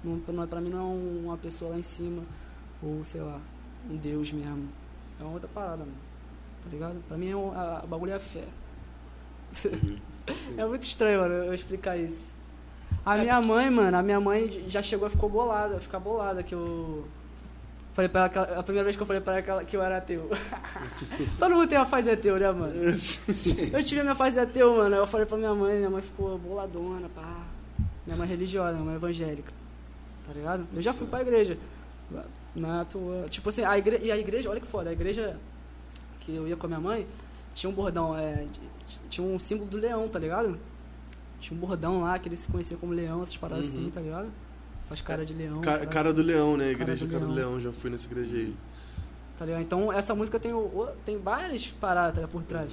Não, não é- pra mim não é um- uma pessoa lá em cima, ou sei lá, um Deus mesmo. É uma outra parada, mano. Tá ligado? Pra mim, é um- a, a bagulho é a fé. Uhum. É muito estranho, mano, eu explicar isso. A minha mãe, mano, a minha mãe já chegou e ficou bolada, ficar bolada que eu. Falei pra ela que ela- a primeira vez que eu falei pra ela que ela que eu era ateu. Todo mundo tem uma fase ateu, né, mano? Eu tive a minha fase ateu, mano. Aí eu falei pra minha mãe, minha mãe ficou boladona, pá. Minha mãe é religiosa, minha mãe é evangélica. Tá ligado? Eu já fui pra igreja. Na tua. Tipo assim, a igre... e a igreja, olha que foda, a igreja que eu ia com a minha mãe, tinha um bordão, é, de- tinha um símbolo do leão, tá ligado? Tinha um bordão lá que ele se conhecia como leão, essas paradas Uhum. assim, tá ligado? Com as caras de leão. Ca- parada cara do leão, né? Igreja do Cara do Leão. Leão. Já fui nessa igreja aí. Tá ligado? Então essa música tem, o- o- tem várias paradas tá ligado, por trás.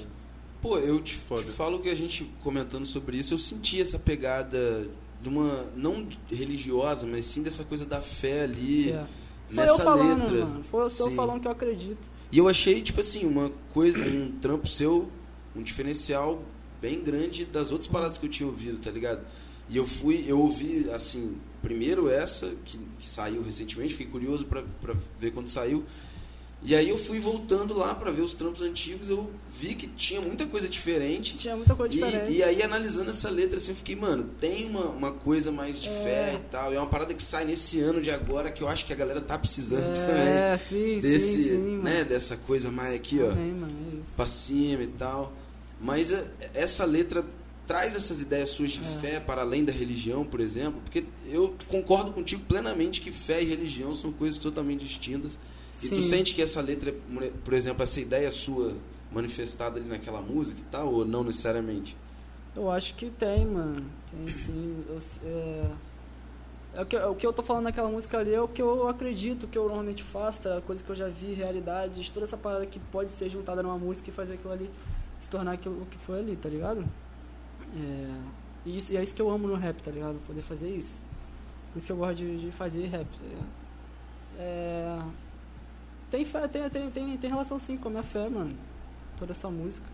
Pô, eu te, Foda. te falo que a gente comentando sobre isso, eu senti essa pegada de uma. não religiosa, mas sim dessa coisa da fé ali. É. Sou Nessa eu falando, letra. mano. Foi sou eu Sim. falando que eu acredito. E eu achei, tipo assim, uma coisa, um trampo seu, um diferencial bem grande das outras paradas que eu tinha ouvido, tá ligado? E eu fui, eu ouvi, assim, primeiro essa, que, que saiu recentemente, fiquei curioso pra, pra ver quando saiu. E aí eu fui voltando lá pra ver os trampos antigos, eu vi que tinha muita coisa diferente. Tinha muita coisa diferente. E, é, e aí, analisando essa letra, assim, eu fiquei, mano, tem uma, uma coisa mais de É. fé e tal. E é uma parada que sai nesse ano de agora que eu acho que a galera tá precisando também. É, sim, Desse, sim, sim, mano. né, dessa coisa mais aqui, ó, Também, mano, é isso. pra cima e tal. Mas é, essa letra traz essas ideias suas de É. fé para além da religião, por exemplo, porque eu concordo contigo plenamente que fé e religião são coisas totalmente distintas. E tu Sim. sente que essa letra, por exemplo, essa ideia sua manifestada ali naquela música e tal, ou não necessariamente? Eu acho que tem, mano. Tem sim. Eu s- é... É o, que, é o que eu tô falando naquela música ali é o que eu acredito, o que eu normalmente faço, tá? coisa que eu já vi, realidades, toda essa parada que pode ser juntada numa música e fazer aquilo ali se tornar aquilo que foi ali, tá ligado? É... E, isso, e é isso que eu amo no rap, tá ligado? Poder fazer isso. Por isso que eu gosto de, de fazer rap, tá ligado? É... Tem fé, tem, tem, tem, tem relação sim com a minha fé, mano. Toda essa música.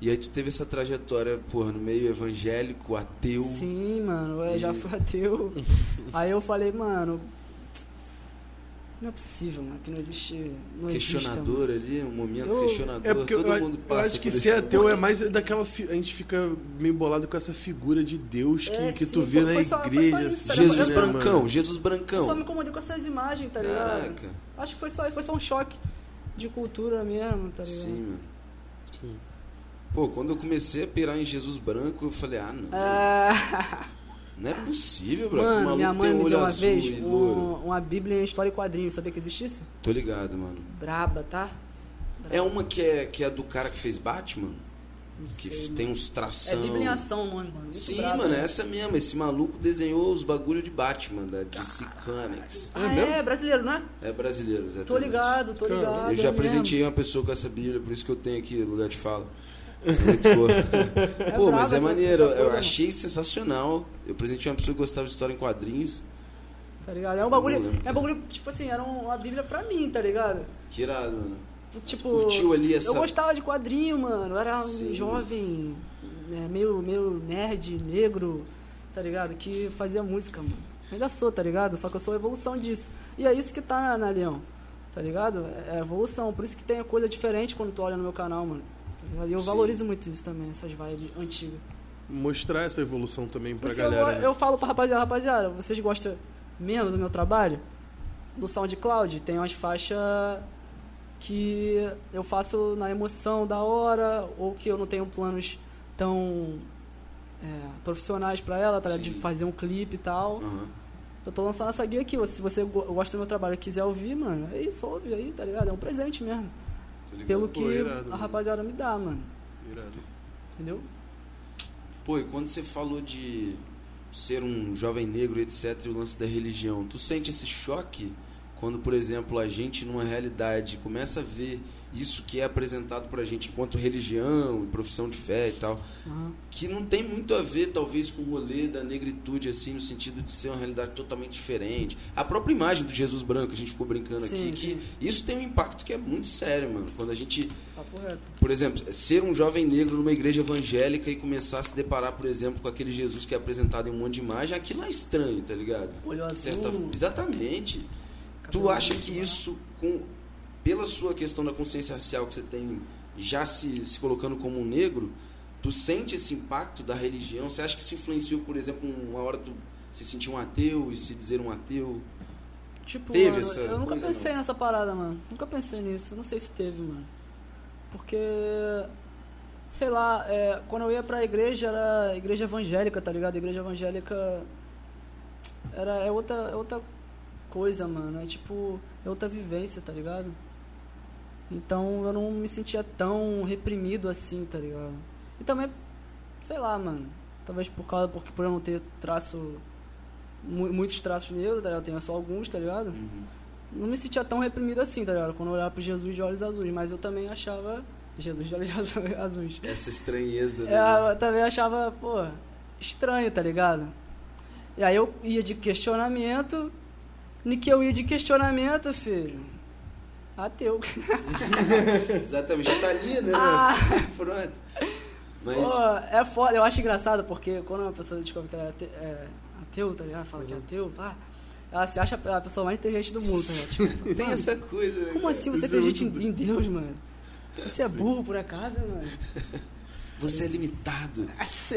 E aí tu teve essa trajetória, porra, no meio evangélico, ateu. Sim, mano, eu E- já fui ateu. Aí eu falei, mano, não é possível, mano, que não existe. Não Exista, questionador ali, um momento Eu- questionador. É porque Todo eu, mundo eu passa acho que por esse ser ateu é momento. mais daquela. fi- A gente fica meio bolado com essa figura de Deus que, É, que sim, tu vê foi- na foi só- foi só igreja. isso, assim, Jesus né, mano? Brancão, Jesus Eu só me Brancão. incomodei com essas imagens, tá ligado? Caraca. Acho que foi só, foi só um choque de cultura mesmo, tá ligado? Sim, mano. Sim. Pô, quando eu comecei a pirar em Jesus branco, eu falei, ah, não. É... Não é possível, bro. que o Mano, maluco minha mãe tem me olho deu uma azul vez e um- louro. uma Bíblia em história e quadrinhos. Sabia que existe isso? Tô ligado, mano. Braba, tá? É uma que é, que é do cara que fez Batman? Não Que sei, tem mano. uns É tração. Bíblia em ação, mano. Muito Sim, braba, mano, é né? essa mesmo. Esse maluco desenhou os bagulho de Batman, da DC Comics. É Ah, mesmo? é, brasileiro, não é? É brasileiro, exatamente. Tô ligado, tô Cara, ligado. Eu já é presenteei uma pessoa com essa bíblia, por isso que eu tenho aqui lugar de fala. É Muito boa. mesmo. Pô, braba mas é essa- maneiro. essa Eu coisa, achei sensacional. Eu presenteei uma pessoa que gostava de história em quadrinhos. mano, Tá ligado? É um Eu não bagulho, lembro. é um bagulho, tipo assim, era uma Bíblia pra mim, tá ligado? Que irado, mano. Tipo, Curtiu ali essa- eu gostava de quadrinho, mano. Eu era um Sim. jovem, né, meio, meio nerd, negro, tá ligado? Que fazia música, mano. Eu Ainda sou, tá ligado? Só que eu sou a evolução disso. E é isso que tá na, na Leão, tá ligado? É a evolução. Por isso que tem coisa diferente quando tu olha no meu canal, mano. Tá ligado? E eu Sim. valorizo muito isso também, essas vibes antigas. Mostrar essa evolução também pra Você- galera. Assim, eu, né? eu falo pra rapaziada, rapaziada, vocês gostam mesmo do meu trabalho? No SoundCloud tem umas faixas que eu faço na emoção da hora, ou que eu não tenho planos tão é, profissionais pra ela, tá ligado? de Sim. fazer um clipe e tal. Aham. Eu tô lançando essa guia aqui, ó, se você go- gosta do meu trabalho e quiser ouvir, mano, é isso, ouve aí, tá ligado? É um presente mesmo. Tô ligado. Pelo Pô, que irado, a mano. rapaziada me dá, mano. Irado. Entendeu? Pô, e quando você falou de ser um jovem negro, etc., e o lance da religião, tu sente esse choque quando, por exemplo, a gente numa realidade começa a ver isso que é apresentado pra gente enquanto religião, profissão de fé e tal, Aham. que não tem muito a ver, talvez, com o rolê da negritude, assim, no sentido de ser uma realidade totalmente diferente. A própria imagem do Jesus branco, a gente ficou brincando Sim, aqui, sim. que isso tem um impacto que é muito sério, mano. Quando a gente Papo reto. por exemplo, ser um jovem negro numa igreja evangélica e começar a se deparar, por exemplo, com aquele Jesus que é apresentado em um monte de imagem, aquilo é estranho, tá ligado? Olho De certa- azul. Exatamente. Tu cabelo acha que azul, né? isso, com- pela sua questão da consciência racial que você tem, já se, se colocando como um negro, tu sente esse impacto da religião? Você acha que isso influenciou, por exemplo, uma hora tu se sentir um ateu e se dizer um ateu? Tipo, Teve mano, essa eu nunca coisa, pensei não? nessa parada, mano. Nunca pensei nisso. Não sei se teve, mano. Porque, sei lá, é, quando eu ia pra igreja, era igreja evangélica, tá ligado? Igreja evangélica era, é, outra, é outra coisa, mano. É tipo, é outra vivência, tá ligado? Então eu não me sentia tão reprimido assim, tá ligado? E também, sei lá, mano. Talvez por causa, porque por eu não ter traço. mu- Muitos traços negros, tá ligado? Eu tenho só alguns, tá ligado? Não me sentia tão reprimido assim, tá ligado? Quando eu olhava pro Jesus de olhos azuis, mas eu também achava. Jesus de olhos azu- azuis. Essa estranheza. né? É, eu também achava, pô, estranho, tá ligado? E aí eu ia de questionamento, no que eu ia de questionamento, filho. Ateu. Exatamente. Já tá ali, né? Ah. Pronto. Mas... Pô, é foda, eu acho engraçado porque quando uma pessoa descobre que ela é ate- é ateu, tá ligado? Fala que é ateu, pá. Ela se acha a pessoa mais inteligente do mundo, tá ligado? Tipo, Tem essa coisa, né? como cara? assim você Isso é muito acredita em, em Deus, mano? Você é burro por acaso, mano? Você é limitado.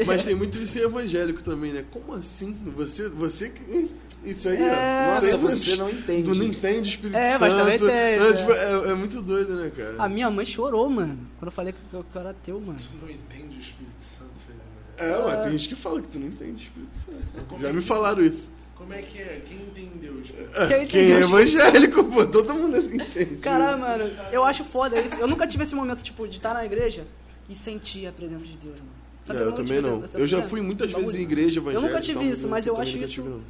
Mas tem muito isso em evangélico também, né? Como assim? Você. você que- Isso aí, É. ó. Nossa, Tem- você não entende. Tu não entende o Espírito É, Santo. mas também tem, é, né? tipo, é- é muito doido, né, cara? A minha mãe chorou, mano, quando eu falei que eu que eu era ateu, mano. Tu não entende o Espírito Santo, velho. É, ué, tem gente que fala que tu não entende o Espírito Santo. Como Já é me que- falaram isso. Como é que é? Quem entendeu o Espírito Santo? É, Quem Quem, entendeu é o Espírito evangélico, pô, todo mundo entende. Caralho, mano, eu acho foda isso. Eu nunca tive esse momento, tipo, de estar na igreja e sentir a presença de Deus, mano. Sabe, É, eu nunca também tive não. essa- essa Eu já presença. fui muitas Bagulho, vezes em mano. igreja evangélica. nunca tive e tal, isso, mas eu também acho nunca isso tive, não.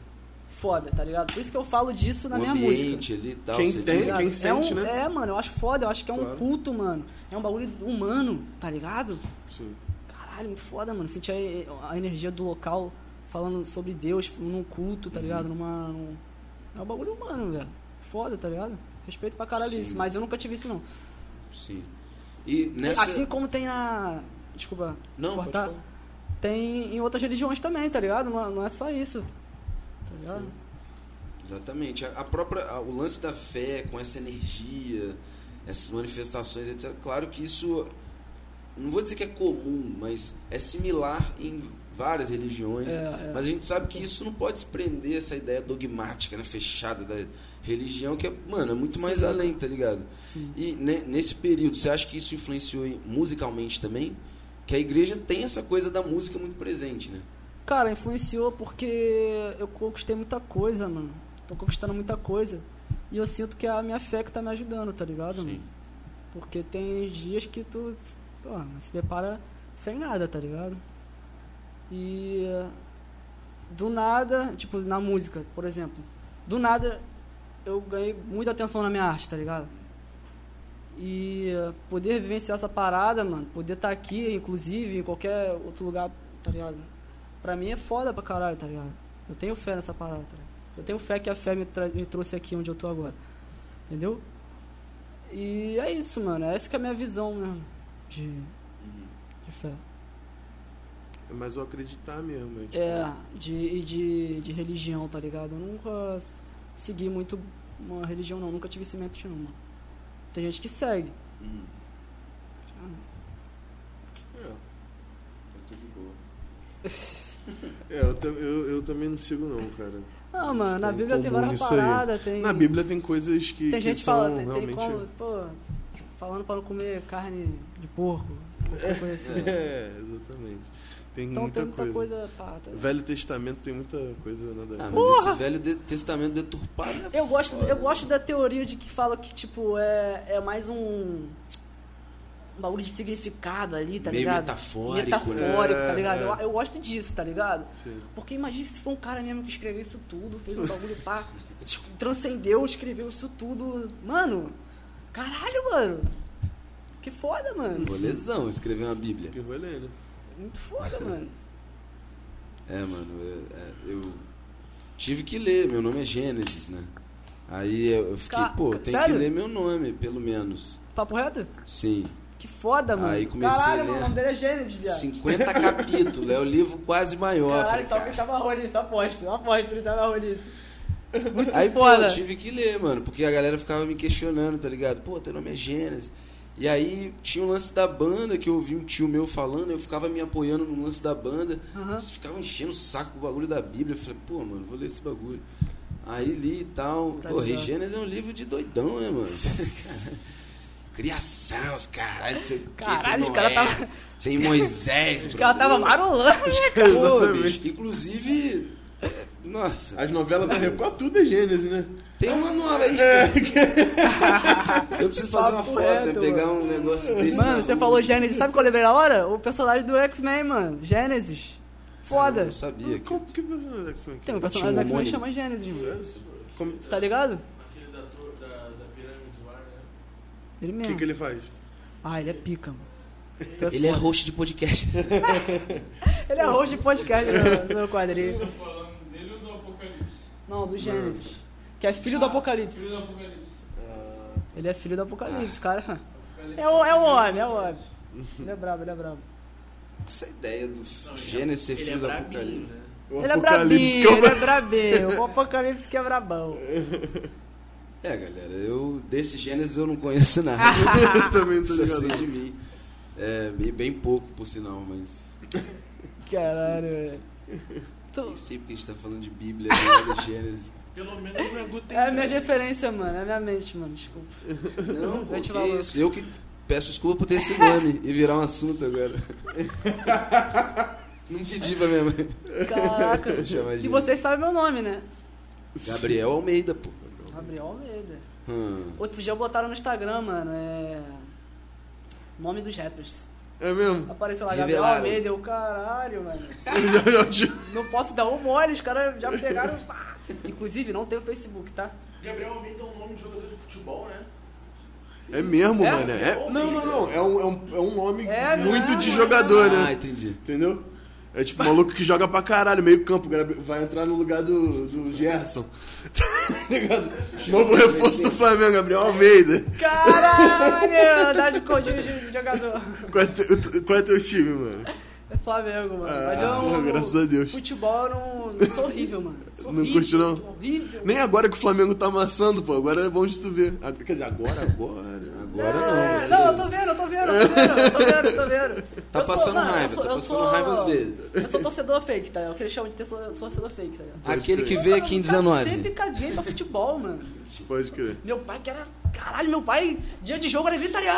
Foda, tá ligado? Por isso que eu falo disso na o minha música. tá ambiente ali e tal. Quem você tem, diz, ligado? quem é um, sente, né? É, mano, eu acho foda, eu acho que é um Claro. culto, mano. É um bagulho humano, tá ligado? Sim. Caralho, muito foda, mano. Sentir a, a energia do local falando Uhum. sobre Deus num culto, tá ligado? Numa. num- É um bagulho humano, velho. Foda, tá ligado? Respeito pra caralho Sim. isso, mas eu nunca tive isso não. Sim. E nessa. Assim como tem na. Desculpa. Não, pode cortar. falar. Tem em outras religiões também, tá ligado? Não, não é só isso. Tá ligado? Exatamente. A a própria, a- o lance da fé, com essa energia, essas manifestações, etc. Claro que isso, não vou dizer que é comum, mas é similar em várias religiões. É, é. Mas a gente sabe que isso não pode se prender a essa ideia dogmática, né, fechada da religião, que é, mano, é muito mais Sim. além, tá ligado? Sim. E ne- nesse período, você acha que isso influenciou em- musicalmente também? Que a igreja tem essa coisa da música muito presente, né? Cara, influenciou porque eu conquistei muita coisa, mano. Tô conquistando muita coisa. E eu sinto que é a minha fé que tá me ajudando, tá ligado, mano? Porque tem dias que tu pô, se depara sem nada, tá ligado? E eh, do nada, tipo, na música, por exemplo, do nada eu ganhei muita atenção na minha arte, tá ligado? E eh, poder vivenciar essa parada, mano, poder estar aqui, inclusive, em qualquer outro lugar, tá ligado? Pra mim é foda pra caralho, tá ligado? Eu tenho fé nessa parada, tá ligado? Eu tenho fé que a fé me, tra- me trouxe aqui onde eu tô agora. Entendeu? E é isso, mano. Essa que é a minha visão mesmo de, de fé. É mais o acreditar mesmo. tipo, É, de, e de, de religião, tá ligado? Eu nunca s- segui muito uma religião, não. Nunca tive cimento de nenhuma. Tem gente que segue. Hum. Eu tô de boa. É, eu, tam- eu, eu também não sigo não, cara. Ah, mano, na Tem Bíblia tem comum várias nisso aí. paradas, tem... Na Bíblia tem coisas que, Tem que gente são falando, tem, tem realmente... como, pô, falando pra não comer carne de porco, qualquer coisa assim. É, exatamente. Tem Então muita tem muita coisa. coisa, pá, tá- Velho Testamento tem muita coisa nada a Ah, ver. mas esse velho de- testamento deturpado é Eu gosto, foda. eu gosto da teoria de que fala que, tipo, é, é mais um. Um bagulho de significado ali, tá Meio ligado? metafórico, Metafórico, né? tá ligado? É, Eu, é. eu gosto disso, tá ligado? Sim. Porque imagina se for um cara mesmo que escreveu isso tudo, fez um bagulho pá, tipo, transcendeu, escreveu isso tudo. Mano, caralho, mano. Que foda, mano. Bolezão, escrever uma bíblia. Que rolê, né? Muito foda, mano. É, mano, é- é, eu, tive que ler, meu nome é Gênesis, né? Aí eu eu fiquei, Ca- pô, ca- tem que sério? ler meu nome, pelo menos. Papo reto? Sim. Que foda, mano. Aí comecei a caralho, ler. mano, o nome dele é Gênesis, viado. 50 capítulos, é o livro quase maior. Caralho, então só falei, o Cristiano Marrone nisso, aposto. Eu aposto que o Cristiano Marrone nisso. cara. Aí, pô, foda. eu tive que ler, mano, porque a galera ficava me questionando, tá ligado? Pô, teu nome é Gênesis. E aí tinha um lance da banda que eu ouvi um tio meu falando, eu ficava me apoiando no lance da banda. Aham. Eles ficavam enchendo o saco com o bagulho da Bíblia. Eu falei, pô, mano, vou ler esse bagulho. Aí li e tal. Tá pô, Rei ligado. Gênesis é um livro de doidão, né, mano? Criação, os caralho, não sei o quê. tem Caralho, os Noé, cara tava- Tem Moisés, Porque ela tava marolando. Pô, Exatamente. bicho, inclusive... é, Nossa, As novelas da Record, tudo é Gênesis, né? tem uma nova aí. Eu preciso fazer uma Papo foto, né? reto, Pegar um negócio desse. na Mano, você rua. falou Gênesis. Sabe o que eu lembrei na hora? O personagem do X-Men, mano. Gênesis. Eu é Foda. não sabia. que- Como que personagem é X-Men? Tem um Tinha um personagem do X-Men homônimo. que chama Gênesis, mano. Como... Tu tá ligado? Aquele da, tor- da, da pirâmide lá, né? Ele O mesmo. que, que ele faz? Ah, ele é pica, mano. Tu Ele é foda. host de podcast. ele é host de podcast no, no meu quadrinho. falando é dele ou do Apocalipse? Não, do Gênesis. Que é filho do Apocalipse. Filho do Apocalipse. Ah, Ele é filho do Apocalipse, cara. É o, é o homem, é o homem. Ele é brabo, ele é brabo. Essa ideia do Não, ele é- Gênesis ser ele filho é do brabinho, Apocalipse. né? O Ele é Apocalipse que brabinho, eu- ele é brabinho. O Apocalipse que é brabão. É, galera, eu desse Gênesis eu não conheço é nada. Eu também não tô Só sei ligado. de mim. É, bem, bem pouco, por sinal, mas. Caralho, velho. Tu- Nem sei porque a gente tá falando de Bíblia, né, de Gênesis. Pelo menos não é Guten É a minha referência, mano. É a minha mente, mano. Desculpa. Não, pô, Eu te que falo. isso. Eu que peço desculpa por ter esse nome e virar um assunto agora. Não pedi pra minha mãe. Caraca. Vou chamar de- E vocês sabem meu nome, né? Gabriel Almeida, pô. Gabriel Almeida. Hum. Outro dia botaram no Instagram, mano. É. Nome dos rappers. É mesmo? É Apareceu lá Revelaram. Gabriel Almeida. Eu, caralho, mano. Já- já tinha- Não posso dar um mole. Os caras já pegaram. pá. Inclusive, não tem o Facebook, tá? Gabriel Almeida é um nome de jogador de futebol, né? É mesmo, É? mano. É... Não, não, não. É um, é um, é um nome É muito mesmo, de é jogador, Ah, né? entendi. Entendeu? É tipo maluco que joga pra caralho, meio campo, gra- vai entrar no lugar do, do Gerson. Tá ligado? Novo reforço do Flamengo, Gabriel Almeida. Caralho! Dá de codinho de jogador. Qual é, teu, qual é teu time, mano? É Flamengo, mano. Ah, Mas eu não. graças a Deus. Futebol eu não. eu Sou horrível, mano. Sou Não horrível, curte, não? sou Horrível. Nem agora que o Flamengo tá amassando, pô. Agora é bom de tu ver. Ah, Quer dizer, agora, agora. Agora É, não. não, eu tô vendo, eu tô vendo, eu tô vendo, eu tô vendo, eu tô vendo. Tá Eu sou- passando mano, eu raiva, sou- tá eu passando sou- raiva às vezes. Eu sou torcedor fake, tá? Eu queria chamar de torcedor torcedor fake, tá? ligado? Aquele que Eu, veio mano, aqui em cara, Sempre 19. caguei pra futebol, mano. Pode crer. Meu pai que era. Caralho, meu pai, dia de jogo era gritaria!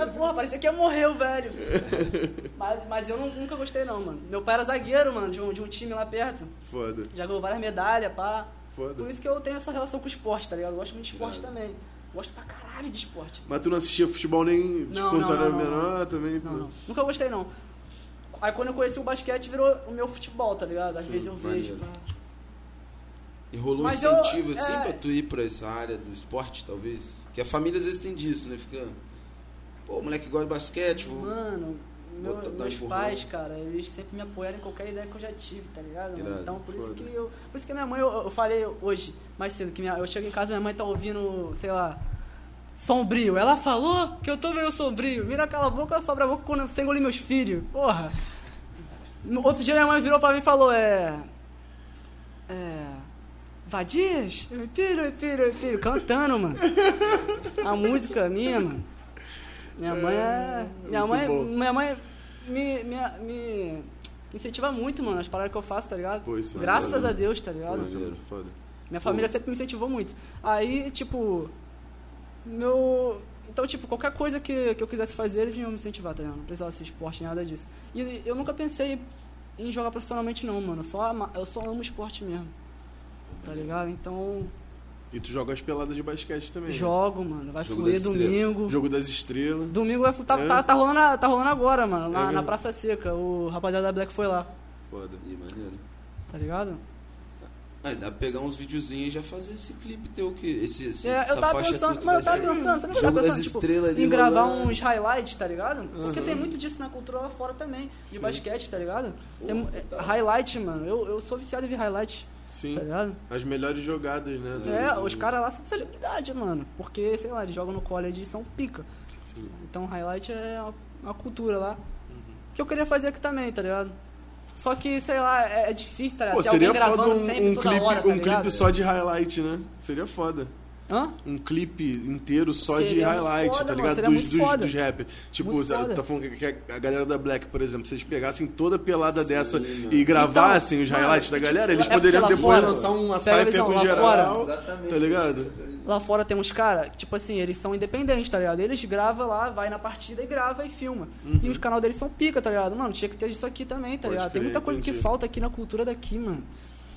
Ah, porra, parecia que ia morrer o velho. Mas, mas eu nu- nunca gostei, não, mano. Meu pai era zagueiro, mano, de um, de um time lá perto. Foda. Já ganhou várias medalhas, pá. Foda. Por isso que eu tenho essa relação com o esporte, tá ligado? Eu gosto muito de esporte também. Gosto pra caralho de esporte. Mas tu não assistia futebol nem de Não, quando não, tu era não, não, menor também? Não, pô? não. Nunca gostei, não. Aí quando eu conheci o basquete, virou o meu futebol, tá ligado? Às Sim, vezes eu vejo. maneiro. pá. E rolou um Mas eu- incentivo assim é. pra tu ir pra essa área do esporte, talvez? Que a família às vezes tem disso, né? Fica. Pô, moleque gosta de basquete, vou. Mano, meu- Tipo, Bota- dá meus empurrão. pais, cara, eles sempre me apoiaram em qualquer ideia que eu já tive, tá ligado? mano? Irado, então por isso foda. que eu. Por isso que a minha mãe, eu, eu falei hoje, mais cedo, que minha, eu chego em casa e minha mãe tá ouvindo, sei lá. Sombrio. Ela falou que eu tô meio sombrio. Vira aquela boca, sobra a boca quando eu- sem engolir meus filhos. Porra. No outro dia minha mãe virou pra mim e falou, é. É. Vadias? Eu me piro, eu me piro, eu me piro. Cantando, mano. A música é minha, mano. Minha mãe é. Minha muito mãe. bom. Minha mãe me, me, me incentiva muito, mano, as paradas que eu faço, tá ligado? Pô, isso é Graças maneiro. a Deus, tá ligado? Pô, isso é muito foda. Minha família sempre me incentivou muito. Aí, tipo, meu. Então, tipo, qualquer coisa que, que eu quisesse fazer, eles iam me incentivar, tá ligado? Não precisava ser esporte, nada disso. E eu nunca pensei em jogar profissionalmente, não, mano. Eu só, ama- eu só amo esporte mesmo. Tá ligado? Então, E tu joga as peladas de basquete também? né? jogo, mano. Vai Jogo fluir das domingo. Jogo das estrelas. Domingo vai fluir. Tá, É? tá, tá rolando, a- tá rolando agora, mano. É Lá na mesmo? Praça Seca. O rapaziada da Black foi lá, Foda. Ih, maneiro. tá ligado? Aí dá pra pegar uns videozinhos e já fazer esse clipe teu que. Esse, esse, É, essa eu tava faixa tua pensando, que vai mano, eu tava ser pensando, sabe o que eu jogo tava das pensando? Tipo, estrelas ali em gravar rolando. uns highlights, tá ligado? Porque Aham. tem muito disso na cultura lá fora também, de basquete, tá ligado? Tem mu- Porra, tá. highlight, mano, eu, eu sou viciado em ver highlight, Sim. tá ligado? As melhores jogadas, né? do- É, do- os caras lá são celebridade, mano, porque, sei lá, eles jogam no college e são pica. Sim. Então highlight é uma, uma cultura lá, Uhum. que eu queria fazer aqui também, tá ligado? Só que, sei lá, é, é difícil, tá ligado? Pô, Tem seria alguém foda gravando um, sempre, um toda clipe, hora, tá um clipe ligado? só de highlight, né? Seria foda. Hã? Um clipe inteiro só de Seria muito highlight, foda, tá mano, ligado? seria dos, muito dos, foda. dos rappers. Tipo, Muito tá, foda. tá falando que que a galera da Black, por exemplo, se eles pegassem toda a pelada Sim, dessa mano. e gravassem Então, os highlights mano, da galera, eles é porque poderiam lá depois fora- lançar uma pega a cypher visão, com lá geral. fora- Tá ligado? Lá fora tem uns caras, tipo assim, eles são independentes, tá ligado? Eles gravam lá, vai na partida e grava e filma. E os canal deles são pica, tá ligado? Mano, tinha que ter isso aqui também, tá Uhum. Pode ligado? tem crer, muita coisa que entendi. falta aqui na cultura daqui, mano.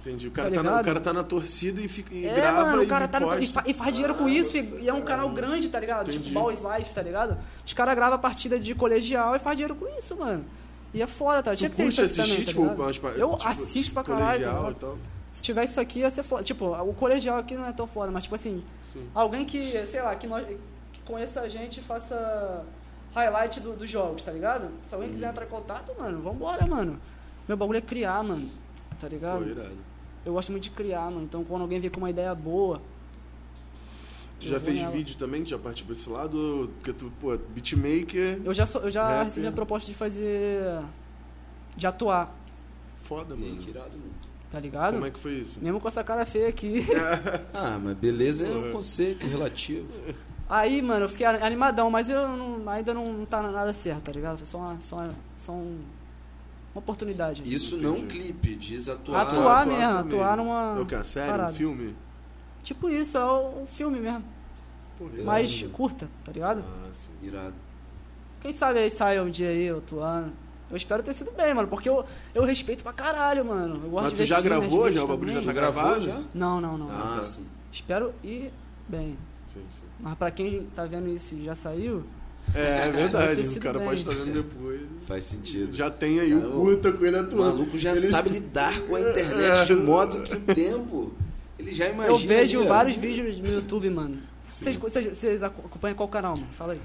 Entendi. O Tá cara tá, na, o ligado? cara tá na torcida e, fica, e é, grava mano, e o cara tá na, posta. Ah, e, fa- e faz dinheiro com isso, e, e é um canal grande, tá ligado? Entendi. Tipo Balls Life, tá ligado? Os caras gravam partida de colegial e faz dinheiro com isso, mano. E é foda, tá? Tu Tinha que ter isso curte aqui assistir, também, tá tipo, ligado? umas pa- Eu tipo, assisto pra caralho, tá colegial ligado? e tal? Se tiver isso aqui, ia ser foda. Tipo, o colegial aqui não é tão foda, mas tipo assim, Sim. Alguém que, sei lá, que, nós, que conheça a gente e faça highlight do- dos jogos, tá ligado? Se alguém quiser entrar em contato, mano, vambora, mano. Meu bagulho é criar, mano. Pô, Tá ligado? irado. Eu gosto muito de criar, mano. Então quando alguém vem com uma ideia boa. Tu eu já vou fez nela. vídeo também? Tu já partiu pra esse lado? Porque tu, pô, beatmaker, Eu já, sou- eu já Rap. recebi a proposta de fazer. de atuar, foda, Ih, mano. que irado, mano. tá ligado? Como é que foi isso? Mesmo com essa cara feia aqui. Ah, mas beleza é um conceito relativo. Aí, mano, eu fiquei animadão, mas eu não- ainda não, não tá nada certo, tá ligado? Foi só uma, só uma, só um- uma oportunidade. Isso Entendi. não clipe, diz atuar. Atuar mesmo, Ah, também. atuar numa É o que? A série? parada. Um filme? Tipo isso, é um filme mesmo. Pô, irado. Mas mano. curta, tá ligado? Ah, sim. Irado. Ah. Quem sabe aí sai um dia aí, eu atuando. Eu espero ter sido bem, mano, porque eu, eu respeito pra caralho, mano. Eu gosto Mas de tu ver já filme, gravou? às vezes, Já? O bagulho também. já Tá gravou gravado? já? Não, não, não. Ah, tá. sim. Espero ir bem. sim, sim. Mas pra quem tá vendo isso e já saiu, É, é Deve verdade. ter o sido cara bem. pode estar vendo depois. Faz sentido. Já tem aí Cara, o curta com ele O atuando. maluco já Ele- sabe lidar com a internet de modo que o tempo. Ele já imagina. eu vejo né? ali, ó. vários vídeos no YouTube, mano. Vocês, vocês, vocês acu- acompanham qual é canal, mano? Fala aí.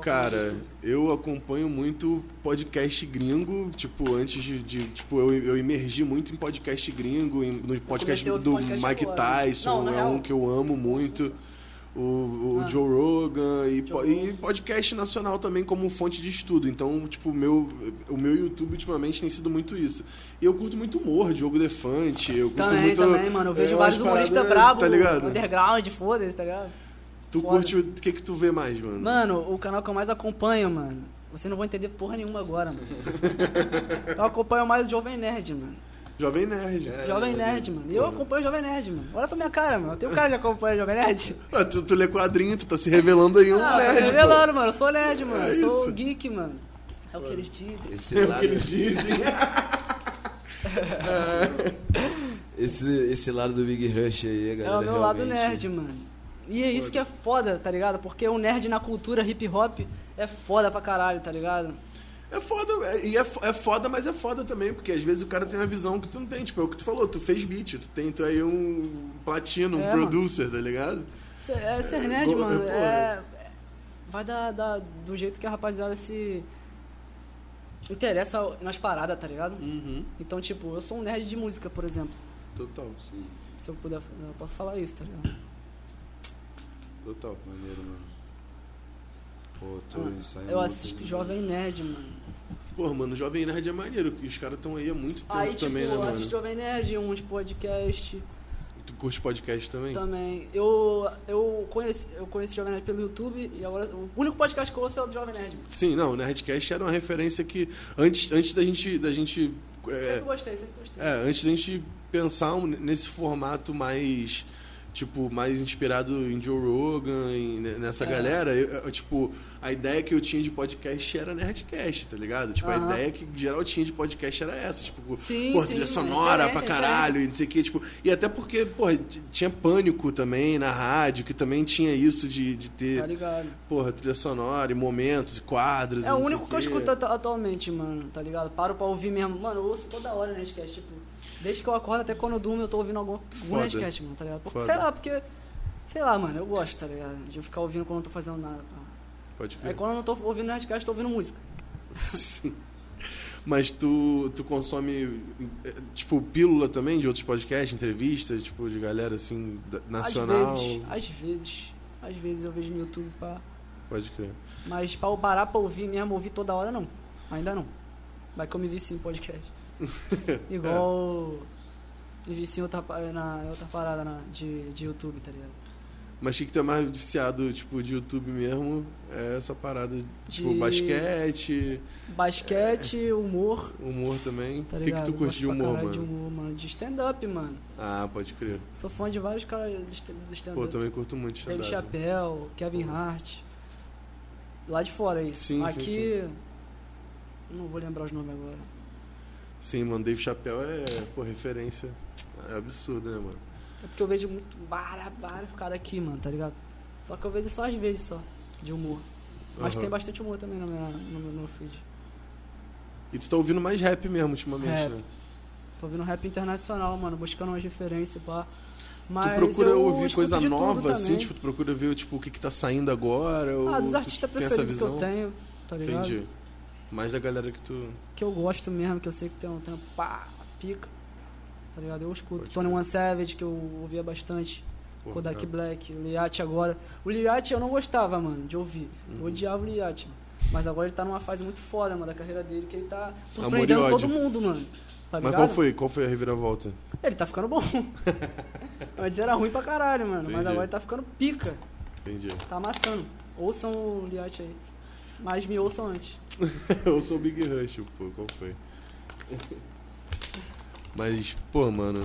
Cara, eu acompanho muito podcast gringo, tipo, antes de. de- tipo, eu, eu emergi muito em podcast gringo, em, no podcast Comecei a ouvir do podcast Mike agora. Tyson, Não, na é real- um que eu amo muito. O, o Ah. Joe Rogan e, po- Rogan. e podcast nacional também como fonte de estudo. Então, tipo, o meu, o meu YouTube ultimamente tem sido muito isso. E eu curto muito humor, Diogo Defante, eu curto Também, muito... é, também, mano. Eu vejo vários humoristas brabos, Tá ligado? underground, foda-se, tá ligado? Tu Foda. curte o que que tu vê mais, mano? Mano, o canal que eu mais acompanho, mano. Você não vai entender porra nenhuma agora, mano. Eu acompanho mais o Jovem Nerd, mano. Jovem Nerd. É. Jovem Nerd, mano. Eu acompanho o Jovem Nerd, mano. Olha pra minha cara, mano. Tem um cara que acompanha o Jovem Nerd? Ah, tu, tu lê quadrinho, tu tá se revelando aí um Ah, nerd, eu tô pô. revelando, mano. Eu sou um nerd, mano. É eu sou isso. geek, mano. É o que eles dizem. Esse É o lado, que eles dizem. esse, esse lado do Big Rush aí, a É galera. o meu lado realmente... nerd, mano. E é isso que é foda, tá ligado? Porque o nerd na cultura hip hop é foda pra caralho, tá ligado? É foda, é- e é, fo- é foda, mas é foda também, porque às vezes o cara tem uma visão que tu não tem. Tipo, é o que tu falou, tu fez beat, tu tem tu é aí um platino, um É, mano. producer, tá ligado? Cê- É ser nerd, go- mano. porra. É, é- vai da, da- do jeito que a rapaziada se interessa nas paradas, tá ligado? Uhum, Então, tipo, eu sou um nerd de música, por exemplo. total, Sim, Se eu puder, eu posso falar isso, tá ligado? total. maneiro, mano. Pô, tô Ah, ensaiando. Eu muito, assisto né? Jovem Nerd, mano. Pô, mano, Jovem Nerd é maneiro, que os caras estão aí há muito tempo Aí, tipo, também, né, eu mano? assisto Jovem Nerd, um uns podcasts Tu curte podcast também? também. Eu, eu, conheci, eu conheci Jovem Nerd pelo YouTube e agora o único podcast que eu ouço é o do Jovem Nerd. mano. Sim, não, o Nerdcast era uma referência que antes, antes da gente. Da gente é, Sempre gostei, sempre gostei. É, antes da gente pensar um- nesse formato mais tipo mais inspirado em Joe Rogan em- né, nessa É. galera eu- eu, tipo a ideia que eu tinha de podcast era nerdcast tá ligado tipo Aham. a ideia que geral tinha de podcast era essa tipo Sim, porra, sim, trilha mano, sonora pra referência, caralho e não sei o que tipo e até porque porra, t- tinha pânico também na rádio que também tinha isso de, de ter Tá ligado? porra trilha sonora e momentos e quadros e É não o sei único que eu quê. escuto atu- atualmente, mano, tá ligado? Paro pra ouvir mesmo. Mano, eu ouço toda hora Nerdcast, tipo, desde que eu acordo até quando eu durmo, eu tô ouvindo algum, algum Foda. Nerdcast, mano, tá ligado? Porque, Foda. sei lá, porque. Sei lá, mano, eu gosto, tá ligado? De eu ficar ouvindo quando eu não tô fazendo nada. Pá. pode crer. Aí quando eu não tô ouvindo Nerdcast, eu tô ouvindo música. Sim. Mas tu, tu consome, eh, tipo, pílula também de outros podcasts, entrevistas, tipo, de galera, assim, da- nacional? Às vezes, às vezes. Às vezes eu vejo no YouTube, pá. Pode crer. Mas pra eu parar pra ouvir mesmo, ouvir toda hora, não. Ainda não. Vai que eu me vici em podcast. Igual. Me vici em outra, pa- na, em outra parada na- de, de YouTube, tá ligado? Mas o que que tu é mais viciado, tipo, de YouTube mesmo? É essa parada, tipo, De- basquete, Basquete, humor. humor também. Tá o que, que ligado? tu Eu curte de gosto pra humor, caralho mano? De humor, mano. De stand-up, mano. Ah, pode crer. Sou fã de vários caras do stand- do Pô, eu stand-up. também curto muito Dave stand-up. Chappelle, Kevin Hart. Lá de fora isso. Sim, sim, Aqui. Não vou lembrar os nomes agora. Sim, mano, Dave Chappelle é, pô, referência. É absurdo, né, mano? É porque eu vejo muito bara, bara o cara aqui, mano, tá ligado? Só que eu vejo só às vezes só, de humor. Mas Aham. tem bastante humor também no meu, no meu- no meu feed. E tu tá ouvindo mais rap mesmo, ultimamente, Rap. né? Tô ouvindo rap internacional, mano, buscando umas referências, pá. Mas tu procura Ah, eu ouvir escuto coisa de tudo nova, assim? também. Tipo, tu procura ver tipo, o que, que tá saindo agora? ou ah, dos tu artistas tem essa preferidos que eu visão? tenho, tá ligado? Entendi. Mais da galera que tu. Que eu gosto mesmo, que eu sei que tem um tempo, pá, pica. Tá ligado? Eu escuto. Pode Tony One Savage, que eu ouvia bastante. Porra, Kodak cara. Black, Liat agora. O Liat eu não gostava, mano, de ouvir. Uhum. Eu odiava o Liat, mano. Mas agora ele tá numa fase muito foda, mano, da carreira dele, que ele tá surpreendendo ódio. todo mundo, mano. Tá Mas ligado? qual foi? Qual foi a reviravolta? Ele tá ficando bom. Antes era ruim pra caralho, mano. Mas Entendi. agora ele tá ficando pica. Entendi. Tá amassando. Ouçam o Liat aí. Mas me ouçam antes. Eu sou o Big Rush, pô, qual foi? Mas, pô, mano.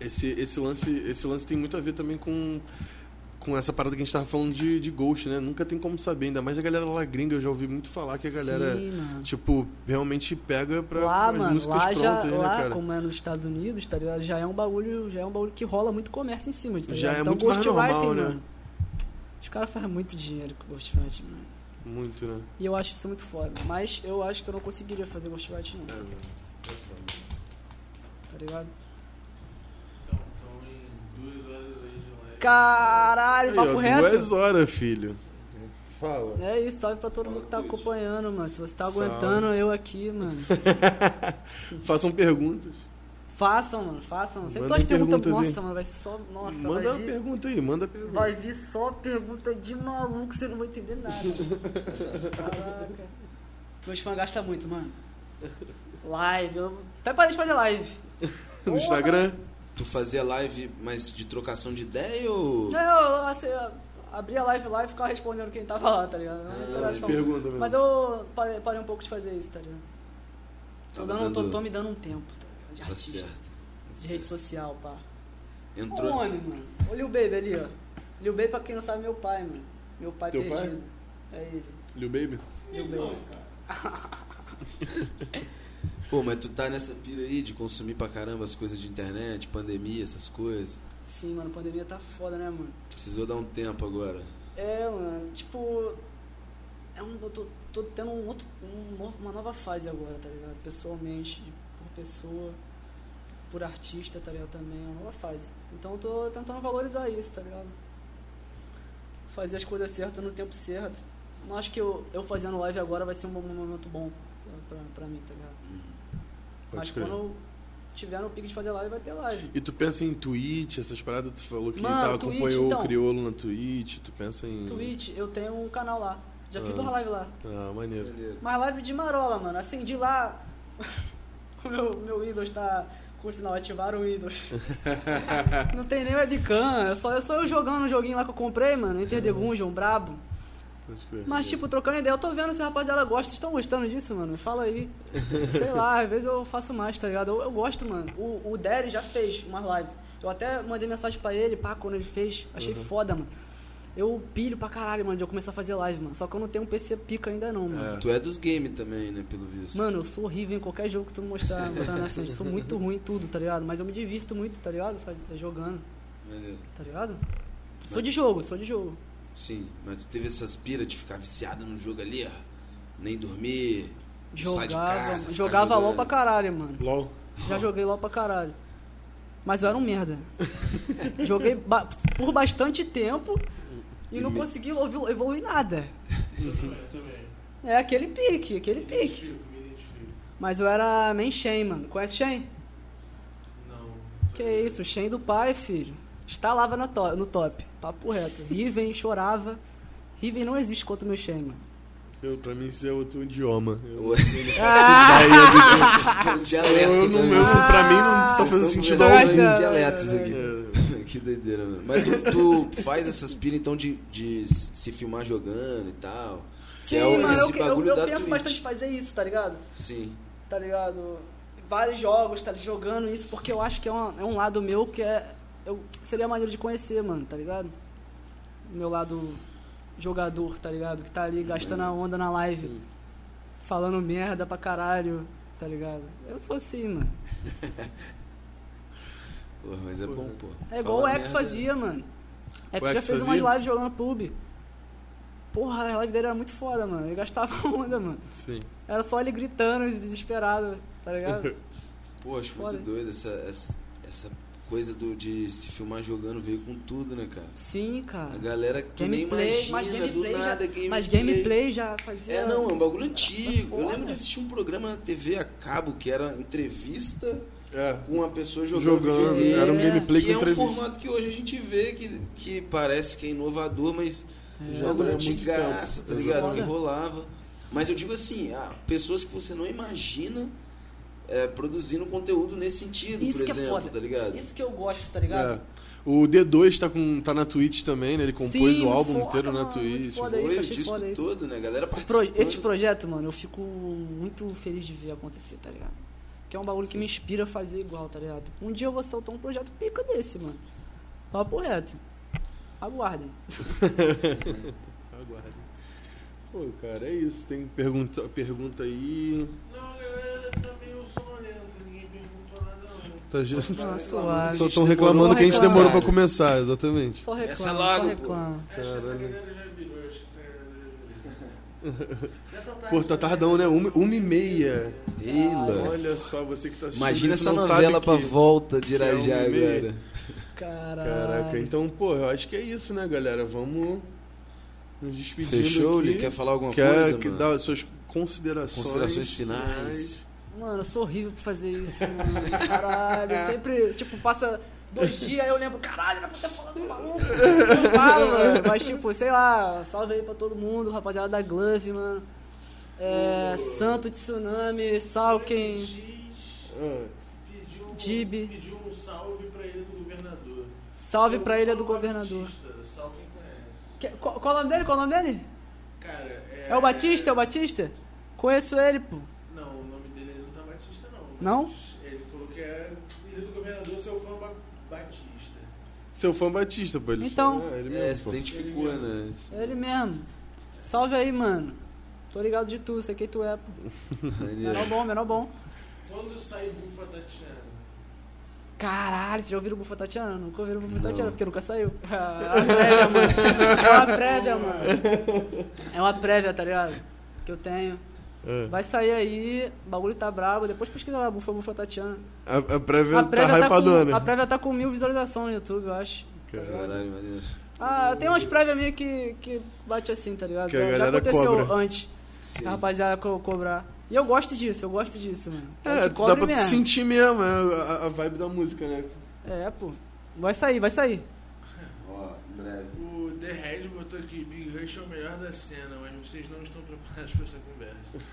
Esse, esse, lance, esse lance tem muito a ver também com. Com essa parada que a gente tava falando de, de Ghost, né? Nunca tem como saber, ainda mais a galera lá gringa, eu já ouvi muito falar que a galera. Sim, mano. Tipo, realmente pega pra lá, as mano, músicas lá prontas, já, né, lá, cara? como é nos Estados Unidos, tá ligado? Já é um bagulho, já é um bagulho que rola muito comércio em cima, tá ligado? Já é então, muito mais ghostwriting, normal, né? mano. Os caras fazem muito dinheiro com ghostwriting, mano. Muito, né? E eu acho isso muito foda. Mas eu acho que eu não conseguiria fazer ghostwriting, não, É, mano. tá ligado? Então, estão em duas horas aí de live. Caralho, Aí, papo ó, reto. Duas horas, filho. Fala. É isso, salve pra todo mundo que tá Twitch. acompanhando, mano. Se você tá Salve. aguentando eu aqui, mano. Façam perguntas. Façam, mano, façam. Sempre Manda umas perguntas, perguntas, hein? nossa, mano, vai ser só. Nossa, manda vai, uma vir, pergunta aí, manda pergunta. vai vir só pergunta de maluco, você não vai entender nada. Caraca. Meus fãs gastam muito, mano. Live, eu até parei de fazer live. No Instagram. Tu fazia live, mas de trocação de ideia ou. Não, eu, assim, eu abria a live lá e ficava respondendo quem tava lá, tá É, ligado? Era uma As interação. perguntas mesmo. Mas eu parei, parei um pouco de fazer isso, tá ligado? Tô, Tava dando, tô, dando- tô me dando um tempo, tá ligado? De Tá artista, certo. de rede social, pá. Entrou. O homem, mano. O Lil Baby ali, ó. Lil Baby, pra quem não sabe, meu pai, mano. Meu pai Teu pai? perdido. É ele. Lil Baby? Lil Não, Baby. cara. Pô, mas tu tá nessa pira aí de consumir pra caramba as coisas de internet, pandemia, essas coisas. Sim, mano, pandemia tá foda, né, mano? Precisou dar um tempo agora. É, mano, tipo. É um, eu tô, tô tendo um outro, um novo- uma nova fase agora, tá ligado? Pessoalmente, de- por pessoa, por artista, tá ligado? Também é uma nova fase. Então eu tô tentando valorizar isso, tá ligado? Fazer as coisas certas no tempo certo. Não acho que eu, eu fazendo live agora vai ser um bom- um momento bom pra, pra- pra mim, tá ligado? Pode Mas crer. quando eu tiver no pique de fazer live, vai ter live. E tu pensa em Twitch, essas paradas? Tu falou que Mano, tava, Twitch, acompanhou então. o Criolo na Twitch. Tu pensa em. Twitch, eu tenho um canal lá. Já fiz Hum. Ah, duas lives lá. Ah, maneiro. Maneiro. Mas live de marola, mano. Acendi lá. o meu, meu Windows tá. Com sinal, ativaram o Windows. não tem nem webcam, é só, é só eu jogando um joguinho lá que eu comprei, mano. Enter the Gungeon, brabo. Pode crer. Mas, tipo, trocando ideia, eu tô vendo se a rapaziada gosta. Vocês estão gostando disso, mano? Fala aí. Sei lá, às vezes eu faço mais, tá ligado? Eu, eu gosto, mano. O, o Derry já fez uma live. Eu até mandei mensagem pra ele, pá, quando ele fez. Achei foda, mano. Eu pilho pra caralho, mano, de eu começar a fazer live, mano. Só que eu não tenho um PC pica ainda não, É. mano. Tu é dos games também, né, pelo visto. Mano, eu sou horrível em qualquer jogo que tu me mostrar, botar na frente. Sou muito ruim em tudo, tá ligado? Mas eu me divirto muito, tá ligado? Faz- Jogando, Maneiro. tá ligado? Sou de jogo, sou de jogo. Sim, mas tu teve essas piras de ficar viciado no jogo ali, ó. Nem dormir. tu sai de Jogava, casa, fica jogava LOL jogando. pra caralho, mano. LOL. Já joguei LOL pra caralho. Mas eu era um merda. Joguei ba- por bastante tempo e não Me- consegui evolu- evoluir nada. Eu também, eu também. É aquele pique, aquele Me pique. identifico, me identifico. Mas eu era main Shen, mano. Conhece Shen? Não. Que é isso, Shen do pai, filho. Estalava no, to- no top. Papo reto. Riven chorava. Riven não existe contra o meu Shen, mano. Eu, pra mim, isso é outro idioma. Eu, Ah! É um dialeto, eu, eu não, eu, né? pra mim, Ah, não tá Vocês fazendo estão sentido virando algum. algum. em dialetos um aqui. É, que doideira, mano. Mas tu, tu faz essas piras, então, de, de se filmar jogando e tal. que é o- esse eu, que- eu- bagulho eu da penso Twitch. bastante em fazer isso, tá ligado? Sim. Tá ligado? Vários jogos, tá jogando isso, porque eu acho que é, uma- é um lado meu que é. Eu, seria maneiro de conhecer, mano, tá ligado? Meu lado jogador, tá ligado? Que tá ali gastando a onda na live. Falando merda pra caralho, tá ligado? Eu sou assim, mano. Porra, mas é Porra. bom, pô. É igual Fala o X merda. fazia, mano. X O já X fez fazia? umas lives jogando PUB. Porra, a live dele era muito foda, mano. Ele gastava onda, mano. Sim. Era só ele gritando, desesperado, tá ligado? Pô, acho muito Foda. doido essa, essa, essa coisa do, de se filmar jogando veio com tudo, né, cara? Sim, cara. A galera que tu nem Gameplay, mas imagina do gameplay, já, nada gameplay. mas gameplay já fazia. É, não, é um bagulho antigo. Eu Foda. lembro de assistir um programa na TV a cabo que era entrevista É. com uma pessoa jogando. Jogando, videogame, era um É. gameplay que com é um entrevista. formato que hoje a gente vê que, que parece que é inovador, mas Já é um bagulho era muito antigaço, tempo. tá ligado? Exato. Que rolava. Mas eu digo assim, ah, pessoas que você não imagina é, produzindo conteúdo nesse sentido, Isso por que é exemplo, foda. tá ligado? Isso que eu gosto, tá ligado? É. O D2 tá, com, tá na Twitch também, né? Ele compôs Sim, o muito álbum foda, inteiro na mano, muito Twitch. é foda. Foi isso, o achei disco foda isso. todo, né? A galera Pro, participando. esse projeto, mano, eu fico muito feliz de ver acontecer, tá ligado? Que é um bagulho que me inspira a fazer igual, tá ligado? Um dia eu vou soltar um projeto pica desse, mano. Papo reto. Aguardem. Aguarde. Pô, cara, é isso. Tem pergunta, pergunta aí. Não, a galera tá meio sonolenta, ninguém perguntou nada não. Tá já... Nossa, suave. Só gente estão demorou reclamando que a gente pra demorou pra começar. começar, exatamente. Só reclama, Começa só logo, é pô. reclama. Acho que essa Caralho. galera já virou, acho que essa galera já virou. Já tá tarde, Pô, tá tardão, né? Uma, uma e meia. Ah, Ila. Olha só, você que tá assistindo. Imagina isso essa não sabe novela pra que- volta de que é uma Irajá e meia. agora. Caralho. Caraca, então, pô, eu acho que é isso, né, galera? Vamos Nos despedindo Fechou, aqui. Lee? Quer falar alguma Quer coisa, que mano? dar suas considerações. Considerações finais. Mano, eu sou horrível pra fazer isso, mano. Caralho, sempre, tipo, passa dois dias aí eu lembro, caralho, era pra ter falado do maluco. Não falo, mano. Mas, tipo, sei lá, salve aí pra todo mundo, rapaziada da Glove, mano. É, Santo Tsunami, Salken, Diz- Ah, Pediu, um- Dibe. pediu um salve pra Ilha do Governador. salve Seu pra Ilha do Paulo Governador. Batista, salve quem conhece. Que- qual, qual o nome dele? Qual o nome dele? Cara, é... É o Batista? É o Batista? Conheço ele, pô. Não, o nome dele não tá Batista, não. mas Não? Ele falou que é Ilha do Governador, seu fã Ba- Batista. Seu fã Batista, pô. Ele Então. falou, é, ele É, se mesmo, pô. identificou, né? É ele mesmo. Salve aí, mano. Tô ligado de tu, sei quem tu é, pô. Menor bom, menor bom. Quando sai Bufa Tatiana? Caralho, vocês já ouviram o Bufa Tatiana? Nunca ouviram o Bufa Tatiana, porque nunca saiu. Ah, É uma prévia, mano. É uma prévia, mano. É uma prévia, tá ligado? Que eu tenho. É. Vai sair aí, o bagulho tá brabo. Depois pesquisa lá, Bufa Bufa Tatiana. A, a prévia A tá prévia tá, com, a hypadona. prévia tá com mil visualizações no YouTube, eu acho. Caralho, maneiro. Ah, tem umas prévias minhas que, que bate assim, tá ligado? Que a Já- Já galera aconteceu cobra. antes. Sim. A rapaziada co- cobrar. E eu gosto disso, eu gosto disso, mano. É, que tu dá Tá cobre pra tu sentir mesmo é, a, a vibe da música, né? É, pô. Vai sair, vai sair. Ó, em breve. O The Red botou aqui, Big Rush é o melhor da cena, mas vocês não estão preparados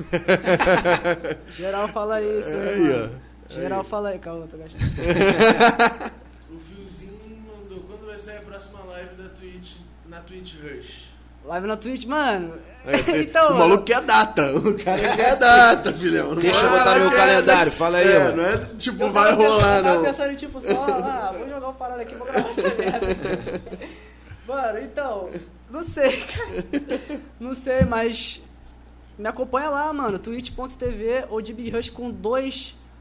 pra essa conversa. Geral fala isso, É, né, aí, mano? ó. Geral Aí. fala aí, calma, tô gastando. O Fiozinho mandou, quando vai sair a próxima live da Twitch, na Twitch Rush? Live na Twitch, mano. É, tem- então, o mano. maluco quer data. O cara quer data, filhão. É assim. Deixa eu Não é- botar no meu é- calendário, fala aí, É, mano. não é tipo, Eu vai tava pensando- rolar, eu tava não. pensando em tipo só, ah, vou jogar uma parada aqui, vou gravar essa merda. Mano, então, não sei, cara. Não sei, mas me acompanha lá, mano, twitch.tv ou DB Rush com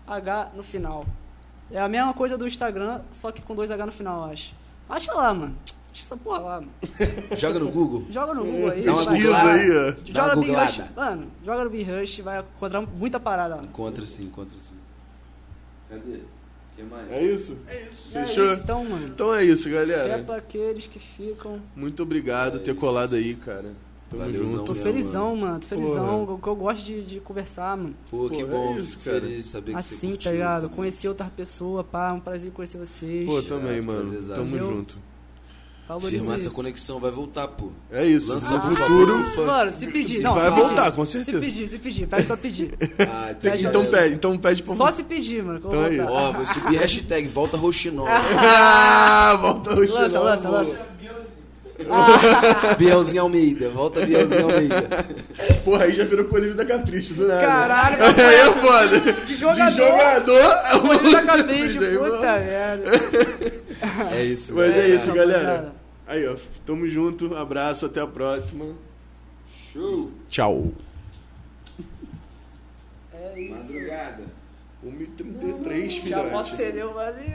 2H no final. É a mesma coisa do Instagram, só que com 2H no final, eu acho. Acha lá, mano. Acha essa porra é lá, mano. Joga no Google. Joga no Google aí. Dá uma vai. Pesquisa googlada. aí, ó. Dá uma Joga no Big Rush. googlada. Mano, joga no Big Rush, vai encontrar muita parada lá. Encontra sim, encontra sim. Cadê? O que mais? É isso? É isso. É Fechou? isso, então, mano. Então é isso, É galera. pra aqueles que ficam. Muito obrigado É por ter isso. colado aí, cara. Tamo Valeuzão. junto. Tô Não, felizão, mano. Tô felizão. Porra. O que eu gosto de, de conversar, mano. Pô, Pô, que é bom, isso, fico cara. feliz de saber que você Assim, curtiu. tá ligado? também. Conhecer outra pessoa, pá. É um prazer conhecer vocês. Pô, tá- também, Obrigado, mano. prazerzado. Tamo Valeu. junto. Valorizo Firmar essa isso. conexão, vai voltar, pô. É isso. Lança no por futuro. favor. Ah, mano, se pedir. Não, vai se pedir. voltar, com certeza. Se pedir, se pedir. Pede pra pedir. Ah, Tem que- então galera. pede, então pede pra Só se pedir, mano. Que eu vou Então é voltar. Ó, vou subir hashtag volta Roxinol. Ah, volta o chinelo, Lança, lança, boa. lança. Bielzinho Almeida, volta Bielzinho Almeida. Porra, aí já virou colírio da Capricho, do nada. Caralho, Aí é foda. de De jogador. jogador, é o Olha na cabeça, Daí, mano. puta merda. É isso. Mas é galera. isso, Não, galera. rapaziada. Aí, ó. Tamo junto. Abraço, até a próxima. Show. Tchau. É isso. Madrugada. É 1h33, filhote. Já posso ceder o vazio.